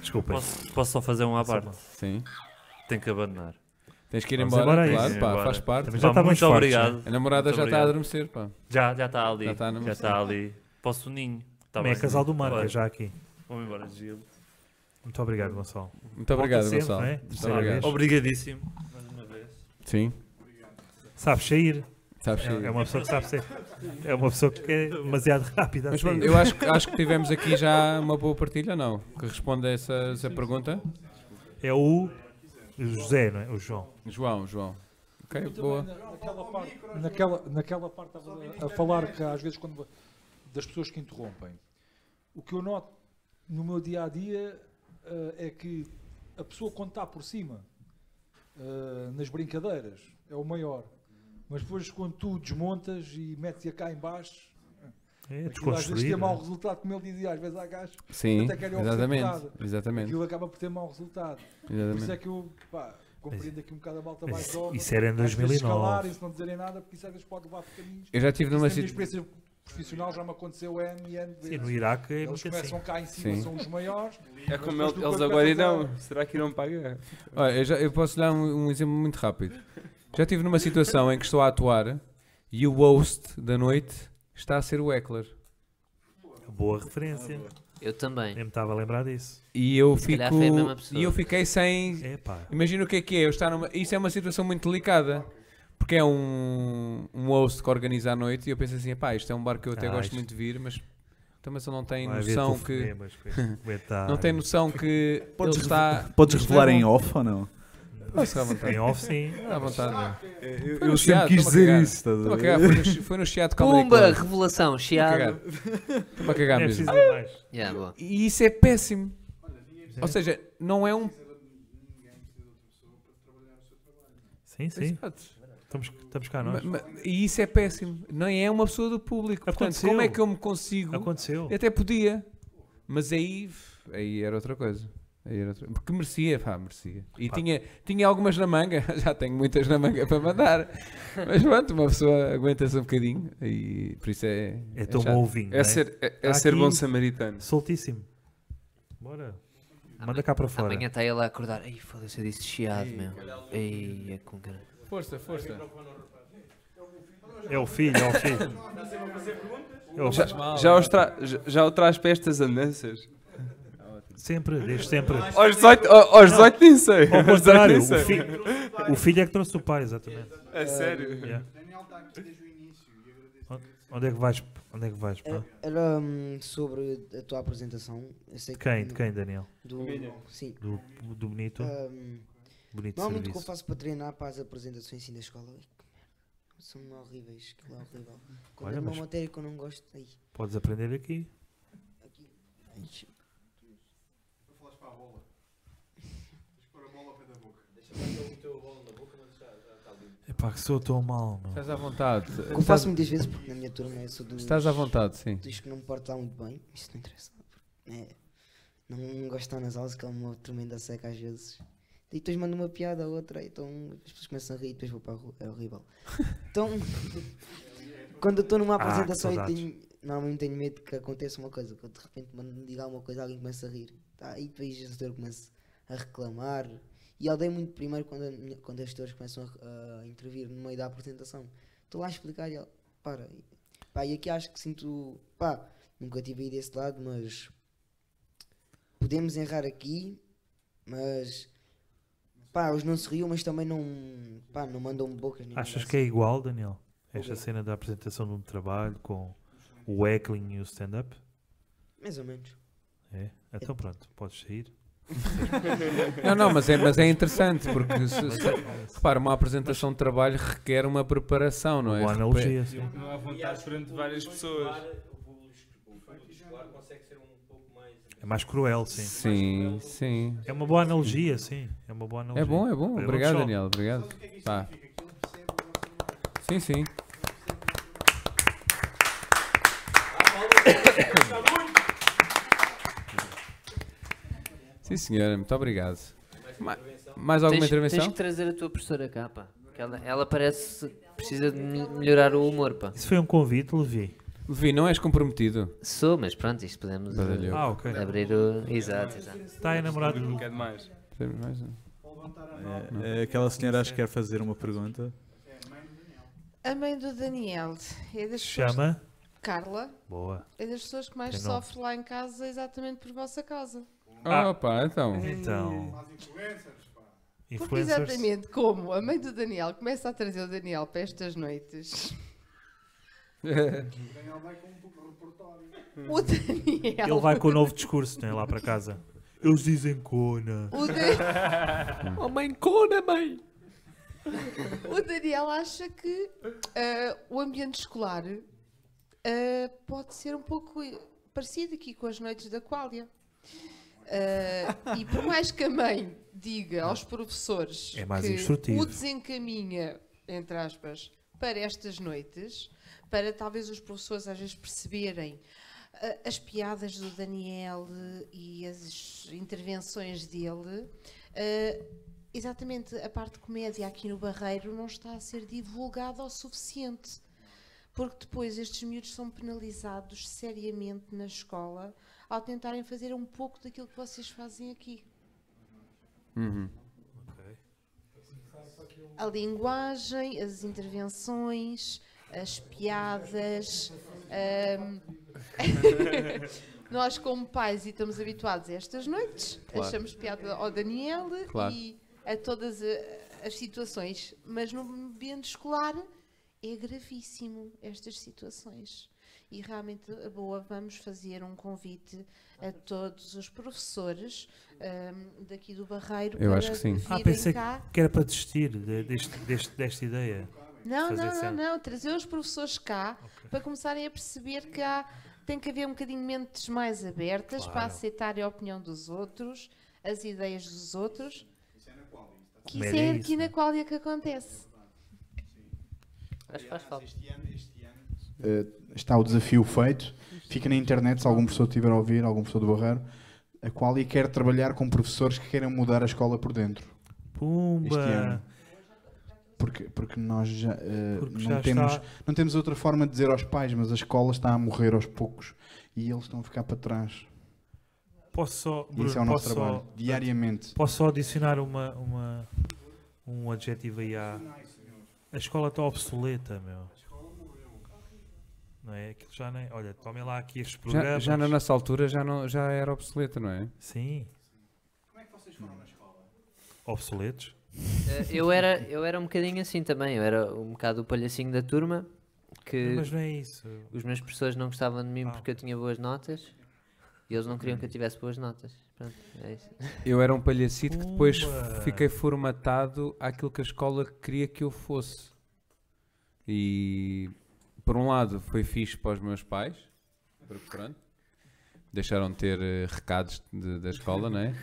Desculpem. Posso, posso só fazer um à Só parte? Sim. Tenho que abandonar. Tens que ir Vamos embora, a isso. claro, Sim, pá, embora. faz parte. Também Pá, Já está muito muito fortes, obrigado. né? A namorada Muito já está a obrigado. adormecer, pá. Já, já está ali. Já Já está a adormecer. está ali. Posso o ninho. Tá Também é bem. casal do Marco, Bora. já aqui. Vamos embora, Gil. Muito obrigado, Gonçalo. Muito obrigado, Volta sempre, Gonçalo. não é? Muito Terceira obrigado. vez. Obrigadíssimo. Mais uma vez. Sim. Sabes sair. Sabes É- sair. É uma pessoa que sabe sair. É uma pessoa que é demasiado rápida. a Mas sair. pronto, eu acho, que- acho que tivemos aqui já uma boa partilha, não? Que responde a essa, essa pergunta. É o José, não é? O João. João, João. Ok, boa. Naquela parte, naquela, naquela parte estava a, a falar que às vezes quando va- das pessoas que interrompem. O que eu noto no meu dia a dia é que a pessoa quando está por cima ah, nas brincadeiras é o maior. Mas depois quando tu desmontas e metes-a cá em baixo, É aquilo às vezes tem desconstruído. mau resultado, como ele dizia, às vezes há gajos que né? Sim, até querem exatamente, oferecer porrada. exatamente. Aquilo acaba por ter mau resultado. Por Exatamente. é. isso é que eu pá, compreendo aqui um bocado a malta mas mais isso- jovem. isso era em às vezes 2009. escalarem-se, não dizerem nada, porque isso às vezes pode levar por caminhos. Eu já tive Isso numa na minha situ- experiência profissional já me aconteceu N e N vezes. Sim, no Iraque é Eles muito começam assim. cá em cima, Sim. são os maiores. É mas como depois ele- tu eles quando agora começas a- irão. Será que irão pagar? Olha, eu, já- eu posso dar um, um exemplo muito rápido. Já estive numa situação em que estou a atuar e o host da noite está a ser o Eckler. Boa referência. Eu também. Nem me estava a lembrar disso. E eu, Se calhar fico, foi a mesma pessoa. e eu fiquei sem. Epá. Imagina o que é que é. Eu estar numa- Isso é uma situação muito delicada. Porque é um, um host que organiza à noite e eu penso assim: pá, isto é um bar que eu até Ah, gosto isto- muito de vir, mas também só não tem Vai haver noção que. telefonemas com este comentário. não tem noção que. Podes, ele rev- está. podes Isto é revelar em bom. off ou não? Ah, está à vontade. Em off, sim. Está à vontade, não. Eu- Foi eu sempre no Chiado, quis estou-me a dizer cagar. isso, estás a ver? Estou-me cagar, foi no- Foi no Chiado Comedy Pumba, Club. revelação, Estou-me a chiado. cagar. Estou-me a cagar É mesmo. preciso dizer mais. Yeah, boa. E isso é péssimo. Ou seja, não é um. Sim, sim. Estamos, estamos cá nós. Ma- ma- E isso é péssimo. Não é uma pessoa do público. Portanto, Aconteceu. como é que eu me consigo? Aconteceu. Eu Até podia. Mas aí, aí era outra coisa. Aí era outra- Porque merecia, pá, merecia. E Pá. tinha, tinha algumas na manga. Já tenho muitas na manga para mandar. Mas pronto, uma pessoa aguenta-se um bocadinho. E por isso é. É Tá um tão chato. bom vinho. É ser- é- é ser bom samaritano. Soltíssimo. Bora. Manda cá para fora. Amanhã está ele a acordar. Ai, foda-se, eu disse chiado, meu. Ei, é com cara. Força, força. É o filho, é o filho. É o- Já, já, os tra- já- já o traz para estas andanças? Sempre, desde sempre. Aos 18 ao- aos Não, 18 nem sei. Ao Aos contrário, 18 nem o, sei. fi- o filho é que trouxe o pai, exatamente. É sério? Yeah. Onde é que vais? Onde é que vais? pá? Era hum, sobre a tua apresentação. Eu sei que- Quem? De quem, Daniel? Do, sim. Do, do bonito? Hum, bonito normalmente o que eu serviço. faço para treinar para as apresentações assim da escola são horríveis. Aquilo é horrível. Quando Olha, é uma mas- matéria que eu não gosto, aí. Podes aprender aqui. Epá, que sou tão mal, meu. Estás à vontade. O que eu faço muitas vezes, porque na minha turma eu sou dos, Tá, Estás à vontade, sim. dos que não me portam muito bem, isso não interessa. É, não, não gosto de estar nas aulas, que é uma tremenda seca às vezes. E depois mando uma piada a outra, então as pessoas começam a rir e depois vou para a rua. É horrível. Então, quando eu estou numa Ah, que apresentação, eu saudades. tenho, normalmente tenho medo que aconteça uma coisa. Que eu de repente mando diga alguma coisa, alguém começa a rir. Tá, e depois o gestor começa a reclamar. E odeio muito primeiro quando, a minha- quando os gestores começam a, a intervir no meio da apresentação. Estou lá a explicar e ele, para. E, pá, e aqui acho que sinto, pá, nunca tive aí desse lado, mas podemos errar aqui, mas pá, os não se riam, mas também não, pá, não mandam bocas. nem Achas nada que é assim. igual, Daniel? O Esta quê? cena da apresentação de um trabalho com o heckling e o stand-up? Mais ou menos. É? Então pronto, podes sair. Não, não, mas é, mas é interessante porque se, Mas- é se- repara, uma apresentação de trabalho requer uma preparação, não é? Boa analogia, sim. Não há vontade perante várias pessoas. É mais cruel, sim. Sim, sim. É uma boa analogia, sim. É uma boa analogia. É bom, é bom. Olha, Obrigado, pessoal, Daniel. Obrigado. Pá. Sim, sim. Sim, senhora. Muito obrigado. Ma- Mais alguma Tens- intervenção? Tens que trazer a tua professora cá, pá. Que Ela, ela parece precisa de mel- melhorar o humor, pá. Isso foi um convite, Levi. Levi, não és comprometido? Sou, mas pronto, isto podemos eh, Badalhoco. Ah, ok. abrir o. Exato, exato. Está Tá aí namorado. um Temos mais um. É, é, aquela senhora acho que quer fazer uma pergunta. A mãe do Daniel é das Chama? pessoas- Carla. Boa. É das pessoas que mais Tem nome. sofre lá em casa exatamente por vossa causa. Ah, pá, então. Então. Porque exatamente como a mãe do Daniel começa a trazer o Daniel para estas noites. O Daniel. Ele vai com o novo discurso, não é? Lá para casa. Eles dizem cona. O Dan- Oh, mãe, cona, mãe! O Daniel acha que ah, o ambiente escolar ah, pode ser um pouco parecido aqui com as noites da Qualia. Ah, e por mais que a mãe diga aos professores É mais que instrutivo. o desencaminha, entre aspas, para estas noites, para talvez os professores às vezes perceberem ah, as piadas do Daniel eh, e as intervenções dele, ah, Exatamente, a parte de comédia aqui no Barreiro não está a ser divulgada o suficiente. Porque depois estes miúdos são penalizados seriamente na escola ao tentarem fazer um pouco daquilo que vocês fazem aqui. Uhum. A linguagem, as intervenções, as piadas. ahm, Nós, como pais, e estamos habituados a estas noites, Claro. achamos piada ao Daniel Claro. e a todas a- as situações. Mas no ambiente escolar é gravíssimo estas situações. E realmente, a boa, vamos fazer um convite a todos os professores ahm, daqui do Barreiro Eu para acho que sim. Ah, virem pensei cá. que era para desistir de- deste, deste- desta ideia. Não, Fazer não, não, cena. não. Trazer os professores cá para começarem a perceber que há, tem que haver um bocadinho de mentes mais abertas para Claro. aceitarem a opinião dos outros, as ideias dos outros. Que Mas isso é é isso, aqui na Qualia que acontece. Acho que faz falta. Eh, está o desafio feito. Fica na internet, se algum professor estiver a ouvir, algum professor do Barreiro, a qual e quer trabalhar com professores que querem mudar a escola por dentro. Este ano. Pumba! Porque, porque nós já, eh, Porque não, já temos, está- não temos outra forma de dizer aos pais, mas a escola está a morrer aos poucos e eles estão a ficar para trás. Posso só, Isso Bruno, é o nosso posso trabalho, só, diariamente. Posso só adicionar uma, uma- um adjetivo aí à... A escola está obsoleta, meu. Não é? Aquilo já nem. Olha, tomem lá aqui estes Já, programas. já na nossa altura já, não, já era obsoleta, não é? Sim. Obsoletos? Eh, eu, era, eu era um bocadinho assim também, eu era um bocado o palhacinho da turma. Que Mas não é isso. Ah. Os meus professores não gostavam de mim porque eu tinha boas notas e eles não queriam que eu tivesse boas notas. Pronto, é isso. Eu era um palhacito que depois Pumba! fiquei formatado àquilo que a escola queria que eu fosse. E por um lado foi fixe para os meus pais, porque pronto, deixaram de ter eh, recados de- da escola, não é?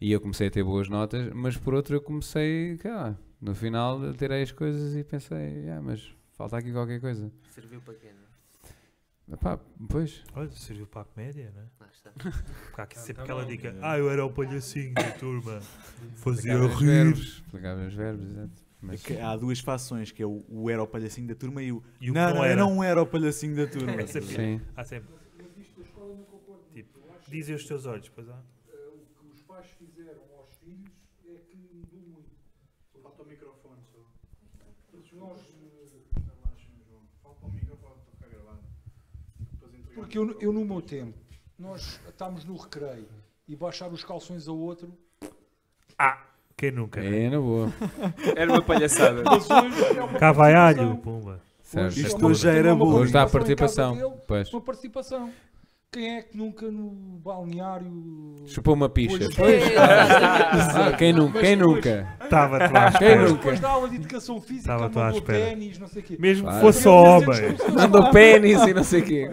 E eu comecei a ter boas notas, mas por outro eu comecei, sei lá, no final eu tirei as coisas e pensei, ah, mas falta aqui qualquer coisa. Serviu para quê? não? é? Epá, pois. Olha, serviu para a comédia, não é? Porque há aqui Tá- sempre tá aquela bom. dica. Ah, eu era o palhacinho da turma. Fazia Pegava os rir. verbos, Pegava os verbos, exato. Mas- É que há duas fações, que é o, o era o palhacinho da turma e o, E o que não, não não, eu era." não era o palhacinho da turma. É sempre. Há sempre. Tipo, dizem os teus olhos, pois é. há. O que os pais fizeram aos filhos é que mudou muito. Falta o microfone só. Todos nós. Porque eu, no- eu no meu tempo, nós estávamos no recreio e baixar os calções a outro. Quem nunca? É, na boa. Era uma palhaçada. Mas hoje é uma Cavaialho, participação. pumba. Certo. Hoje é Isto uma- hoje já tem era uma bullying. Hoje dá a em casa participação. dele, Pois. Uma participação. Quem é que nunca no balneário. Chupou uma picha. Pois, Pois. é, Ah, quem nunca- Mas quem depois- nunca? Estava-te lá à Quem espera. nunca? Depois da aula de educação física, Estava-te lá à mandou espera. ténis, não sei o quê. Mesmo que Claro. fosse Eu ia dizer homem. que as pessoas- Mandou pênis e não sei o quê.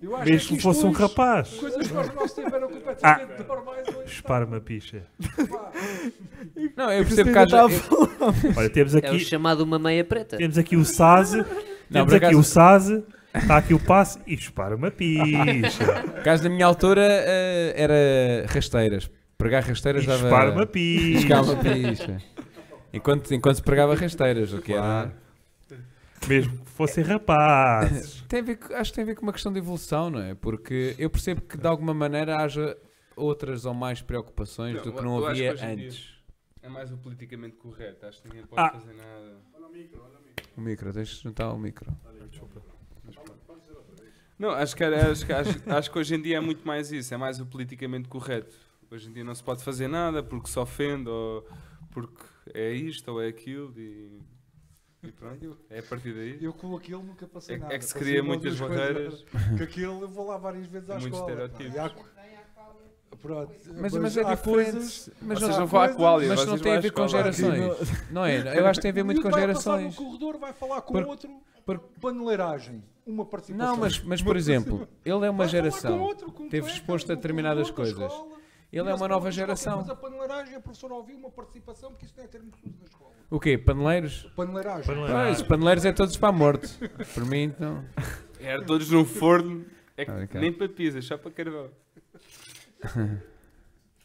Eu acho Mesmo é que isto fosse um hoje, rapaz. Ah. Coisas que nós nosso tempo eram completamente normais. hoje Dispara uma picha. Não, eu percebo que haja- Olha, temos É o aqui, chamado uma meia preta. temos aqui o Saz. Temos por aqui acaso- o Saz. Está aqui o passe e dispara uma picha. Por acaso na minha altura eh, era rasteiras. Pregar rasteiras E dava. chupar uma picha. Chupar uma picha. Enquanto, enquanto se pregava rasteiras, o que era. Mesmo que fossem rapazes. Tem a ver, com- acho que tem a ver com uma questão de evolução, não é? Porque eu percebo que de alguma maneira haja outras ou mais preocupações do que não eu acho havia hoje em dia antes. É mais o politicamente correto, acho que ninguém pode Ah. fazer nada. Olha o micro, olha o micro. O micro, deixa de juntar o micro. Não, acho que, era- acho, que- acho- acho que hoje em dia é muito mais isso, é mais o politicamente correto. Hoje em dia não se pode fazer nada porque se ofende ou porque é isto ou é aquilo e, e pronto, é a partir daí. Eu com aquilo nunca passei É- nada. é que se Passei cria uma ou muitas duas coisas, barreiras. Que aquilo eu vou lá várias vezes à Muitos escola. pá. estereótipos. E há co- Pronto, Mas, mas é há diferente. coisas- mas há não, coisas- mas não tem a ver com gerações. Não é? Eu acho que tem a ver muito O com miúdo vai passar gerações. no corredor vai falar com Por- outro por paneleiragem. Uma participação. Não, mas, mas por Uma exemplo, ele é uma Vai falar com geração. outro, com Teve colegas, exposto no a determinadas corredor da coisas. escola, Ele é vira-se uma para nova outros, qualquer geração. coisa, paneleiragem, a professora ouviu uma participação, porque isso não é termo de uso na escola. O quê? Paneleiros? Paneleiros. Pois, paneleiros é todos para a morte. Por mim, então. É, Era todos num forno, é que Ah, ok. nem para pizza, só para carvão.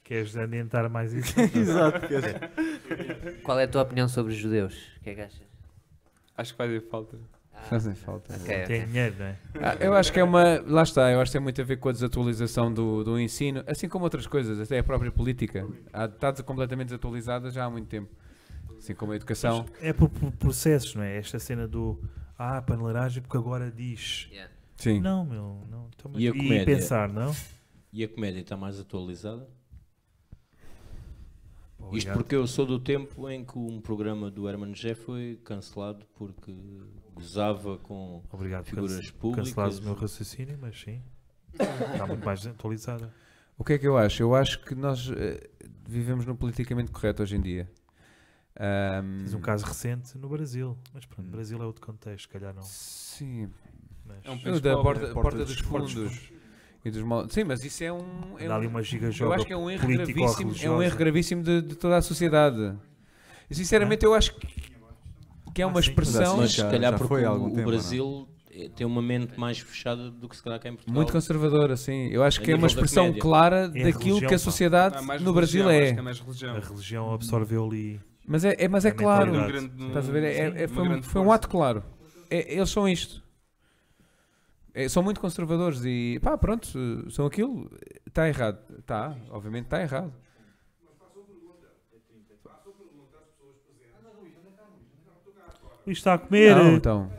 Queres adiantar mais isso? Exato, Qual é a tua opinião sobre os judeus? O que é que achas? Acho que vai fazer falta. Fazem falta. ok, Tem ok. dinheiro, não é? Ah, eu acho que é uma. Lá está, eu acho que tem muito a ver com a desatualização do, do ensino, assim como outras coisas, até a própria política. Há- Está completamente desatualizada já há muito tempo. Assim como a educação. É por, por processos, não é? Esta cena do ah, panelaragem porque agora diz. Yeah. Sim. Não, meu, não. Toma- E a comédia? pensar, não? E a comédia está mais atualizada? Isto Obrigado. porque eu sou do tempo em que um programa do Herman José foi cancelado porque gozava com Obrigado por figuras cancelar- cancelares públicas. o meu raciocínio, mas sim. Está muito mais atualizada. O que é que eu acho? Eu acho que nós eh, vivemos no politicamente correto hoje em dia. Ahm, Fiz um caso recente no Brasil. Mas pronto, Brasil é outro contexto, se calhar não. Hum. Sim. Mas- É um país da porta, porta, dos fundos. E dos mal... Sim, mas isso é um. É Dá ali um- uma Eu gigajoga acho que é um erro gravíssimo, é um político-religiosa. erro gravíssimo de, de toda a sociedade. E sinceramente, eu acho que, que é uma expressão. Mas se calhar porque foi há o, algum o tempo, não? Brasil eh, tem uma mente mais fechada do que se calhar cá em Portugal. Muito conservadora, sim. Eu acho A que é uma nível da expressão comédia. clara É daquilo religião, que pá. a sociedade Não, é mais no Brasil religião, é. acho que é mais religião. A religião absorveu ali. Mas é, é- mas é a claro. mentalidade. Um grande- Estás a ver? É- Sim, é- uma foi, um, grande foi um força. ato claro. É- eles são isto. É, são muito conservadores e pá, pronto, eh, são aquilo. Está errado. Está, obviamente está errado. Luís está a comer. Não, então.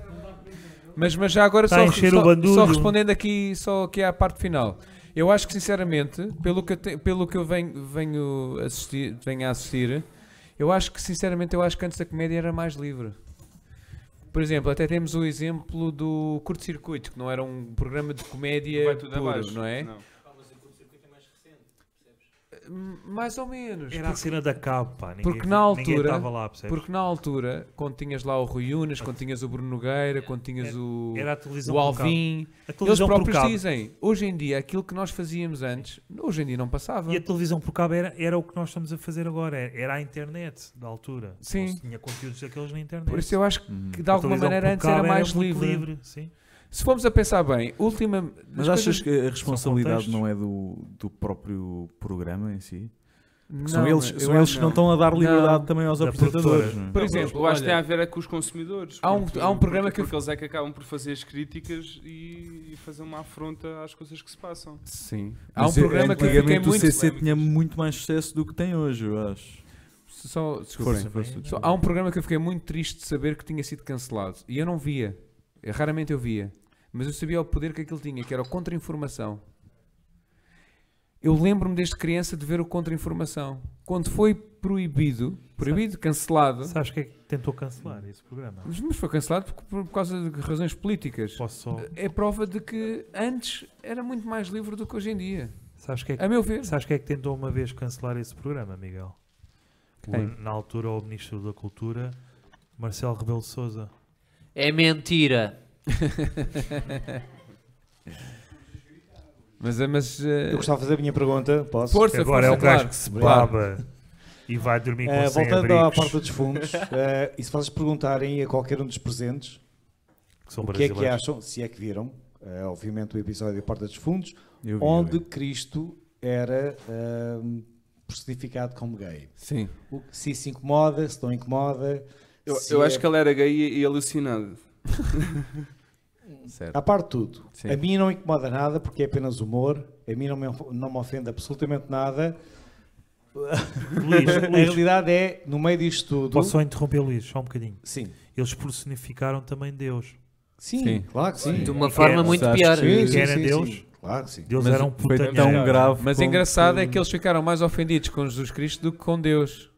Mas, mas já agora Está só, a encher o só, bandulho. só respondendo aqui, só aqui à parte final. Eu acho que sinceramente, pelo que eu, te- pelo que eu venho, venho, assistir, venho a assistir, eu acho que sinceramente eu acho que antes a comédia era mais livre. Por exemplo, até temos o exemplo do curto-circuito, que não era um programa de comédia Vai tudo puro, abaixo, não é? não. Hum, Mais ou menos. Era a cena da cabo, pá. Ninguém, porque na altura, estava lá, percebes? porque na altura, quando tinhas lá o Rui Unas, quando tinhas o Bruno Nogueira, quando tinhas o, É, era a televisão o por cabo. Alvin, A eles televisão por próprios cabo. dizem, hoje em dia, aquilo que nós fazíamos antes, hoje em dia não passava. E a televisão por cabo era, era o que nós estamos a fazer agora. Era, era a internet da altura. Sim. Não se tinha conteúdos daqueles na internet. Por isso eu acho que Hum. de A alguma televisão maneira por antes era cabo mais muito livre. sim. Se formos a pensar bem, última. Mas das achas coisas- que a responsabilidade São não é do, do próprio programa em si? Porque Não, são eles, eu são acho eles que não estão a dar não. liberdade também aos Da apresentadores. produtora. não é? Por exemplo, eu acho que tem olha, a ver é com os consumidores. há um- porque- há um programa porque, que- porque eles é que acabam por fazer as críticas e, e fazer uma afronta às coisas que se passam. Sim. Mas é Há é um programa que eu antigamente fiquei muito- o CC tinha muito mais sucesso do que tem hoje, eu acho. Só, desculpem. Força, força, Só- desculpa. há um programa que eu fiquei muito triste de saber que tinha sido cancelado. E eu não via. Eh, Raramente eu via. Mas eu sabia o poder que aquilo tinha, que era o contra-informação. Eu lembro-me desde criança de ver o contra-informação. Quando foi proibido, proibido, cancelado. Sabes que é que tentou cancelar esse programa? Mas mas foi cancelado por, por causa de razões políticas. É prova de que antes era muito mais livre do que hoje em dia. Sabes que é que, A meu ver. Sabes que é que tentou uma vez cancelar esse programa, Miguel? O- Quem? na altura, o Ministro da Cultura, Marcelo Rebelo de Souza. É mentira. Mas, mas, eh, Eu gostava de fazer a minha pergunta, posso? Força, Agora é um força, claro. gajo que se É, Claro. baba e vai dormir com Eh, sem voltando à abrigos. porta dos fundos, eh, e se vocês perguntarem a qualquer um dos presentes Que são o que é que brasileiros. acham, se é que viram, eh, obviamente o episódio da Porta dos Fundos, Eu vi, onde Cristo era ehm, personificado como gay. Sim. O- se isso incomoda, se não incomoda. Eu, se eu é- acho que ele era gay e, e alucinado. A parte de tudo, Sim. a mim não incomoda nada porque é apenas humor, a mim não me, não me ofende absolutamente nada. Luís, a Luís. realidade é, no meio disto tudo. Posso só interromper, Luís, só um bocadinho? Sim. Eles personificaram também Deus. É, Sim, Sim. claro que sim. De uma forma muito sabes pior. Que, Sim, que sim, era sim, Deus. sim. Claro que sim. Deus Mas era um foi putanhão. tão grave Mas engraçado é que eles ficaram mais ofendidos com Jesus Cristo do que com Deus.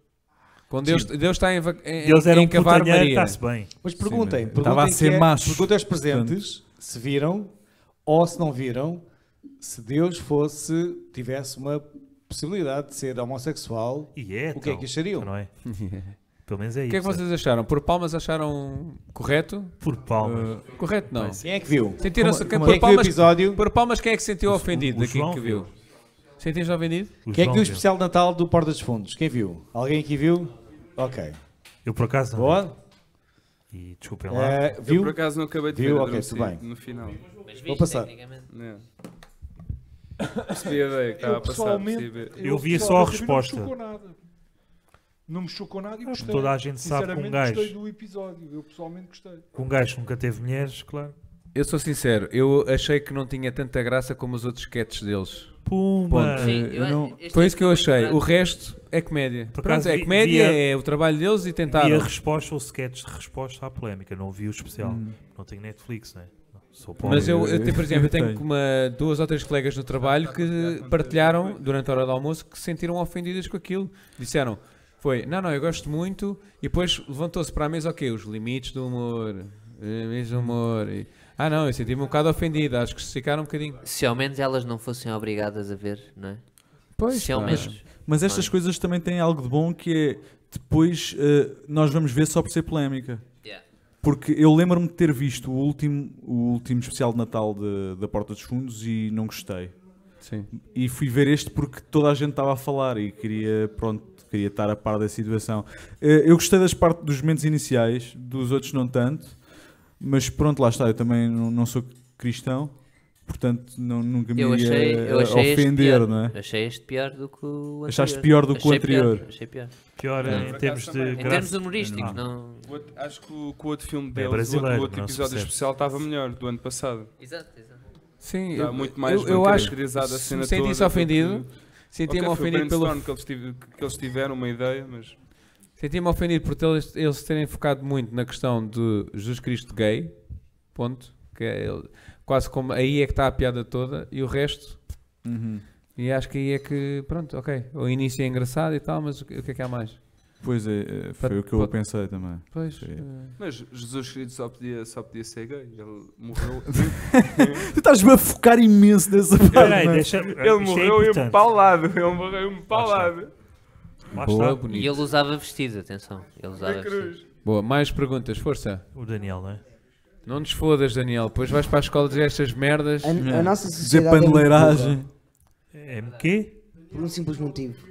Com Deus, Sim. Deus está em, va- em, Deus era em um cavar putanheiro, Maria. está-se bem. Mas perguntem, Sim, mas- perguntem, Estava a ser que é- macho, perguntem aos presentes se viram ou se não viram, se Deus fosse, tivesse uma possibilidade de ser homossexual, E é, o que é então, que achariam? Não é? Pelo menos é O isso. que é que vocês acharam? Por palmas acharam correto? Por palmas. Eh, correto não. Quem é que viu? Sentiram-se Como- como por é que viu o palmas, episódio? Por palmas quem é que se sentiu ofendido o daqui João que viu? Sentiste ofendido? Quem é que viu o especial de Natal do Porta dos Fundos? Quem viu? Alguém aqui viu? Ok. Eu por acaso não. Boa. E desculpem lá. Eh, Eu, viu? por acaso, não acabei de viu? ver Ok, adormeci tudo bem. no final. Vou passar. É. Percebi a ideia que estava a passar. percebi a pessoalmente, ideia. Eu vi só a pessoalmente, resposta. Ah, Não me chocou nada. Não me chocou nada e gostei. toda a gente sabe que um Sinceramente, gajo- gostei do episódio. Eu pessoalmente gostei. Com um gajo que nunca teve mulheres, claro. Eu sou sincero, eu achei que não tinha tanta graça como os outros sketches deles. Pumba! Ponto. Sim, eu Eu não- acho- este Foi é isso que eu achei. barato. O resto é comédia. Por Pronto, acaso é vi- comédia, vi a- é o trabalho deles e E a tentaram. resposta, ou sketch de resposta à polémica. Não vi o especial. Hum. Não tenho Netflix, né? Sou pobre. Mas eu, eu tenho, por exemplo, eu tenho Tenho. uma, duas ou três colegas no trabalho que partilharam durante a hora do almoço que se sentiram ofendidas com aquilo. Disseram, foi, não, não, eu gosto muito, e depois levantou-se para a mesa, ok, os limites do humor, limites do humor, e, ah não, eu senti-me um bocado ofendido, acho que se ficaram um bocadinho. Se ao menos elas não fossem obrigadas a ver, não é? Pois, Se ao pá. menos. Mas- Mas estas coisas também têm algo de bom que é depois eh, nós vamos ver só por ser polémica. Porque eu lembro-me de ter visto o último, o último especial de Natal de- da Porta dos Fundos e não gostei. Sim. E fui ver este porque toda a gente estava a falar e queria, pronto, queria estar a par da situação. Eh, Eu gostei das partes dos momentos iniciais, dos outros não tanto, mas pronto, lá está, eu também não, não sou cristão, portanto não, nunca me Eu ia achei, eu achei este eh, ofender, pior. não é? Achei este pior do que o anterior. Achaste pior do que o Achei pior, anterior? achei pior. Pior Não. em termos de Em graça. termos humorísticos, não. O outro- acho que o, que o outro filme É deles, o outro- o brasileiro, outro, não se episódio percebe. especial, estava melhor do ano passado. Exato, exato. Sim, Está eu- muito mais eu- bem eu acho que caracterizada a se cena me sentisse toda do que- ofendido, senti-me Ok, foi o ofendido pelo- brainstorm que eles, tive- que eles tiveram, uma ideia, mas... Senti-me ofendido por ter- eles terem focado muito na questão de Jesus Cristo gay, Ponto. Que é, ele- quase como aí é que está a piada toda e o resto. Uhum. E acho que aí é que, pronto, ok. O início é engraçado e tal, mas o que o que é que há mais? Pois é, é, foi Pat- o que eu pat- pensei também. Pois, Foi. Mas Jesus Cristo só podia, só podia ser gay. Ele morreu. Tu estás-me a focar imenso nessa parte. Peraí, mano. deixa- é Ele morreu importante. empalado. Ele morreu um empalado. Boa, E bonito. ele usava vestido, atenção. Ele usava Da vestido. cruz. eh, Boa, mais perguntas, força. O Daniel, não é? Não nos fodas, Daniel. Depois vais para a escola dizer estas merdas. A- a É. nossa Dizer sociedade é muito paneleiragem. louca. É quê? Por um simples motivo.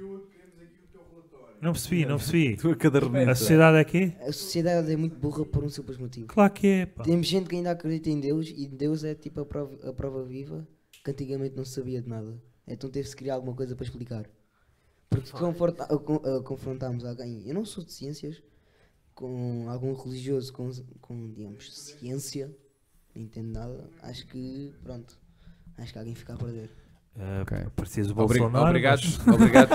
Não percebi, não percebi. Tua caderneta. A sociedade é quê? A sociedade é muito burra por um simples motivo. Claro que é, pá. Temos gente que ainda acredita em Deus e Deus é tipo a prova, a prova viva que antigamente não se sabia de nada. Então teve-se criar alguma coisa para explicar. Porque se conforta- a con- a confrontarmos alguém, eu não sou de ciências, com algum religioso com, com digamos, ciência, não entendo nada, acho que, pronto, acho que alguém fica a perder. Uh, Parecias o É. Obri- Bolsonaro. obrigado, mas- obrigado,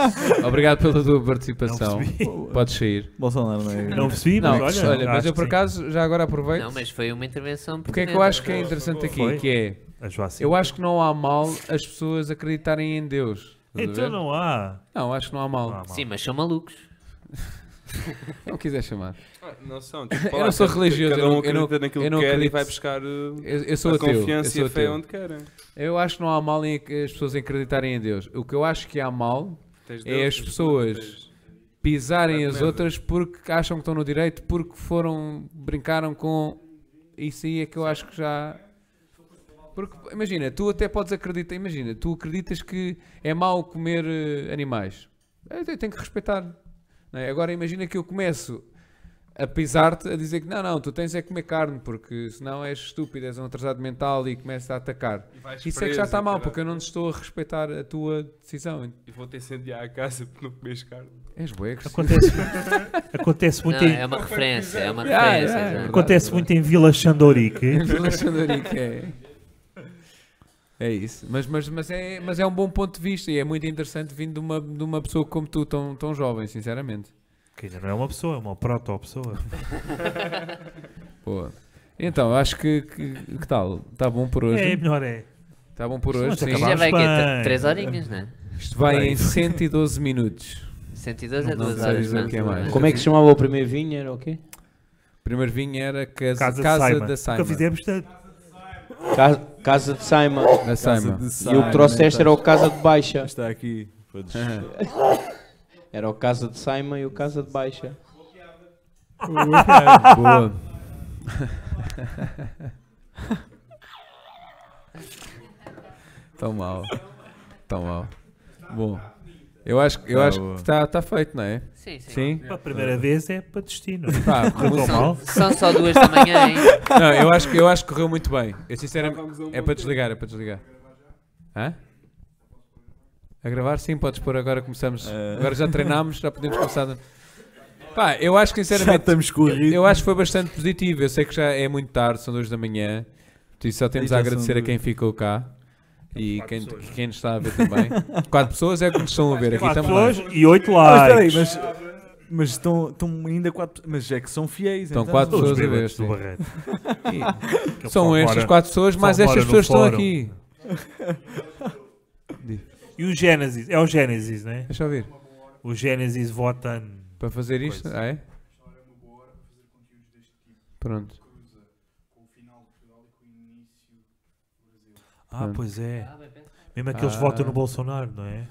obrigado pela tua participação. Não percebi. Podes sair. Bolsonaro não é. Não, Não percebi, mas olha, mas acho eu que por sim. acaso já agora aproveito. Não, mas foi uma intervenção Porque é que eu pertinente. acho que é interessante aqui, Foi. que é, A Joacim. eu acho que não há mal as pessoas acreditarem em Deus. Estás a Então ver? não há. Não, acho que não há mal. Não há mal. Sim, mas são malucos. Não quiser chamar. Ah, Não são. Eu não sou religioso, Cada eu um não- eu não- acredita naquilo eu não que quer e acredito. vai buscar uh, Eu, eu sou a ateu, eu confiança e sou a fé ateu. onde querem. Eu acho que não há mal em que as pessoas acreditarem em Deus. O que eu acho que há mal Tens é Deus, as tens pessoas pisarem Vai as merda. outras porque acham que estão no direito, porque foram, brincaram com. Isso aí é que eu acho que já. Porque, imagina, tu até podes acreditar, imagina, tu acreditas que é mau comer eh, animais. Eu te- tenho que respeitar. não é? Agora imagina que eu começo a pisar-te, a dizer que não, não, tu tens é que comer carne, porque senão és estúpido, és um atrasado mental e começa a atacar. E vais Isso é que preso, já está mal, caralho. porque eu não te estou a respeitar a tua decisão. E vou-te incendiar a casa porque não comes carne. És bué agressivo. Acontece, acontece muito é em... é referência, é verdade, Acontece é muito em Vila Xandorique. Vila Xandorique, é. É isso. Mas, mas, mas, é, mas é um bom ponto de vista e é muito interessante vindo de uma, de uma pessoa como tu, tão, tão jovem, sinceramente. Que ainda não é uma pessoa, é uma proto-pessoa. Boa. Então, eu acho que, que, que tal? Está bom por hoje? É, melhor é. Está Tá bom por Sim, hoje, mas sim. acabamos Já vai aqui, bem. três horinhas, é? né? Isto vai em Bem. 112 minutos. 112 é Não duas sei horas, dizer o que é não. mais. Como é que se chamava o primeiro vinho? Era o quê? Primeiro vinho era Casa, Casa casa, de Saima. da Saima. Nunca fizemos tanto. Ca- Casa de Saima. Da Saima. E o que trouxeste era o Casa de Baixa. Está aqui. Podes- Era o Casa de Saima e o Casa de Baixa. Boa. Tão mal. Tão mal. Bom, eu acho, eu Tá acho boa. que está tá feito, não é? Sim, sim. Para a primeira vez é para destino. Pá, Correu muito- tão mal. Não, eu acho, que- eu acho que correu muito bem. Eu Já sinceramente. vamos a um É bom para tempo. desligar, é para desligar. Hã? A gravar? Sim, podes pôr agora. Começamos. Eh. Agora já treinámos, já podemos começar. de- Pá, eu acho que sinceramente. Já estamos com o eu- ritmo. Eu acho que foi bastante positivo. Eu sei que já é muito tarde, são duas da manhã. Por isso só temos E já a agradecer Então são a quem ficou cá. E quem, quem nos está a ver também. Quatro pessoas é que nos estão a ver. Aqui Quatro estamos nós. pessoas e oito Mas espera aí, likes. mas, mas estão, estão ainda quatro. Mas é que são fiéis. Estão então. quatro Os pessoas a ver. bêbados do sim. Barreto. E São estas quatro pessoas, mas estas pessoas estão aqui. E o Genesis, é o Genesis, né? Deixa eu ver. O Genesis vota n- Para fazer isto, ah, é? Pronto. Ah, Hum. pois é. Mesmo aqueles que Ah. votam no Bolsonaro, não é?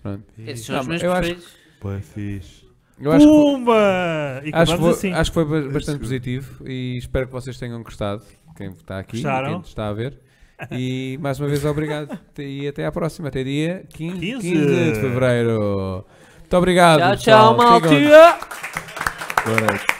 Pronto. Esses são os Não, meus eu acho- preferidos. Pô, é fixe. Eu acho Pumba! Que, E acho, que acabamos foi, assim. acho que foi ba- bastante positivo e espero que vocês tenham gostado. Quem está aqui, e Gostaram? quem está a ver. E mais uma vez, obrigado. E até à próxima. Até dia 15, 15 de fevereiro. Muito obrigado. Tchau, pessoal. tchau, Fiquem- maltinha! Boa noite.